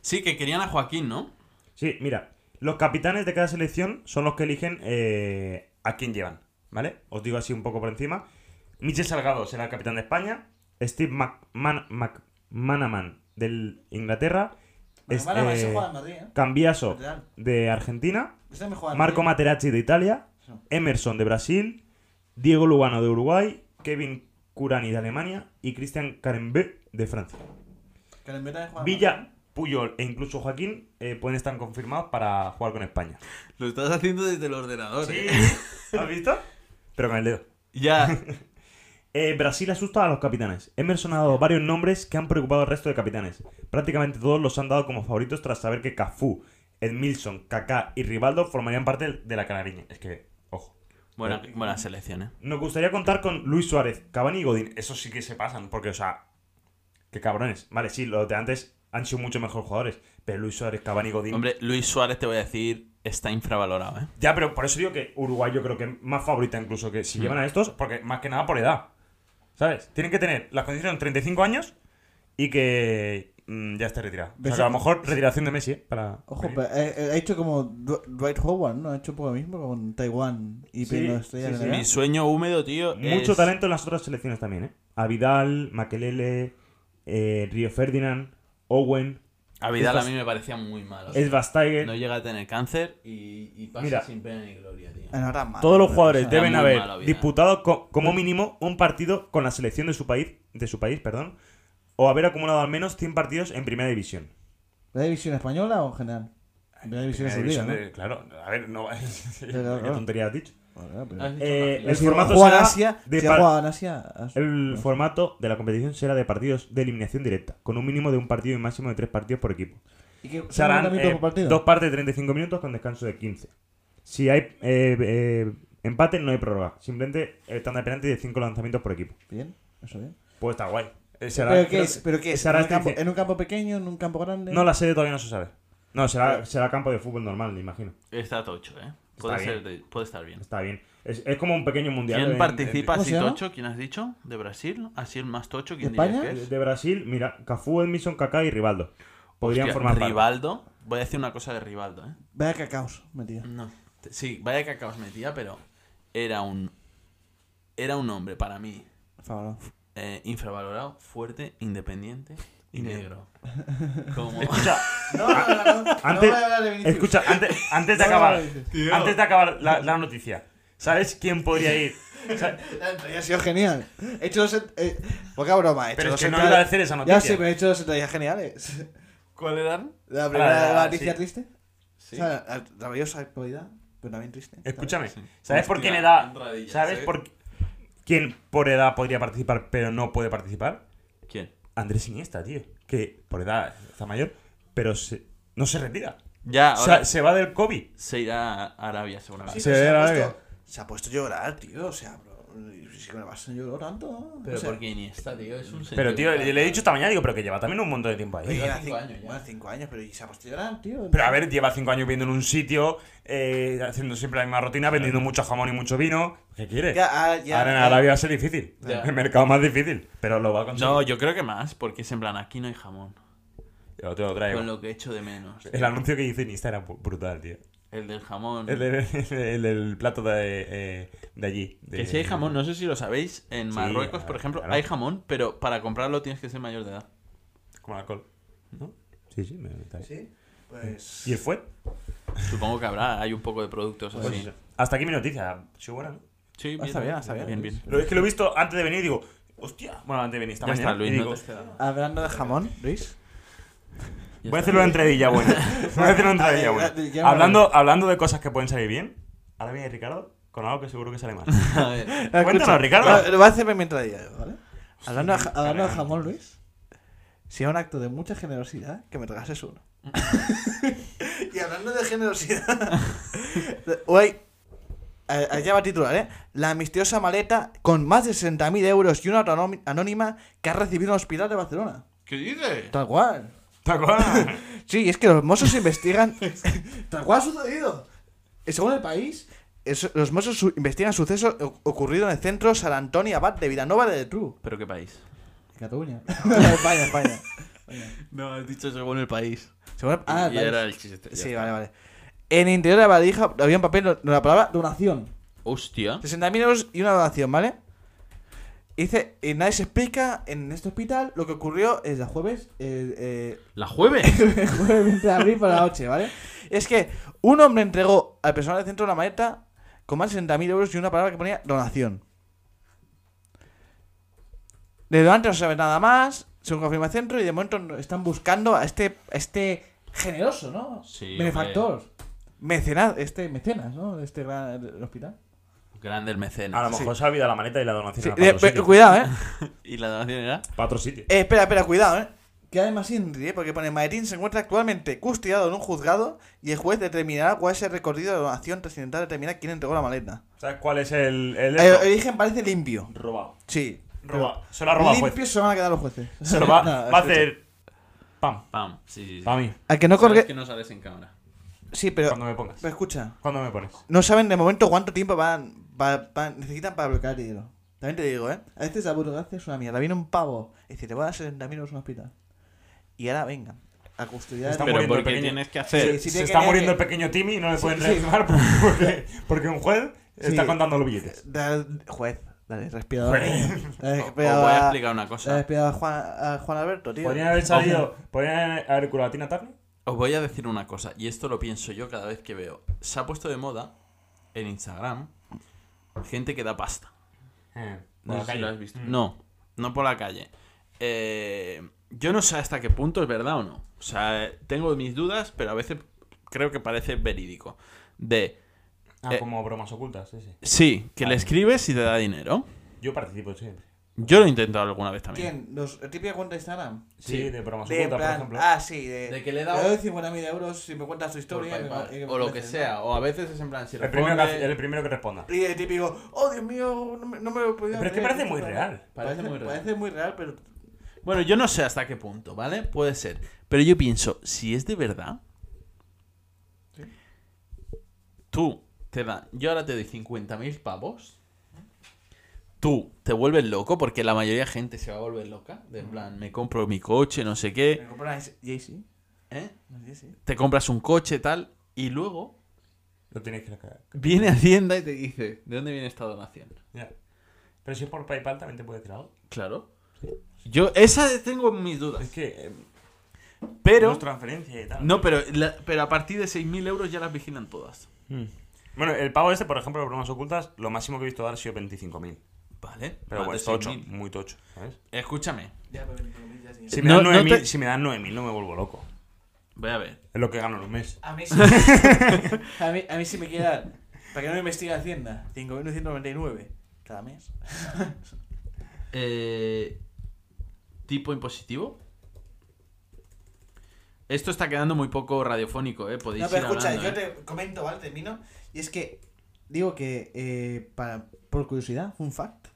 Speaker 1: Sí, que querían a Joaquín, ¿no?
Speaker 2: Sí, mira, los capitanes de cada selección son los que eligen eh, a quién llevan, ¿vale? Os digo así un poco por encima. Michel Salgado será el capitán de España, Steve McManaman del Inglaterra,
Speaker 3: Bueno,
Speaker 2: es-
Speaker 3: Manaman se
Speaker 2: eh,
Speaker 3: juega en Madrid, ¿eh?
Speaker 2: Cambiaso
Speaker 3: Lateral.
Speaker 2: de Argentina
Speaker 3: Este me juega
Speaker 2: Marco
Speaker 3: bien.
Speaker 2: Materazzi de Italia, Emerson de Brasil, Diego Lugano de Uruguay, Kevin Curani de Alemania y Cristian Carembé de Francia.
Speaker 3: Que le invitan a jugar
Speaker 2: Villa, Puyol e incluso Joaquín eh, pueden estar confirmados para jugar con España.
Speaker 1: Lo estás haciendo desde el ordenador. ¿eh?
Speaker 2: ¿Has visto? Pero con el dedo.
Speaker 1: Ya.
Speaker 2: Eh, Brasil asusta a los capitanes. Emerson ha dado varios nombres que han preocupado al resto de capitanes. Prácticamente todos los han dado como favoritos tras saber que Cafú, Edmilson, Kaká y Rivaldo formarían parte de la canariña. Es que, ojo.
Speaker 1: Buena, buena selección, ¿eh?
Speaker 2: Nos gustaría contar con Luis Suárez, Cavani y Godín. Eso sí que se pasan, porque, o sea, qué cabrones. Vale, sí, los de antes han sido mucho mejores jugadores, pero Luis Suárez, Cavani y Godín.
Speaker 1: Hombre, Luis Suárez, te voy a decir, está infravalorado, ¿eh?
Speaker 2: Ya, pero por eso digo que Uruguay yo creo que es más favorita incluso que
Speaker 1: Hmm.
Speaker 2: si llevan a estos, porque más que nada por edad. ¿Sabes? Tienen que tener las condiciones 35 años y que mm, ya esté retirado. O sea,
Speaker 3: Ves-
Speaker 2: que a lo mejor retiración de Messi ¿eh? para...
Speaker 3: Ojo, pero, eh, eh, ha hecho como Dw- Dwight Howard, ¿no? Ha hecho un poco lo mismo con Taiwán y
Speaker 2: Sí,
Speaker 3: pidiendo estrellas
Speaker 2: sí,
Speaker 3: de
Speaker 2: sí.
Speaker 3: NBA.
Speaker 1: Mi sueño húmedo, tío.
Speaker 2: Mucho
Speaker 1: es-
Speaker 2: talento en las otras selecciones también, ¿eh? A Vidal, Maquelele, eh, Río Ferdinand, Owen,
Speaker 1: A Vidal a
Speaker 2: Estas-
Speaker 1: mí me parecía muy malo. tío.
Speaker 2: Schweinsteiger...
Speaker 1: No llega a tener cáncer y, y pasa
Speaker 2: Mira.
Speaker 1: sin pena ni gloria, tío.
Speaker 3: Ah, no, era malo,
Speaker 2: Todos los
Speaker 3: pero,
Speaker 2: jugadores
Speaker 3: o sea,
Speaker 2: deben
Speaker 1: muy
Speaker 2: haber
Speaker 1: mala vida.
Speaker 2: disputado co- como mínimo un partido con la selección de su país, de su país, perdón, o haber acumulado al menos 100 partidos en primera división.
Speaker 3: ¿La división española o en general? La división
Speaker 2: Primera
Speaker 3: española.
Speaker 2: división
Speaker 3: ¿no?
Speaker 2: de- Claro, a ver, no
Speaker 3: claro,
Speaker 2: qué
Speaker 3: claro.
Speaker 2: tontería has dicho.
Speaker 3: Vale, vale, pero-
Speaker 5: Has dicho
Speaker 2: Eh,
Speaker 5: una
Speaker 2: el
Speaker 3: Es que
Speaker 2: formato
Speaker 3: juega en
Speaker 2: será
Speaker 3: Asia,
Speaker 2: de
Speaker 3: si ha
Speaker 2: par-
Speaker 3: jugado en Asia, has-
Speaker 2: El formato de la competición será de partidos de eliminación directa, con un mínimo de un partido y máximo de tres partidos por equipo.
Speaker 3: ¿Y qué-
Speaker 2: Se harán
Speaker 3: ¿cuántos
Speaker 2: eh,
Speaker 3: minutos por partido?
Speaker 2: dos partes de 35 minutos con descanso de 15. Si hay eh, eh, empate, no hay prórroga. Simplemente el estándar de penalti de 5 lanzamientos por equipo.
Speaker 3: Bien, eso bien.
Speaker 2: Pues está guay. Eh, será-
Speaker 3: ¿Pero qué
Speaker 2: creo-
Speaker 3: es? ¿Pero qué es?
Speaker 2: será
Speaker 3: ¿En, un
Speaker 2: este
Speaker 3: campo,
Speaker 2: dice-
Speaker 3: en un campo pequeño? ¿En un campo grande?
Speaker 2: No, la sede todavía no se sabe. No, será, será campo de fútbol normal, me imagino.
Speaker 1: Está tocho, ¿eh?
Speaker 2: Está
Speaker 1: Puede,
Speaker 2: bien.
Speaker 1: ser de- puede estar bien.
Speaker 2: Está bien. Es, es como un pequeño mundial.
Speaker 1: ¿Quién
Speaker 2: en-
Speaker 1: participa
Speaker 3: ¿Cómo
Speaker 1: así
Speaker 3: se llama?
Speaker 1: tocho? ¿Quién has dicho? ¿De Brasil? ¿Así el más tocho? ¿Quién
Speaker 3: ¿De
Speaker 1: dirías
Speaker 3: España?
Speaker 1: que
Speaker 2: en-
Speaker 1: es?
Speaker 2: de Brasil, mira, Cafú, Edmison, Kaká y Rivaldo. Podrían
Speaker 1: Hostia,
Speaker 2: formar parte.
Speaker 1: Rivaldo. Voy a decir una cosa de Rivaldo, ¿eh?
Speaker 3: Vaya cacaos,
Speaker 2: Mm.
Speaker 3: metido.
Speaker 1: No. Te- Sí, vaya que acabas metida, pero era un. Era un hombre para mí
Speaker 3: Favor.
Speaker 1: eh, infravalorado, fuerte, independiente y negro. Como.
Speaker 3: No, no, no, no.
Speaker 2: Antes-
Speaker 3: voy a hablar de Vinicius.
Speaker 2: Escucha, antes, antes de
Speaker 3: No, no,
Speaker 2: acabar,
Speaker 1: tío.
Speaker 2: antes de acabar la, la noticia, ¿sabes quién podría ir? O sea,
Speaker 3: Ha sido genial. He hecho dos. ent- Eh, poca broma, he hecho
Speaker 2: Pero es
Speaker 3: dos
Speaker 2: que no
Speaker 3: entradas-
Speaker 2: iba a decir esa noticia.
Speaker 3: Ya sé, pero he hecho dos entradas geniales.
Speaker 1: ¿Cuál eran?
Speaker 3: La primera
Speaker 2: Ah,
Speaker 3: la noticia
Speaker 2: sí.
Speaker 3: triste.
Speaker 1: Sí.
Speaker 3: O sea, la- la maravillosa actualidad, pero también triste.
Speaker 2: escúchame,
Speaker 1: Sí.
Speaker 2: ¿sabes por quién
Speaker 1: Hostia, ¿eh?
Speaker 2: edad?
Speaker 1: entradilla,
Speaker 2: ¿Sabes
Speaker 1: ¿sabes?
Speaker 2: por quién por edad podría participar pero no puede participar?
Speaker 1: ¿Quién?
Speaker 2: Andrés Iniesta, tío, que por edad está mayor, pero se- no se retira.
Speaker 1: Ya,
Speaker 2: O sea,
Speaker 1: Ah, ahora
Speaker 2: se va del COVID.
Speaker 1: se irá a Arabia seguramente.
Speaker 3: Sí,
Speaker 2: Se
Speaker 3: pero
Speaker 2: ve
Speaker 3: ha
Speaker 2: la
Speaker 3: puesto-
Speaker 2: labia.
Speaker 3: se ha puesto a llorar, tío. O sea, bro, y si me vas a llorar tanto. ¿no?
Speaker 5: Pero
Speaker 3: o sea,
Speaker 5: porque Iniesta, tío, es un
Speaker 2: Pero, tío,
Speaker 5: sentimental.
Speaker 2: le, le he dicho esta mañana, digo, pero que lleva también un montón de tiempo ahí.
Speaker 3: oye,
Speaker 5: lleva
Speaker 3: era
Speaker 5: cinco
Speaker 3: cinco
Speaker 5: años
Speaker 3: años
Speaker 5: ya.
Speaker 3: cinco años, pero y se ha puesto a llorar, tío.
Speaker 2: Pero a ver, lleva cinco años viviendo en un sitio, eh, haciendo siempre la misma rutina, vendiendo mucho jamón y mucho vino. ¿Qué quiere?
Speaker 3: Ya, ah, ya,
Speaker 2: Ahora en
Speaker 3: ya.
Speaker 2: Arabia va a ser difícil.
Speaker 5: Ya.
Speaker 2: El mercado más difícil. Pero lo va a conseguir.
Speaker 1: No, yo creo que más, porque es en plan, aquí no hay jamón.
Speaker 2: Yo te lo traigo.
Speaker 1: Con lo que echo de menos.
Speaker 2: El anuncio que hizo en Insta era bu- brutal, tío.
Speaker 1: El del jamón.
Speaker 2: El, del- el del plato de, eh, de allí. de-
Speaker 1: Que si hay jamón, no sé si lo sabéis, en
Speaker 2: Sí,
Speaker 1: Marruecos,
Speaker 2: ah,
Speaker 1: por ejemplo,
Speaker 2: claro.
Speaker 1: hay jamón, pero para comprarlo tienes que ser mayor de edad.
Speaker 2: Como el alcohol. ¿No? Sí, sí, me está bien.
Speaker 3: Sí, pues.
Speaker 2: ¿Y el fue?
Speaker 1: Supongo que habrá, hay un poco de productos
Speaker 2: Pues
Speaker 1: así.
Speaker 2: eso. Hasta aquí mi noticia. Sí, buena, ¿no?
Speaker 1: Sí,
Speaker 3: Ah, está bien, está bien.
Speaker 2: Lo es que lo he visto antes de venir y digo, hostia. Bueno, antes de venir esta
Speaker 1: Ya
Speaker 2: mañana.
Speaker 1: está, Luis,
Speaker 2: y
Speaker 1: no
Speaker 2: digo,
Speaker 1: te has quedado.
Speaker 3: Hablando de jamón, Luis.
Speaker 1: Ya
Speaker 2: Voy a
Speaker 1: está.
Speaker 2: hacer una entradilla buena. Voy a hacer una entradilla buena.
Speaker 3: Ah, ya me
Speaker 2: Hablando, hablando de cosas que pueden salir bien, ahora viene Ricardo con algo que seguro que sale mal.
Speaker 1: A ver,
Speaker 2: Cuéntanos, Ricardo.
Speaker 3: Lo, lo voy a hacerme mientras diga yo, ¿vale? Hablando, de ja-
Speaker 2: caramba.
Speaker 3: hablando de jamón, Luis. Sería un acto de mucha generosidad que me tragases uno. y hablando de generosidad. Hoy. eh, Allá va titular, ¿eh? La misteriosa maleta con más de 60.000 euros y una autonom- anónima que ha recibido un hospital de Barcelona.
Speaker 1: ¿Qué dices?
Speaker 3: Tal cual.
Speaker 2: ¿Te acuerdas?
Speaker 3: Sí, es que los mozos investigan. Tal cual ha sucedido. Eh, Según el país, es- los mozos su- investigan suceso o- ocurrido en el centro San Antonio Abad de Vilanova de Tru.
Speaker 1: ¿Pero qué país?
Speaker 3: Cataluña. España, España.
Speaker 1: No, has dicho según el país.
Speaker 3: Según el- ah,
Speaker 1: y
Speaker 3: el
Speaker 1: era
Speaker 3: país.
Speaker 1: el chiste. ya
Speaker 3: Sí,
Speaker 1: está.
Speaker 3: vale, vale. En el interior de la valija había un papel con la palabra donación.
Speaker 1: Hostia.
Speaker 3: 60.000 euros y una donación, ¿vale? Y Dice, y nadie se explica en este hospital lo que ocurrió el jueves, el, eh,
Speaker 1: ¿La jueves?
Speaker 3: el jueves 20 de abril por la noche, ¿vale? Es que un hombre entregó al personal del centro una maleta con más de 60.000 euros y una palabra que ponía donación. De donante no se sabe nada más, según confirma el centro, y de momento no- están buscando a este, a este generoso, ¿no?
Speaker 1: Sí,
Speaker 3: Benefactor. Mecenas, este mecenas, ¿no? De Este gran hospital.
Speaker 1: Grande el mecenas.
Speaker 2: A lo mejor se ha olvidado la maleta y la donación.
Speaker 3: Sí,
Speaker 2: era
Speaker 3: eh,
Speaker 2: para otro
Speaker 3: pe-
Speaker 2: sitio.
Speaker 3: cuidado, ¿eh?
Speaker 1: ¿Y la donación era?
Speaker 2: Para otro sitio.
Speaker 3: Eh, espera, espera, cuidado, ¿eh? Que además Inri, ¿eh? porque pone Maetín se encuentra actualmente custodiado en un juzgado y el juez determinará cuál es el recorrido de donación tras intentar determinar quién entregó la maleta.
Speaker 2: ¿Sabes cuál es el. el
Speaker 3: Eh,
Speaker 2: esto?
Speaker 3: el origen parece limpio.
Speaker 2: Robado.
Speaker 3: Sí.
Speaker 2: Robado. Se lo ha robado, el juez.
Speaker 3: Limpio se van a quedar los jueces.
Speaker 2: Se lo va,
Speaker 3: Nada,
Speaker 2: va a
Speaker 3: escucha.
Speaker 2: hacer. Pam.
Speaker 1: Pam. Sí, sí, sí.
Speaker 2: Para mí.
Speaker 3: Al que no
Speaker 1: Sabes
Speaker 3: colgue...
Speaker 1: que no sales en cámara.
Speaker 3: Sí, pero...
Speaker 2: Cuando me pongas.
Speaker 3: pero escucha.
Speaker 2: Cuando me pones.
Speaker 3: No saben de momento cuánto tiempo van, va- va- necesitan para bloquear el dinero. También te digo, ¿eh? A veces la burocracia es una mierda. Viene un pavo y dice, te voy a dar 70.000 euros en un hospital. Y ahora venga, a custodiar...
Speaker 2: Está
Speaker 1: Pero
Speaker 2: muriendo el
Speaker 1: porque
Speaker 2: pequeño.
Speaker 1: tienes que hacer.
Speaker 3: Sí,
Speaker 2: se
Speaker 3: sí. tiene
Speaker 2: está
Speaker 3: que-
Speaker 2: muriendo el pequeño Timmy y no le pueden
Speaker 3: sí.
Speaker 2: reanimar porque, porque un juez está
Speaker 3: Sí.
Speaker 2: contando los billetes.
Speaker 3: Da- juez, dale, respirador. Dale,
Speaker 1: Os voy
Speaker 3: respirador
Speaker 1: a
Speaker 3: a- eh,
Speaker 1: explicar una
Speaker 3: dale,
Speaker 1: cosa.
Speaker 3: respirador a Juan, a Juan Alberto, tío.
Speaker 2: Podrían haber salido. Podrían haber curado a Tina Turner.
Speaker 1: Os voy a decir una cosa, y esto lo pienso yo cada vez que veo. Se ha puesto de moda en Instagram gente que da pasta.
Speaker 2: Eh,
Speaker 1: No
Speaker 2: por
Speaker 1: sé
Speaker 2: la
Speaker 1: si lo
Speaker 2: calle.
Speaker 1: has visto.
Speaker 2: Mm.
Speaker 1: No, no por la calle. Eh, yo no sé hasta qué punto es verdad o no. O sea, eh, tengo mis dudas, pero a veces creo que parece verídico. De,
Speaker 2: Ah,
Speaker 1: Eh.
Speaker 2: como bromas ocultas, sí, sí.
Speaker 1: sí, que le escribes y te da dinero.
Speaker 2: Yo participo siempre.
Speaker 1: Yo lo he intentado alguna vez también.
Speaker 3: ¿Quién? Los, ¿La típica cuenta de Instagram?
Speaker 2: Sí,
Speaker 1: Sí.
Speaker 2: de bromas
Speaker 3: De
Speaker 2: ocultas, por
Speaker 3: plan,
Speaker 2: ejemplo.
Speaker 3: ah, sí, de,
Speaker 5: De que le he
Speaker 3: te
Speaker 5: dado-
Speaker 3: doy 50.000 euros si me cuentas tu
Speaker 5: Por
Speaker 3: historia. y me-
Speaker 5: PayPal,
Speaker 3: y me
Speaker 5: o lo que
Speaker 3: metes,
Speaker 5: sea. O a veces es en plan, si
Speaker 2: el, primero
Speaker 5: responde-
Speaker 2: que, hace- el primero que responda.
Speaker 3: ¿no? Y el típico, oh Dios mío, no me, no me lo he podido
Speaker 2: Pero es que
Speaker 3: creer".
Speaker 2: parece muy real.
Speaker 5: Parece muy real.
Speaker 3: Parece muy real, pero.
Speaker 1: Bueno, yo no sé hasta qué punto, ¿vale? Puede ser. Pero yo pienso, si es de verdad, tú te dan, yo ahora te doy 50.000 pavos, tú te vuelves loco porque la mayoría de gente se va a volver loca, de en plan, me compro mi coche, no sé qué,
Speaker 3: Me compré una Jay-Z.
Speaker 1: ¿eh?
Speaker 3: una Jay-Z.
Speaker 1: te compras un coche, tal, y luego
Speaker 2: Lo tenéis que cagar.
Speaker 1: viene Hacienda y te dice, ¿de dónde viene esta donación?
Speaker 2: Ya. Pero si es por PayPal también te puede decir algo.
Speaker 1: Claro. Yo, esa tengo mis dudas.
Speaker 2: Es que. eh,
Speaker 1: Pero...
Speaker 2: no es transferencia y tal.
Speaker 1: No, pero, la- pero a partir de 6.000 euros ya las vigilan todas.
Speaker 2: Mm. Bueno, el pavo este, por ejemplo, de bromas ocultas, lo máximo que he visto dar ha sido 25.000.
Speaker 1: Vale.
Speaker 2: Pero bueno,
Speaker 1: más
Speaker 2: es
Speaker 1: de
Speaker 2: tocho,
Speaker 1: 6.000.
Speaker 2: muy tocho, ¿sabes?
Speaker 1: Escúchame,
Speaker 3: Ya, pero 25.000 ya sí.
Speaker 2: Si me,
Speaker 1: No-
Speaker 2: dan
Speaker 1: no
Speaker 2: 9.000,
Speaker 1: te-
Speaker 2: si me dan 9.000 no me vuelvo loco.
Speaker 1: voy a ver.
Speaker 2: Es lo que gano en un mes.
Speaker 3: A mí sí. a, mí, a mí sí me queda. Para que no me investigue Hacienda. 5.999 cada mes.
Speaker 1: Eh, tipo impositivo. Esto está quedando muy poco radiofónico, ¿eh? Podéis
Speaker 3: No, pero
Speaker 1: ir
Speaker 3: escucha,
Speaker 1: hablando,
Speaker 3: yo
Speaker 1: ¿eh?
Speaker 3: te comento, ¿vale? Termino. Y es que digo que, eh, para, por curiosidad, un fact,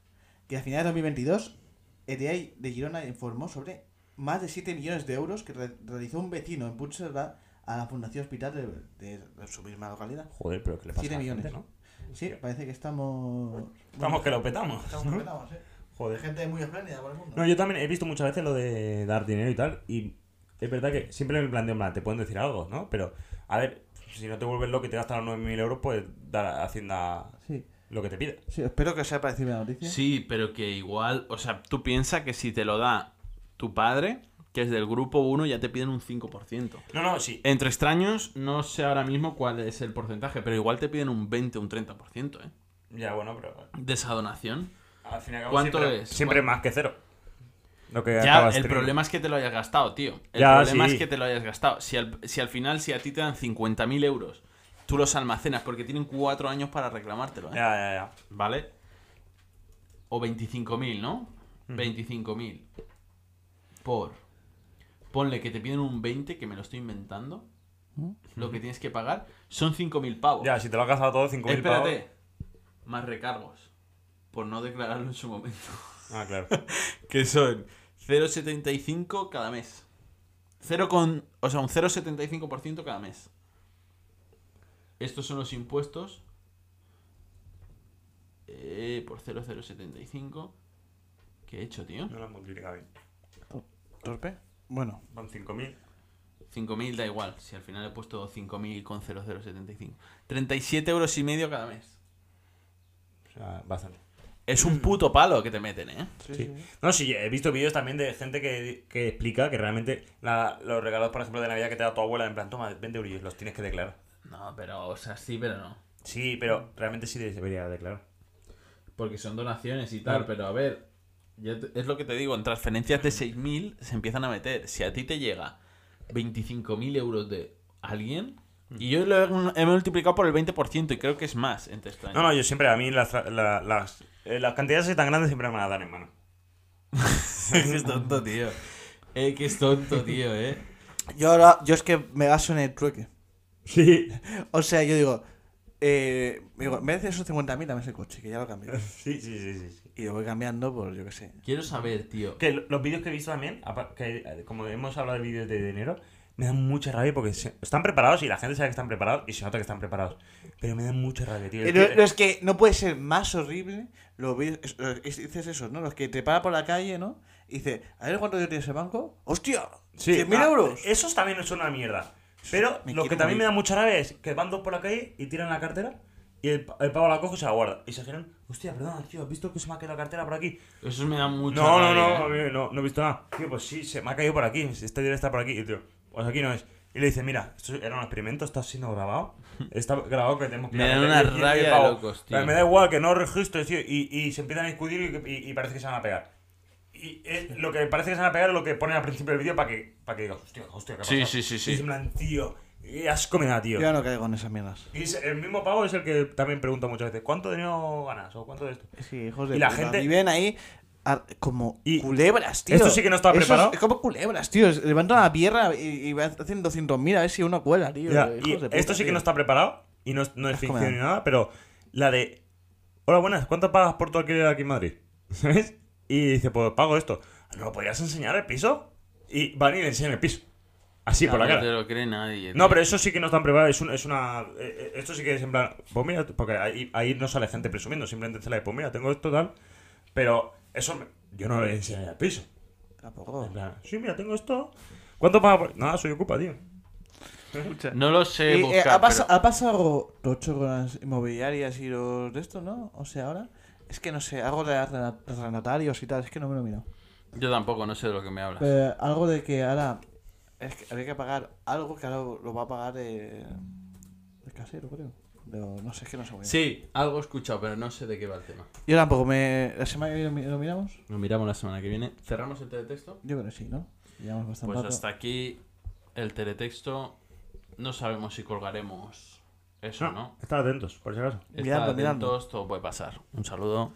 Speaker 3: que a finales de 2022, ETA E de Girona informó sobre más de 7 millones de euros que re- realizó un vecino en Puigcerdá a la Fundación Hospital de, de su misma localidad.
Speaker 2: Joder, pero ¿qué le pasa
Speaker 3: Siete
Speaker 2: a la gente,
Speaker 3: millones.
Speaker 2: no?
Speaker 3: Sí, parece que estamos...
Speaker 2: Estamos que lo petamos.
Speaker 3: Estamos
Speaker 2: ¿no?
Speaker 3: conectados, ¿eh?
Speaker 2: Joder.
Speaker 3: Gente muy espléndida por el mundo.
Speaker 2: No, yo también he visto muchas veces lo de dar dinero y tal. Y es verdad que siempre me planteo, en plan, te pueden decir algo, ¿no? Pero, a ver, si no te vuelves loco y te gastas los 9.000 euros, pues dar a Hacienda
Speaker 3: Sí,
Speaker 2: lo que te pida.
Speaker 3: sí, espero que os haya parecido la noticia.
Speaker 1: Sí, pero que igual, o sea, tú piensas que si te lo da tu padre, que es del grupo 1, ya te piden un 5%.
Speaker 2: No, no, sí. eh,
Speaker 1: Entre extraños, no sé ahora mismo cuál es el porcentaje, pero igual te piden un 20 o un 30%, ¿eh?
Speaker 2: Ya, bueno, pero
Speaker 1: De esa donación.
Speaker 2: al fin y al cabo
Speaker 1: ¿Cuánto
Speaker 2: siempre,
Speaker 1: es?
Speaker 2: siempre más que cero. Lo que
Speaker 1: Ya, el
Speaker 2: acabas teniendo.
Speaker 1: problema es que te lo hayas gastado, tío. El
Speaker 2: Ya,
Speaker 1: problema
Speaker 2: sí.
Speaker 1: es que te lo hayas gastado. Si al, si al final, si a ti te dan 50.000 euros, tú los almacenas porque tienen cuatro años para reclamártelo, ¿eh?
Speaker 2: Ya, ya, ya.
Speaker 1: ¿Vale? O 25.000, ¿no? 25.000. Por... Ponle que te piden un 20, que me lo estoy inventando. Lo que tienes que pagar son 5.000 pavos.
Speaker 2: Ya, si te lo has gastado todo, 5.000 pavos.
Speaker 1: Espérate. Más recargos. Por no declararlo en su momento.
Speaker 2: Ah, claro.
Speaker 1: Que son 0,75 cada mes. 0 con, o sea, un 0,75% cada mes. Estos son los impuestos. Eh, por 0,075. ¿Qué he hecho, tío?
Speaker 2: No lo has multiplicado bien.
Speaker 3: ¿Torpe? Bueno.
Speaker 2: Van 5.000.
Speaker 1: 5.000 da igual. Si al final he puesto 5.000 con 0,075. 37 euros y medio cada mes.
Speaker 2: O sea, bastante.
Speaker 1: Es
Speaker 5: Mm.
Speaker 1: un puto palo que te meten, ¿eh?
Speaker 3: Sí,
Speaker 2: Sí.
Speaker 3: sí, sí.
Speaker 2: No, sí, he visto vídeos también de gente que, que explica que realmente la- los regalos, por ejemplo, de Navidad que te da tu abuela, en plan, toma, 20 euros, los tienes que declarar.
Speaker 5: No, pero, o sea, sí, pero no.
Speaker 2: Sí, pero realmente sí debería declarar.
Speaker 5: Porque son donaciones y tal, pero a ver. yo te-
Speaker 1: Es lo que te digo, en transferencias de 6.000 se empiezan a meter. Si a ti te llega 25.000 euros de alguien, y yo lo he, he multiplicado por el 20% y creo que es más en Testaña.
Speaker 2: No, no, yo siempre, a mí las, la- las, eh, las cantidades así tan grandes siempre me las dan en mano.
Speaker 5: es tonto, tío. Eh, que es tonto, tío, eh.
Speaker 3: Yo, ahora, yo es que me baso en el trueque.
Speaker 2: Sí,
Speaker 3: O sea, yo digo, eh, digo, en vez de esos 50.000, dame ese coche, que ya lo cambié.
Speaker 2: sí, sí, sí. sí, sí.
Speaker 3: Y lo voy cambiando por, yo qué sé.
Speaker 5: Quiero saber, tío.
Speaker 2: Que lo- los vídeos que he visto también, apa- que, eh, como hemos hablado de vídeos de dinero, me dan mucha rabia porque se- están preparados y la gente sabe que están preparados y se nota que están preparados. Pero me dan mucha rabia, tío.
Speaker 3: Pero, es que Eh, no puede ser más horrible. Los vídeos- es- los- es- dices eso, ¿no? Los que te para por la calle, ¿no? Y dice, a ver cuánto dinero tiene ese banco. ¡Hostia!
Speaker 2: Sí,
Speaker 3: ¡100.000
Speaker 2: ah,
Speaker 3: euros!
Speaker 2: Esos también son una mierda. Pero
Speaker 3: Me
Speaker 2: lo que
Speaker 3: quiero
Speaker 2: también
Speaker 3: morir.
Speaker 2: me da mucha rabia es que van dos por la calle y tiran la cartera y el, el pavo la coge y se la guarda. Y se giran, hostia, perdón, tío, ¿has visto que se me ha caído la cartera por aquí?
Speaker 1: Eso me da eh. mucho.
Speaker 2: No, no, no, a mí no, no he visto nada. Tío, pues sí, se me ha caído por aquí. Este dinero está por aquí. Y el tío, pues aquí no es. Y le dice, mira, esto era un experimento, está siendo grabado. Está grabado que tenemos que
Speaker 1: Me dan
Speaker 2: Y-
Speaker 1: una
Speaker 2: y- y el
Speaker 1: rabia de
Speaker 2: pavo,
Speaker 1: locos, tío.
Speaker 2: Me da igual que no registres, tío. Y, y se empiezan a discutir y, y- y parece que se van a pegar. Y es lo que parece que se van a pegar es lo que ponen al principio del vídeo para que, para que digas, hostia, hostia, ¿qué ha
Speaker 1: Sí,
Speaker 2: pasado?".
Speaker 1: sí, sí, sí.
Speaker 2: Y es en plan, tío, qué asco me da, tío.
Speaker 3: Yo ya no caigo en esas mierdas.
Speaker 2: Y es- el mismo pavo es el que también pregunta muchas veces, ¿cuánto dinero ganas? ¿O cuánto de esto?
Speaker 3: Sí, hijos de
Speaker 2: Y la
Speaker 3: puta.
Speaker 2: gente-
Speaker 3: Y ven ahí a- como
Speaker 2: Y-
Speaker 3: culebras, tío.
Speaker 2: Esto sí que no estaba
Speaker 3: Eso es-
Speaker 2: preparado.
Speaker 3: Es, como culebras, tío. Es- Levantan la pierna y, y van- hacen 200.000 a ver si uno cuela, tío.
Speaker 2: Ya,
Speaker 3: Hijos
Speaker 2: y
Speaker 3: de puta,
Speaker 2: esto sí que
Speaker 3: tío.
Speaker 2: no está preparado y no es, no es
Speaker 3: Asco me
Speaker 2: ficción ni
Speaker 3: da.
Speaker 2: nada, pero la de. Hola, buenas, ¿cuánto pagas por tu alquiler aquí en Madrid? ¿Sabes? Y dice, pues pago esto. ¿No podrías enseñar el piso? Y van y le enseñan el piso. Así por la
Speaker 1: no te
Speaker 2: cara.
Speaker 1: lo cree nadie.
Speaker 2: No,
Speaker 1: tío.
Speaker 2: pero eso sí que no están preparados. Es, un- es una. eh, eh, esto sí que es en plan. Pues mira, porque ahí, ahí no sale gente presumiendo. Simplemente sale, pues mira, tengo esto tal. Pero eso me- yo no le enseñaría el piso.
Speaker 3: Tampoco.
Speaker 1: Eh,
Speaker 2: En plan, sí, mira, tengo esto. ¿Cuánto pagas por.? Nada, soy ocupa, tío.
Speaker 1: No lo sé
Speaker 3: Y, eh,
Speaker 1: buscar,
Speaker 3: ha, pasa-
Speaker 1: pero-
Speaker 3: ha pasado algo tocho con las inmobiliarias y los de esto, ¿no? O sea, ahora. Es que no sé, algo de arrena- arrendatarios y tal, es que no me lo miro.
Speaker 1: Yo tampoco, no sé de lo que me hablas.
Speaker 3: Pero algo de que ahora. Es que habría que pagar algo que ahora lo va a pagar eh, el casero, creo. Pero no sé, es que no sé muy bien.
Speaker 1: Sí, algo he escuchado, pero no sé de qué va el tema.
Speaker 3: Yo tampoco me. ¿La semana que viene lo mi- lo miramos?
Speaker 1: Lo miramos la semana que viene. ¿Cerramos el teletexto?
Speaker 3: Yo creo que sí, ¿no? Llevamos bastante
Speaker 1: Pues
Speaker 3: rato.
Speaker 1: hasta aquí el teletexto. No sabemos si colgaremos eso,
Speaker 2: No,
Speaker 1: ¿no?
Speaker 2: Estad atentos, por si acaso.
Speaker 1: Estad
Speaker 3: Mirando, mirando.
Speaker 1: atentos, todo puede pasar. Un saludo.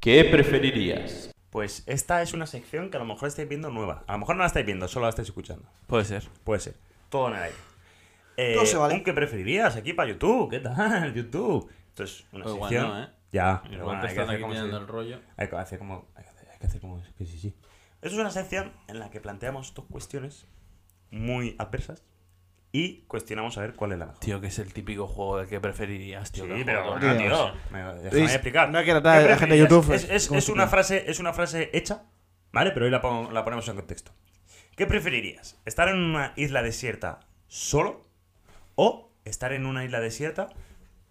Speaker 1: ¿Qué preferirías?
Speaker 2: Pues esta es una sección que a lo mejor estáis viendo nueva. A lo mejor no la estáis viendo, solo la estáis escuchando.
Speaker 1: Puede ser.
Speaker 2: Puede ser. Todo en el aire. Eh,
Speaker 3: Todo se vale.
Speaker 2: ¿Un que preferirías aquí para YouTube? ¿Qué tal? YouTube. Esto es una
Speaker 1: Pues igual
Speaker 2: sección.
Speaker 1: no, ¿eh?
Speaker 2: Ya, pero
Speaker 1: Igual
Speaker 2: bueno,
Speaker 1: te
Speaker 2: hay que
Speaker 1: están
Speaker 2: hacer
Speaker 1: aquí
Speaker 2: como si-
Speaker 1: tirando el rollo.
Speaker 2: hay que hacer como. Hay que hacer, hay que hacer como. Que sí, sí. Esto es una sección en la que planteamos dos cuestiones muy adversas y cuestionamos a ver cuál es la mejor.
Speaker 1: Tío, que es el típico juego de que preferirías, tío.
Speaker 2: Sí,
Speaker 1: que
Speaker 2: pero
Speaker 1: juego
Speaker 2: bueno,
Speaker 1: de-
Speaker 2: tío. me- Déjame
Speaker 3: Luis,
Speaker 2: explicar.
Speaker 3: no hay que
Speaker 2: ¿Qué
Speaker 3: tratar a la gente de
Speaker 2: preferirías?
Speaker 3: YouTube,
Speaker 2: Es, es-
Speaker 3: como
Speaker 2: es
Speaker 3: si
Speaker 2: una
Speaker 3: no.
Speaker 2: frase, es una frase hecha, ¿vale? Pero hoy la, pon- la ponemos en contexto. ¿Qué preferirías? ¿Estar en una isla desierta solo o estar en una isla desierta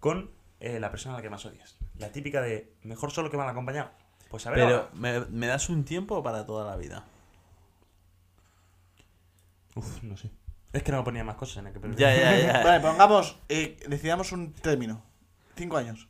Speaker 2: con eh, la persona a la que más odias? La típica de mejor solo que mal acompañado. Pues a ver,
Speaker 1: Pero,
Speaker 2: ahora.
Speaker 1: ¿me, me das un tiempo para toda la vida?
Speaker 2: Uf, no sé. Es que no ponía más cosas en el que
Speaker 1: Ya, ya, ya.
Speaker 3: Vale, pongamos. eh, decidamos un término. Cinco años.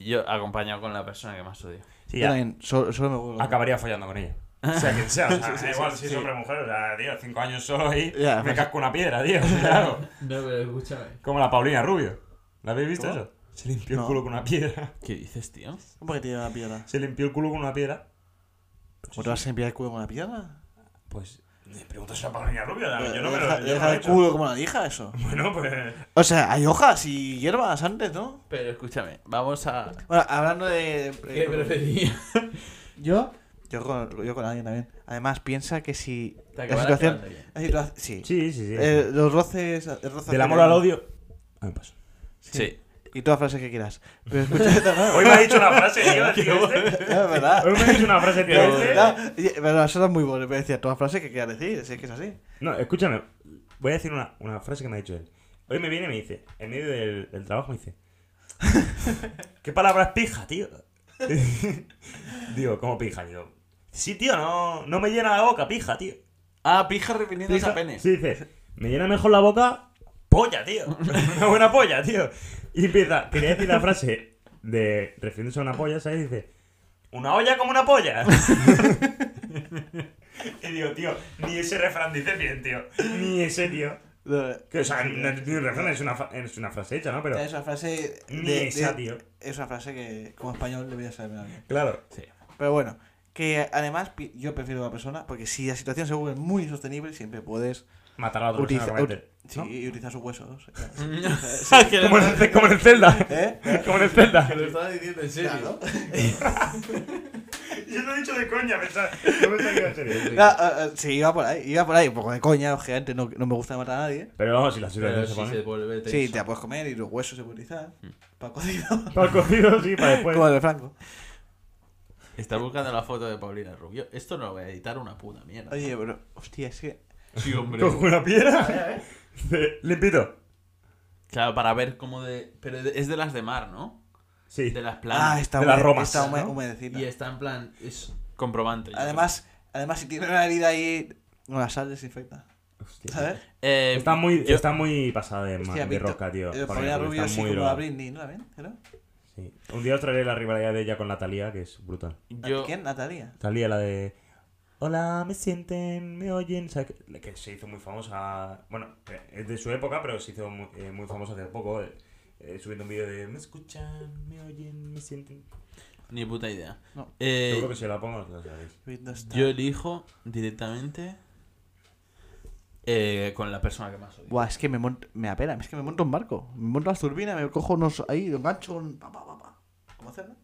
Speaker 1: Yo acompañado con la persona que más odio.
Speaker 2: Sí,
Speaker 3: Yo
Speaker 2: ya.
Speaker 3: también, Ah. solo, solo me vuelvo.
Speaker 2: Acabaría follando con ella. O sea, quien sea, o sea, da igual si es hombre o mujer, o sea, tío, cinco años solo ahí,
Speaker 3: Ya,
Speaker 2: me
Speaker 3: pues-
Speaker 2: casco una piedra, tío, claro.
Speaker 5: No, pero escúchame.
Speaker 2: Como la Paulina Rubio. ¿La habéis visto
Speaker 3: ¿Cómo?
Speaker 2: eso? Se limpió el
Speaker 3: No.
Speaker 2: culo con una piedra.
Speaker 1: ¿Qué dices, tío?
Speaker 3: ¿Cómo que tiene una pierna?
Speaker 2: Se limpió el culo con una piedra.
Speaker 3: ¿Cómo te vas a limpiar el culo con una pierna? Eh,
Speaker 2: Pues, me pregunto si a Paulina Rubio. la- Yo no me lo,
Speaker 3: deja,
Speaker 2: yo no
Speaker 3: deja
Speaker 2: lo he
Speaker 3: el
Speaker 2: hecho.
Speaker 3: culo como la lija, eso.
Speaker 2: Bueno, pues.
Speaker 3: O sea, hay hojas y hierbas antes, ¿no?
Speaker 1: Pero escúchame, vamos a...
Speaker 3: Bueno, hablando de.
Speaker 5: ¿Qué preferías?
Speaker 3: ¿Yo? Yo con, yo con alguien también. Además, piensa que si.
Speaker 5: Te
Speaker 3: la
Speaker 5: acabarás
Speaker 3: situación.
Speaker 5: quedando bien.
Speaker 3: La situación sí.
Speaker 2: Sí, sí, sí.
Speaker 3: Eh, los roces. el roce
Speaker 2: Del amor
Speaker 3: cerebral.
Speaker 2: al odio. A mí me pasa.
Speaker 1: Sí.
Speaker 3: Y todas las frases que quieras. Pero escucha, no,
Speaker 2: Hoy me ha dicho una frase, tío, el tío este.
Speaker 3: es verdad.
Speaker 2: Hoy me ha dicho una frase, tío. este.
Speaker 3: No, y- pero eso era muy bueno. Me decía todas las frases que quieras decir. Si es que es así.
Speaker 2: No, escúchame. Voy a decir una, una frase que me ha dicho él. Hoy me viene y me dice, en medio del, del trabajo, me dice: ¿Qué palabras pija, tío? Digo, ¿cómo pija? Digo, Sí, tío, no, no me llena la boca, pija, tío.
Speaker 5: Ah, pija refiriéndose
Speaker 2: Pija-
Speaker 5: a pene.
Speaker 2: Sí, dices, me llena mejor la boca polla, tío. Una buena polla, tío. Y empieza, quería decir la frase de refiriéndose a una polla, ¿sabes? Dice, una olla como una polla. y digo, tío, ni ese refrán dice bien, tío. Ni ese, tío. Que, o sea, no es ni un refrán, es una, fa- es una frase hecha, ¿no? Pero,
Speaker 3: Esa frase.
Speaker 2: Ni
Speaker 3: de-
Speaker 2: esa,
Speaker 3: de-
Speaker 2: tío.
Speaker 3: Es una frase que como español debería saber. alguien.
Speaker 2: claro.
Speaker 3: Pero bueno, que además pi- yo prefiero a la persona, porque si la situación se vuelve muy insostenible, siempre puedes
Speaker 2: Matar a la otra persona,
Speaker 3: utilizar,
Speaker 2: obviamente,
Speaker 3: ut- sí,
Speaker 2: ¿no?
Speaker 3: y utilizar sus huesos.
Speaker 2: ¿no? Como en el ce- Como en el Zelda.
Speaker 3: ¿Eh?
Speaker 2: Como en el Zelda.
Speaker 5: lo estaba diciendo en
Speaker 3: Claro.
Speaker 2: Yo lo he dicho de coña, pensaba. No pensaba que iba en serio.
Speaker 3: Ah, ah, ah, sí, iba por ahí, iba por ahí, un poco de coña, obviamente, no, no me gusta matar a nadie.
Speaker 2: Pero vamos, si la situación
Speaker 5: Pero
Speaker 2: se
Speaker 5: si
Speaker 2: pone.
Speaker 5: se vuelve
Speaker 3: Sí,
Speaker 5: tenso.
Speaker 3: te la puedes comer y los huesos se pueden utilizar
Speaker 2: Mm.
Speaker 3: para cocinar.
Speaker 2: Para el cocido, sí, para después.
Speaker 3: Como el de Franco.
Speaker 5: Está buscando la foto de Paulina Rubio. Esto no lo voy a editar una puta mierda.
Speaker 3: Oye, pero, hostia, es que.
Speaker 5: Sí, hombre.
Speaker 2: Cojo una piedra. de- Limpito.
Speaker 5: Claro, para ver cómo de. Pero es de las de mar, ¿no?
Speaker 2: Sí.
Speaker 5: De las
Speaker 3: Ah,
Speaker 5: planas.
Speaker 3: está,
Speaker 2: de las
Speaker 3: hume-
Speaker 2: romas,
Speaker 3: está hume-
Speaker 2: ¿no?
Speaker 3: humedecita.
Speaker 5: y está en plan. Es comprobante. yo
Speaker 3: Además, además, si tiene una herida ahí, con la sal desinfecta.
Speaker 2: Hostia.
Speaker 3: ¿Sabes?
Speaker 5: creo. Eh,
Speaker 2: Está muy,
Speaker 5: yo-
Speaker 2: está muy pasada de, ma-
Speaker 3: Hostia,
Speaker 2: de
Speaker 3: Víctor-
Speaker 2: rosca, tío. Paulina
Speaker 3: eh, Paulina Rubio
Speaker 2: está
Speaker 3: sí
Speaker 2: muy
Speaker 3: como la
Speaker 2: drogada.
Speaker 3: Britney, ¿no la ven? ¿Era?
Speaker 2: Sí. Un día os traeré la rivalidad de ella con la Talía, que es brutal.
Speaker 5: yo-
Speaker 3: ¿Quién? Natalia.
Speaker 2: Talía, la de. Hola, me sienten, me oyen. ¿sabes qué? La que se hizo muy famosa. Bueno, eh, es de su época, pero se hizo muy, eh, muy famosa hace poco. eh, eh, subiendo un vídeo de. Me escuchan, me oyen, me sienten.
Speaker 5: Ni puta idea.
Speaker 3: No.
Speaker 5: Eh,
Speaker 2: Seguro que si la pongo, lo sabéis.
Speaker 3: Britney está.
Speaker 5: Yo elijo directamente. eh, con la persona que más odio.
Speaker 3: Buah, es que me monto, me apela, es que me monto un barco. Me monto las turbinas, me cojo unos ahí, lo engancho, un... pa, pa, pa, pa. ¿Cómo hacerlo?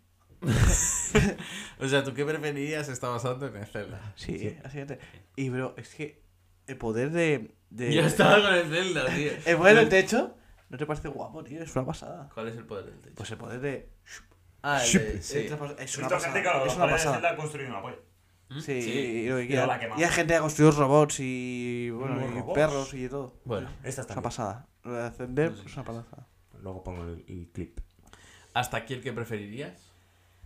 Speaker 5: O sea, ¿tú qué preferirías? Está basando en Zelda.
Speaker 3: Sí,
Speaker 2: Sí.
Speaker 3: así es. Y bro, es que el poder de... de...
Speaker 5: Yo estaba con el Zelda, tío.
Speaker 3: Eh, El poder del techo, ¿no te parece guapo, tío? Es una pasada.
Speaker 5: ¿Cuál es el poder del techo?
Speaker 3: Pues el poder de...
Speaker 5: Ah, el de- sí.
Speaker 3: Es una pasada. Es una
Speaker 2: Esto es gente que a
Speaker 3: pasada.
Speaker 2: los
Speaker 3: Es una
Speaker 2: padres
Speaker 3: pasada.
Speaker 2: la han construido una polla.
Speaker 5: ¿Mm?
Speaker 3: Sí, y lo que
Speaker 2: Y
Speaker 3: quieras.
Speaker 2: la quemamos.
Speaker 3: Y hay gente que ha construido robots y, bueno,
Speaker 2: Unos
Speaker 3: y
Speaker 2: robots.
Speaker 3: perros y de todo.
Speaker 5: Bueno,
Speaker 2: Esta
Speaker 3: Es
Speaker 2: está
Speaker 3: una
Speaker 2: bien.
Speaker 3: pasada. Lo de ascender
Speaker 5: No sé
Speaker 3: es una pasada.
Speaker 2: Luego pongo el, el clip.
Speaker 5: ¿hasta aquí el que preferirías?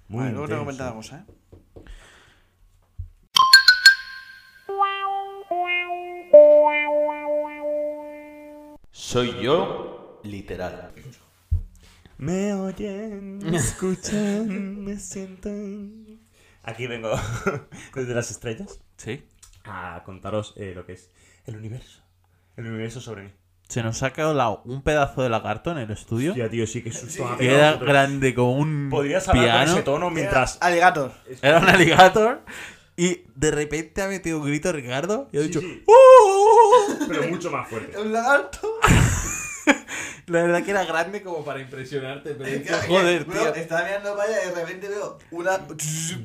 Speaker 2: Muy
Speaker 3: Vale, luego te
Speaker 2: intenso.
Speaker 3: comentar una cosa, ¿eh?
Speaker 1: Soy yo, literal.
Speaker 2: Me oyen, me escuchan, me sienten. Aquí vengo desde las estrellas
Speaker 1: Sí.
Speaker 2: a contaros eh, lo que es el universo. El universo sobre mí.
Speaker 1: Se nos ha quedado la- un pedazo de lagarto en el estudio.
Speaker 2: Ya, tío, sí, que susto. me ha pegado.
Speaker 1: Era grande como un
Speaker 2: Podrías hablar con
Speaker 1: piano.
Speaker 2: ese tono mientras.
Speaker 3: Alligator.
Speaker 1: Era un alligator. Y de repente ha metido un grito Ricardo. Y ha
Speaker 2: Sí,
Speaker 1: dicho.
Speaker 2: sí,
Speaker 1: "¡Uh!".
Speaker 2: pero mucho más fuerte.
Speaker 3: Un lagarto.
Speaker 5: La verdad que era grande como para impresionarte, pero es que,
Speaker 1: Joder,
Speaker 3: Bro,
Speaker 1: tío.
Speaker 3: Estaba mirando para allá y de repente veo una.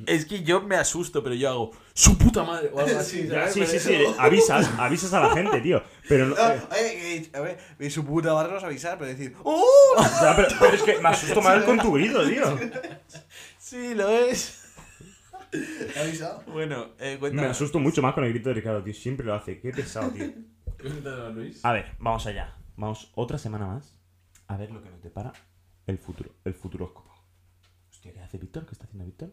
Speaker 1: Es que yo me asusto, pero yo hago.
Speaker 5: su puta madre o algo así.
Speaker 2: Ya,
Speaker 5: ¿sabes?
Speaker 2: sí,
Speaker 5: Pero
Speaker 2: sí,
Speaker 5: es
Speaker 2: sí. Avisas, avisas a la gente, tío. Pero no.
Speaker 3: No,
Speaker 2: eh,
Speaker 3: oye, eh, a ver, vi su puta madre nos avisar, pero decir. ¡Uh!
Speaker 2: o sea, pero, pero es que me asusto mal con tu grito, tío.
Speaker 1: Sí, lo es.
Speaker 3: ¿Te ha avisado?
Speaker 1: Bueno, eh,
Speaker 2: Me
Speaker 1: cuéntame.
Speaker 2: asusto mucho más con el grito de Ricardo, tío. Siempre lo hace. Qué pesado, tío.
Speaker 5: como- Cuéntanos, Luis.
Speaker 2: A ver, vamos allá. Vamos otra semana más a ver lo que nos depara el futuro, el futuróscopo. Hostia, ¿qué hace Víctor? ¿Qué está haciendo Víctor?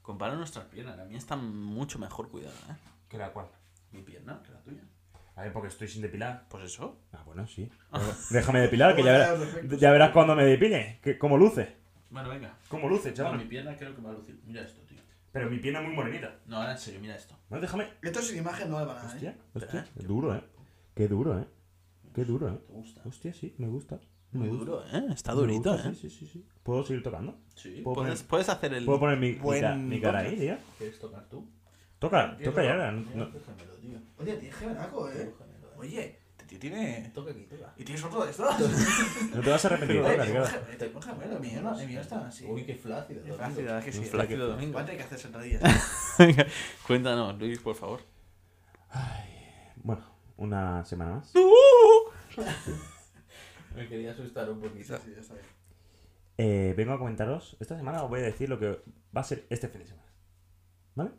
Speaker 5: Compara nuestras piernas, la mía está mucho mejor cuidada, ¿eh?
Speaker 2: ¿Qué la cual?
Speaker 5: Mi pierna que la tuya.
Speaker 2: A ver, porque estoy sin depilar.
Speaker 5: Pues eso.
Speaker 2: Ah, bueno, sí. Déjame depilar, que ya
Speaker 3: Bueno, perfecto.
Speaker 2: verás, ya verás cuando me depile. Que, ¿Cómo luce?
Speaker 5: Bueno, venga.
Speaker 2: ¿Cómo luce,
Speaker 5: No,
Speaker 2: chaval?
Speaker 5: mi pierna creo que va a lucir. Mira esto, tío.
Speaker 2: Pero mi pierna es muy morenita.
Speaker 5: No, ahora en serio, mira esto.
Speaker 2: No, déjame.
Speaker 3: Esto sin imagen no le va nada, ¿eh?
Speaker 2: Hostia, hostia. Qué duro, eh. Qué duro, eh. Qué duro, eh.
Speaker 5: ¿Te gusta?
Speaker 2: Hostia, sí, me gusta.
Speaker 5: Muy duro, ¿eh? Está
Speaker 2: Me
Speaker 5: durito,
Speaker 2: gusta,
Speaker 5: ¿eh?
Speaker 2: Sí, sí, sí, sí. ¿Puedo seguir tocando?
Speaker 5: Sí.
Speaker 2: Puedo
Speaker 5: Puedes,
Speaker 2: poner-
Speaker 5: puedes hacer el...
Speaker 2: ¿Puedo poner mi, mi
Speaker 3: Buen
Speaker 2: ca- mi cara ahí, tío?
Speaker 5: ¿Quieres tocar tú?
Speaker 2: Toca, toca ya. no- no-
Speaker 5: Déjamelo, tío.
Speaker 3: Oye, tienes gemelaco, ¿eh?
Speaker 5: Déjamelo, eh.
Speaker 3: Oye, este tío tiene.
Speaker 5: Toca aquí, toca.
Speaker 3: ¿Y tienes otro de estos?
Speaker 2: No te vas a arrepentir, ¿eh?
Speaker 3: Oye,
Speaker 2: toca,
Speaker 3: tengo un
Speaker 2: Ricardo.
Speaker 3: gemelo, tengo un gemelo, el mío no- el mío está así.
Speaker 5: Uy, qué flácido.
Speaker 3: Es fácil, la verdad que sí.
Speaker 5: Flácido domingo.
Speaker 3: Igual hay que hacer sentadillas.
Speaker 5: Cuéntanos, Luis, por favor.
Speaker 2: Bueno, una semana más.
Speaker 5: Me quería asustar un poquito.
Speaker 2: Eh, vengo a comentaros. Esta semana os voy a decir lo que va a ser este fin de semana. ¿Vale?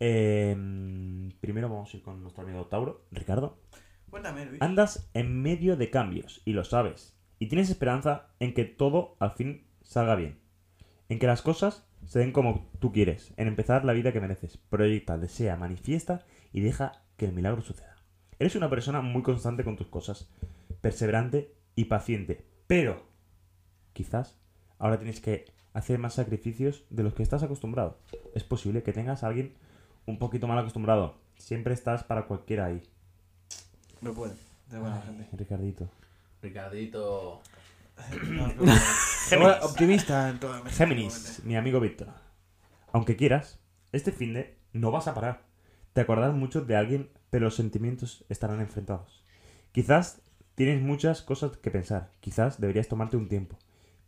Speaker 2: Eh, primero vamos a ir con nuestro amigo Tauro, Ricardo.
Speaker 3: Cuéntame, Luis.
Speaker 2: Andas en medio de cambios y lo sabes. Y tienes esperanza en que todo al fin salga bien. En que las cosas se den como tú quieres, en empezar la vida que mereces. Proyecta, desea, manifiesta y deja que el milagro suceda. Eres una persona muy constante con tus cosas, perseverante y paciente, pero quizás ahora tienes que hacer más sacrificios de los que estás acostumbrado. Es posible que tengas a alguien un poquito mal acostumbrado. Siempre estás para cualquiera ahí.
Speaker 3: No puede. De buena gente.
Speaker 2: Ricardito.
Speaker 5: Ricardito.
Speaker 3: Ahora, optimista en todo.
Speaker 2: Géminis, mi amigo Víctor. Aunque quieras, este fin de no vas a parar. Te acordarás mucho de alguien, pero los sentimientos estarán enfrentados. Quizás tienes muchas cosas que pensar. Quizás deberías tomarte un tiempo.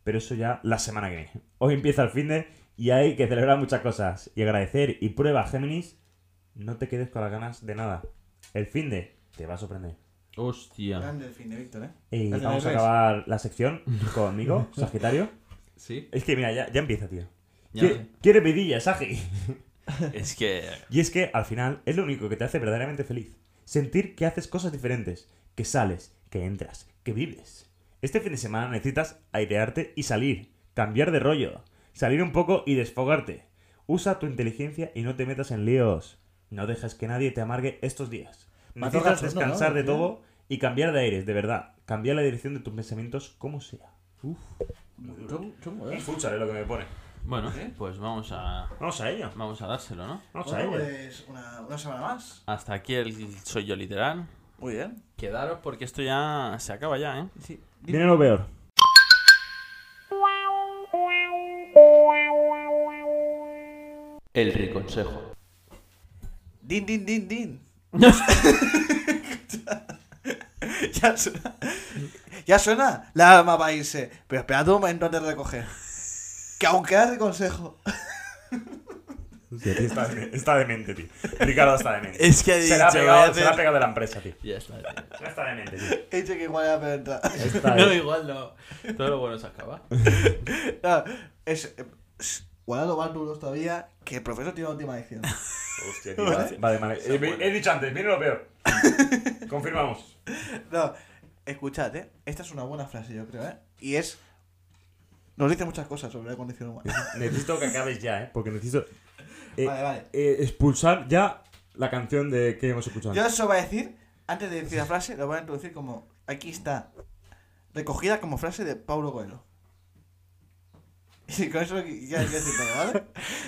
Speaker 2: Pero eso ya la semana que viene. Hoy empieza el fin de y hay que celebrar muchas cosas. Y agradecer y prueba, Géminis. No te quedes con las ganas de nada. El fin de te va a sorprender.
Speaker 5: Hostia.
Speaker 3: Grande el fin de Víctor, ¿eh?
Speaker 2: Y
Speaker 3: Gracias,
Speaker 2: vamos a
Speaker 3: Andrés.
Speaker 2: acabar la sección conmigo, Sagitario.
Speaker 5: Sí.
Speaker 2: Es que mira, ya, ya empieza, tío.
Speaker 1: Ya.
Speaker 2: Qui- Quiere vidilla, Sagi.
Speaker 1: Es que.
Speaker 2: Y es que al final es lo único que te hace verdaderamente feliz. Sentir que haces cosas diferentes, que sales, que entras, que vives. Este fin de semana necesitas airearte y salir, cambiar de rollo, salir un poco y desfogarte. Usa tu inteligencia y no te metas en líos. No dejes que nadie te amargue estos días.
Speaker 3: Mato
Speaker 2: Necesitas
Speaker 3: Gatuno, ¿no?
Speaker 2: descansar de
Speaker 3: También.
Speaker 2: todo y cambiar de aires, de verdad. Cambiar la dirección de tus pensamientos como sea.
Speaker 4: Chungo, chungo, ¿eh?
Speaker 2: Escúchale lo que me pone.
Speaker 1: Bueno, pues vamos a.
Speaker 2: Vamos a ello.
Speaker 1: Vamos a dárselo, ¿no?
Speaker 2: Vamos a
Speaker 3: Bueno,
Speaker 2: ello.
Speaker 3: pues una, una semana más.
Speaker 1: Hasta aquí el soy yo literal.
Speaker 3: Muy bien.
Speaker 1: Quedaros porque esto ya se acaba ya, ¿eh?
Speaker 3: Sí.
Speaker 2: Viene lo peor.
Speaker 5: El riconsejo.
Speaker 3: Din, din, din, din. ya suena. Ya suena. La alarma va a irse. Pero esperad un momento antes de recoger. Que aún queda de consejo.
Speaker 2: está, está demente, tío. Ricardo está demente.
Speaker 1: Es que ha
Speaker 2: se, la ha
Speaker 1: dicho,
Speaker 2: pegado,
Speaker 1: voy a
Speaker 2: se la ha
Speaker 1: hacer-
Speaker 2: pegado de la empresa, tío.
Speaker 1: Ya está. tío.
Speaker 2: Está demente, tío.
Speaker 3: He dicho que igual era para entrar.
Speaker 2: Está
Speaker 1: No, igual no. Todo lo bueno se acaba.
Speaker 3: No, es. es- Guardando más duros todavía que el profesor tiene la última edición.
Speaker 2: Hostia, tío. Vale, vale. vale. Eh, vi- he dicho antes, viene lo peor. Confirmamos.
Speaker 3: No, escuchad, ¿eh? Esta es una buena frase, yo creo, ¿eh? Y es. Nos dice muchas cosas sobre la condición humana.
Speaker 2: Necesito que acabes ya, ¿eh? Porque necesito Eh,
Speaker 3: Vale, vale.
Speaker 2: eh, expulsar ya la canción de que hemos escuchado.
Speaker 3: Yo
Speaker 2: antes.
Speaker 3: eso voy a decir, antes de decir la frase, lo voy a introducir como, aquí está, recogida como frase de Paulo Coelho. Y con eso ya ya decir todo, ¿vale?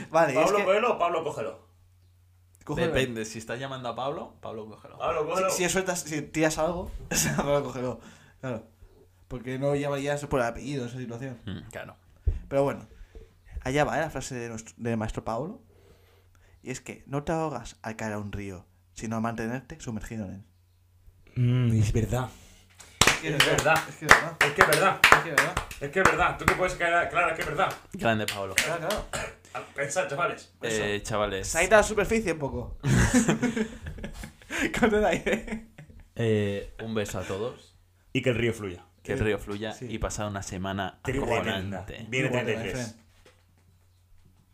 Speaker 3: Vale,
Speaker 2: ¿Pablo
Speaker 3: es que...
Speaker 2: Coelho o Pablo Cógelo?
Speaker 3: coge-
Speaker 1: Depende, si estás llamando a Pablo, Pablo cógelo.
Speaker 2: Pablo
Speaker 3: Si,
Speaker 2: Coelho.
Speaker 3: si sueltas, si tiras algo, o sea, Paulo Coelho, claro. Porque no llamarías por el apellido en esa situación.
Speaker 1: Mm, claro.
Speaker 3: Pero bueno, allá va ¿eh? la frase de nuestro, del maestro Paulo. Y es que no te ahogas al caer a un río, sino a mantenerte sumergido en él.
Speaker 2: Mm, es verdad. Es verdad.
Speaker 3: Es que es verdad.
Speaker 2: Es que es verdad.
Speaker 3: Es que es verdad.
Speaker 2: Es que es verdad. Tú te puedes caer. Claro, es que es verdad.
Speaker 1: Grande, Pablo.
Speaker 3: Claro, claro.
Speaker 2: Pensad, chavales.
Speaker 1: Eh, chavales.
Speaker 3: Se ha ido a la superficie un poco. Con el aire.
Speaker 1: eh, un beso a todos.
Speaker 2: Y que el río fluya.
Speaker 1: Que el río fluya y pasad una semana
Speaker 2: Tremenda.
Speaker 1: acojonante.
Speaker 2: Viene
Speaker 3: Igual,
Speaker 2: 33.
Speaker 3: Efren.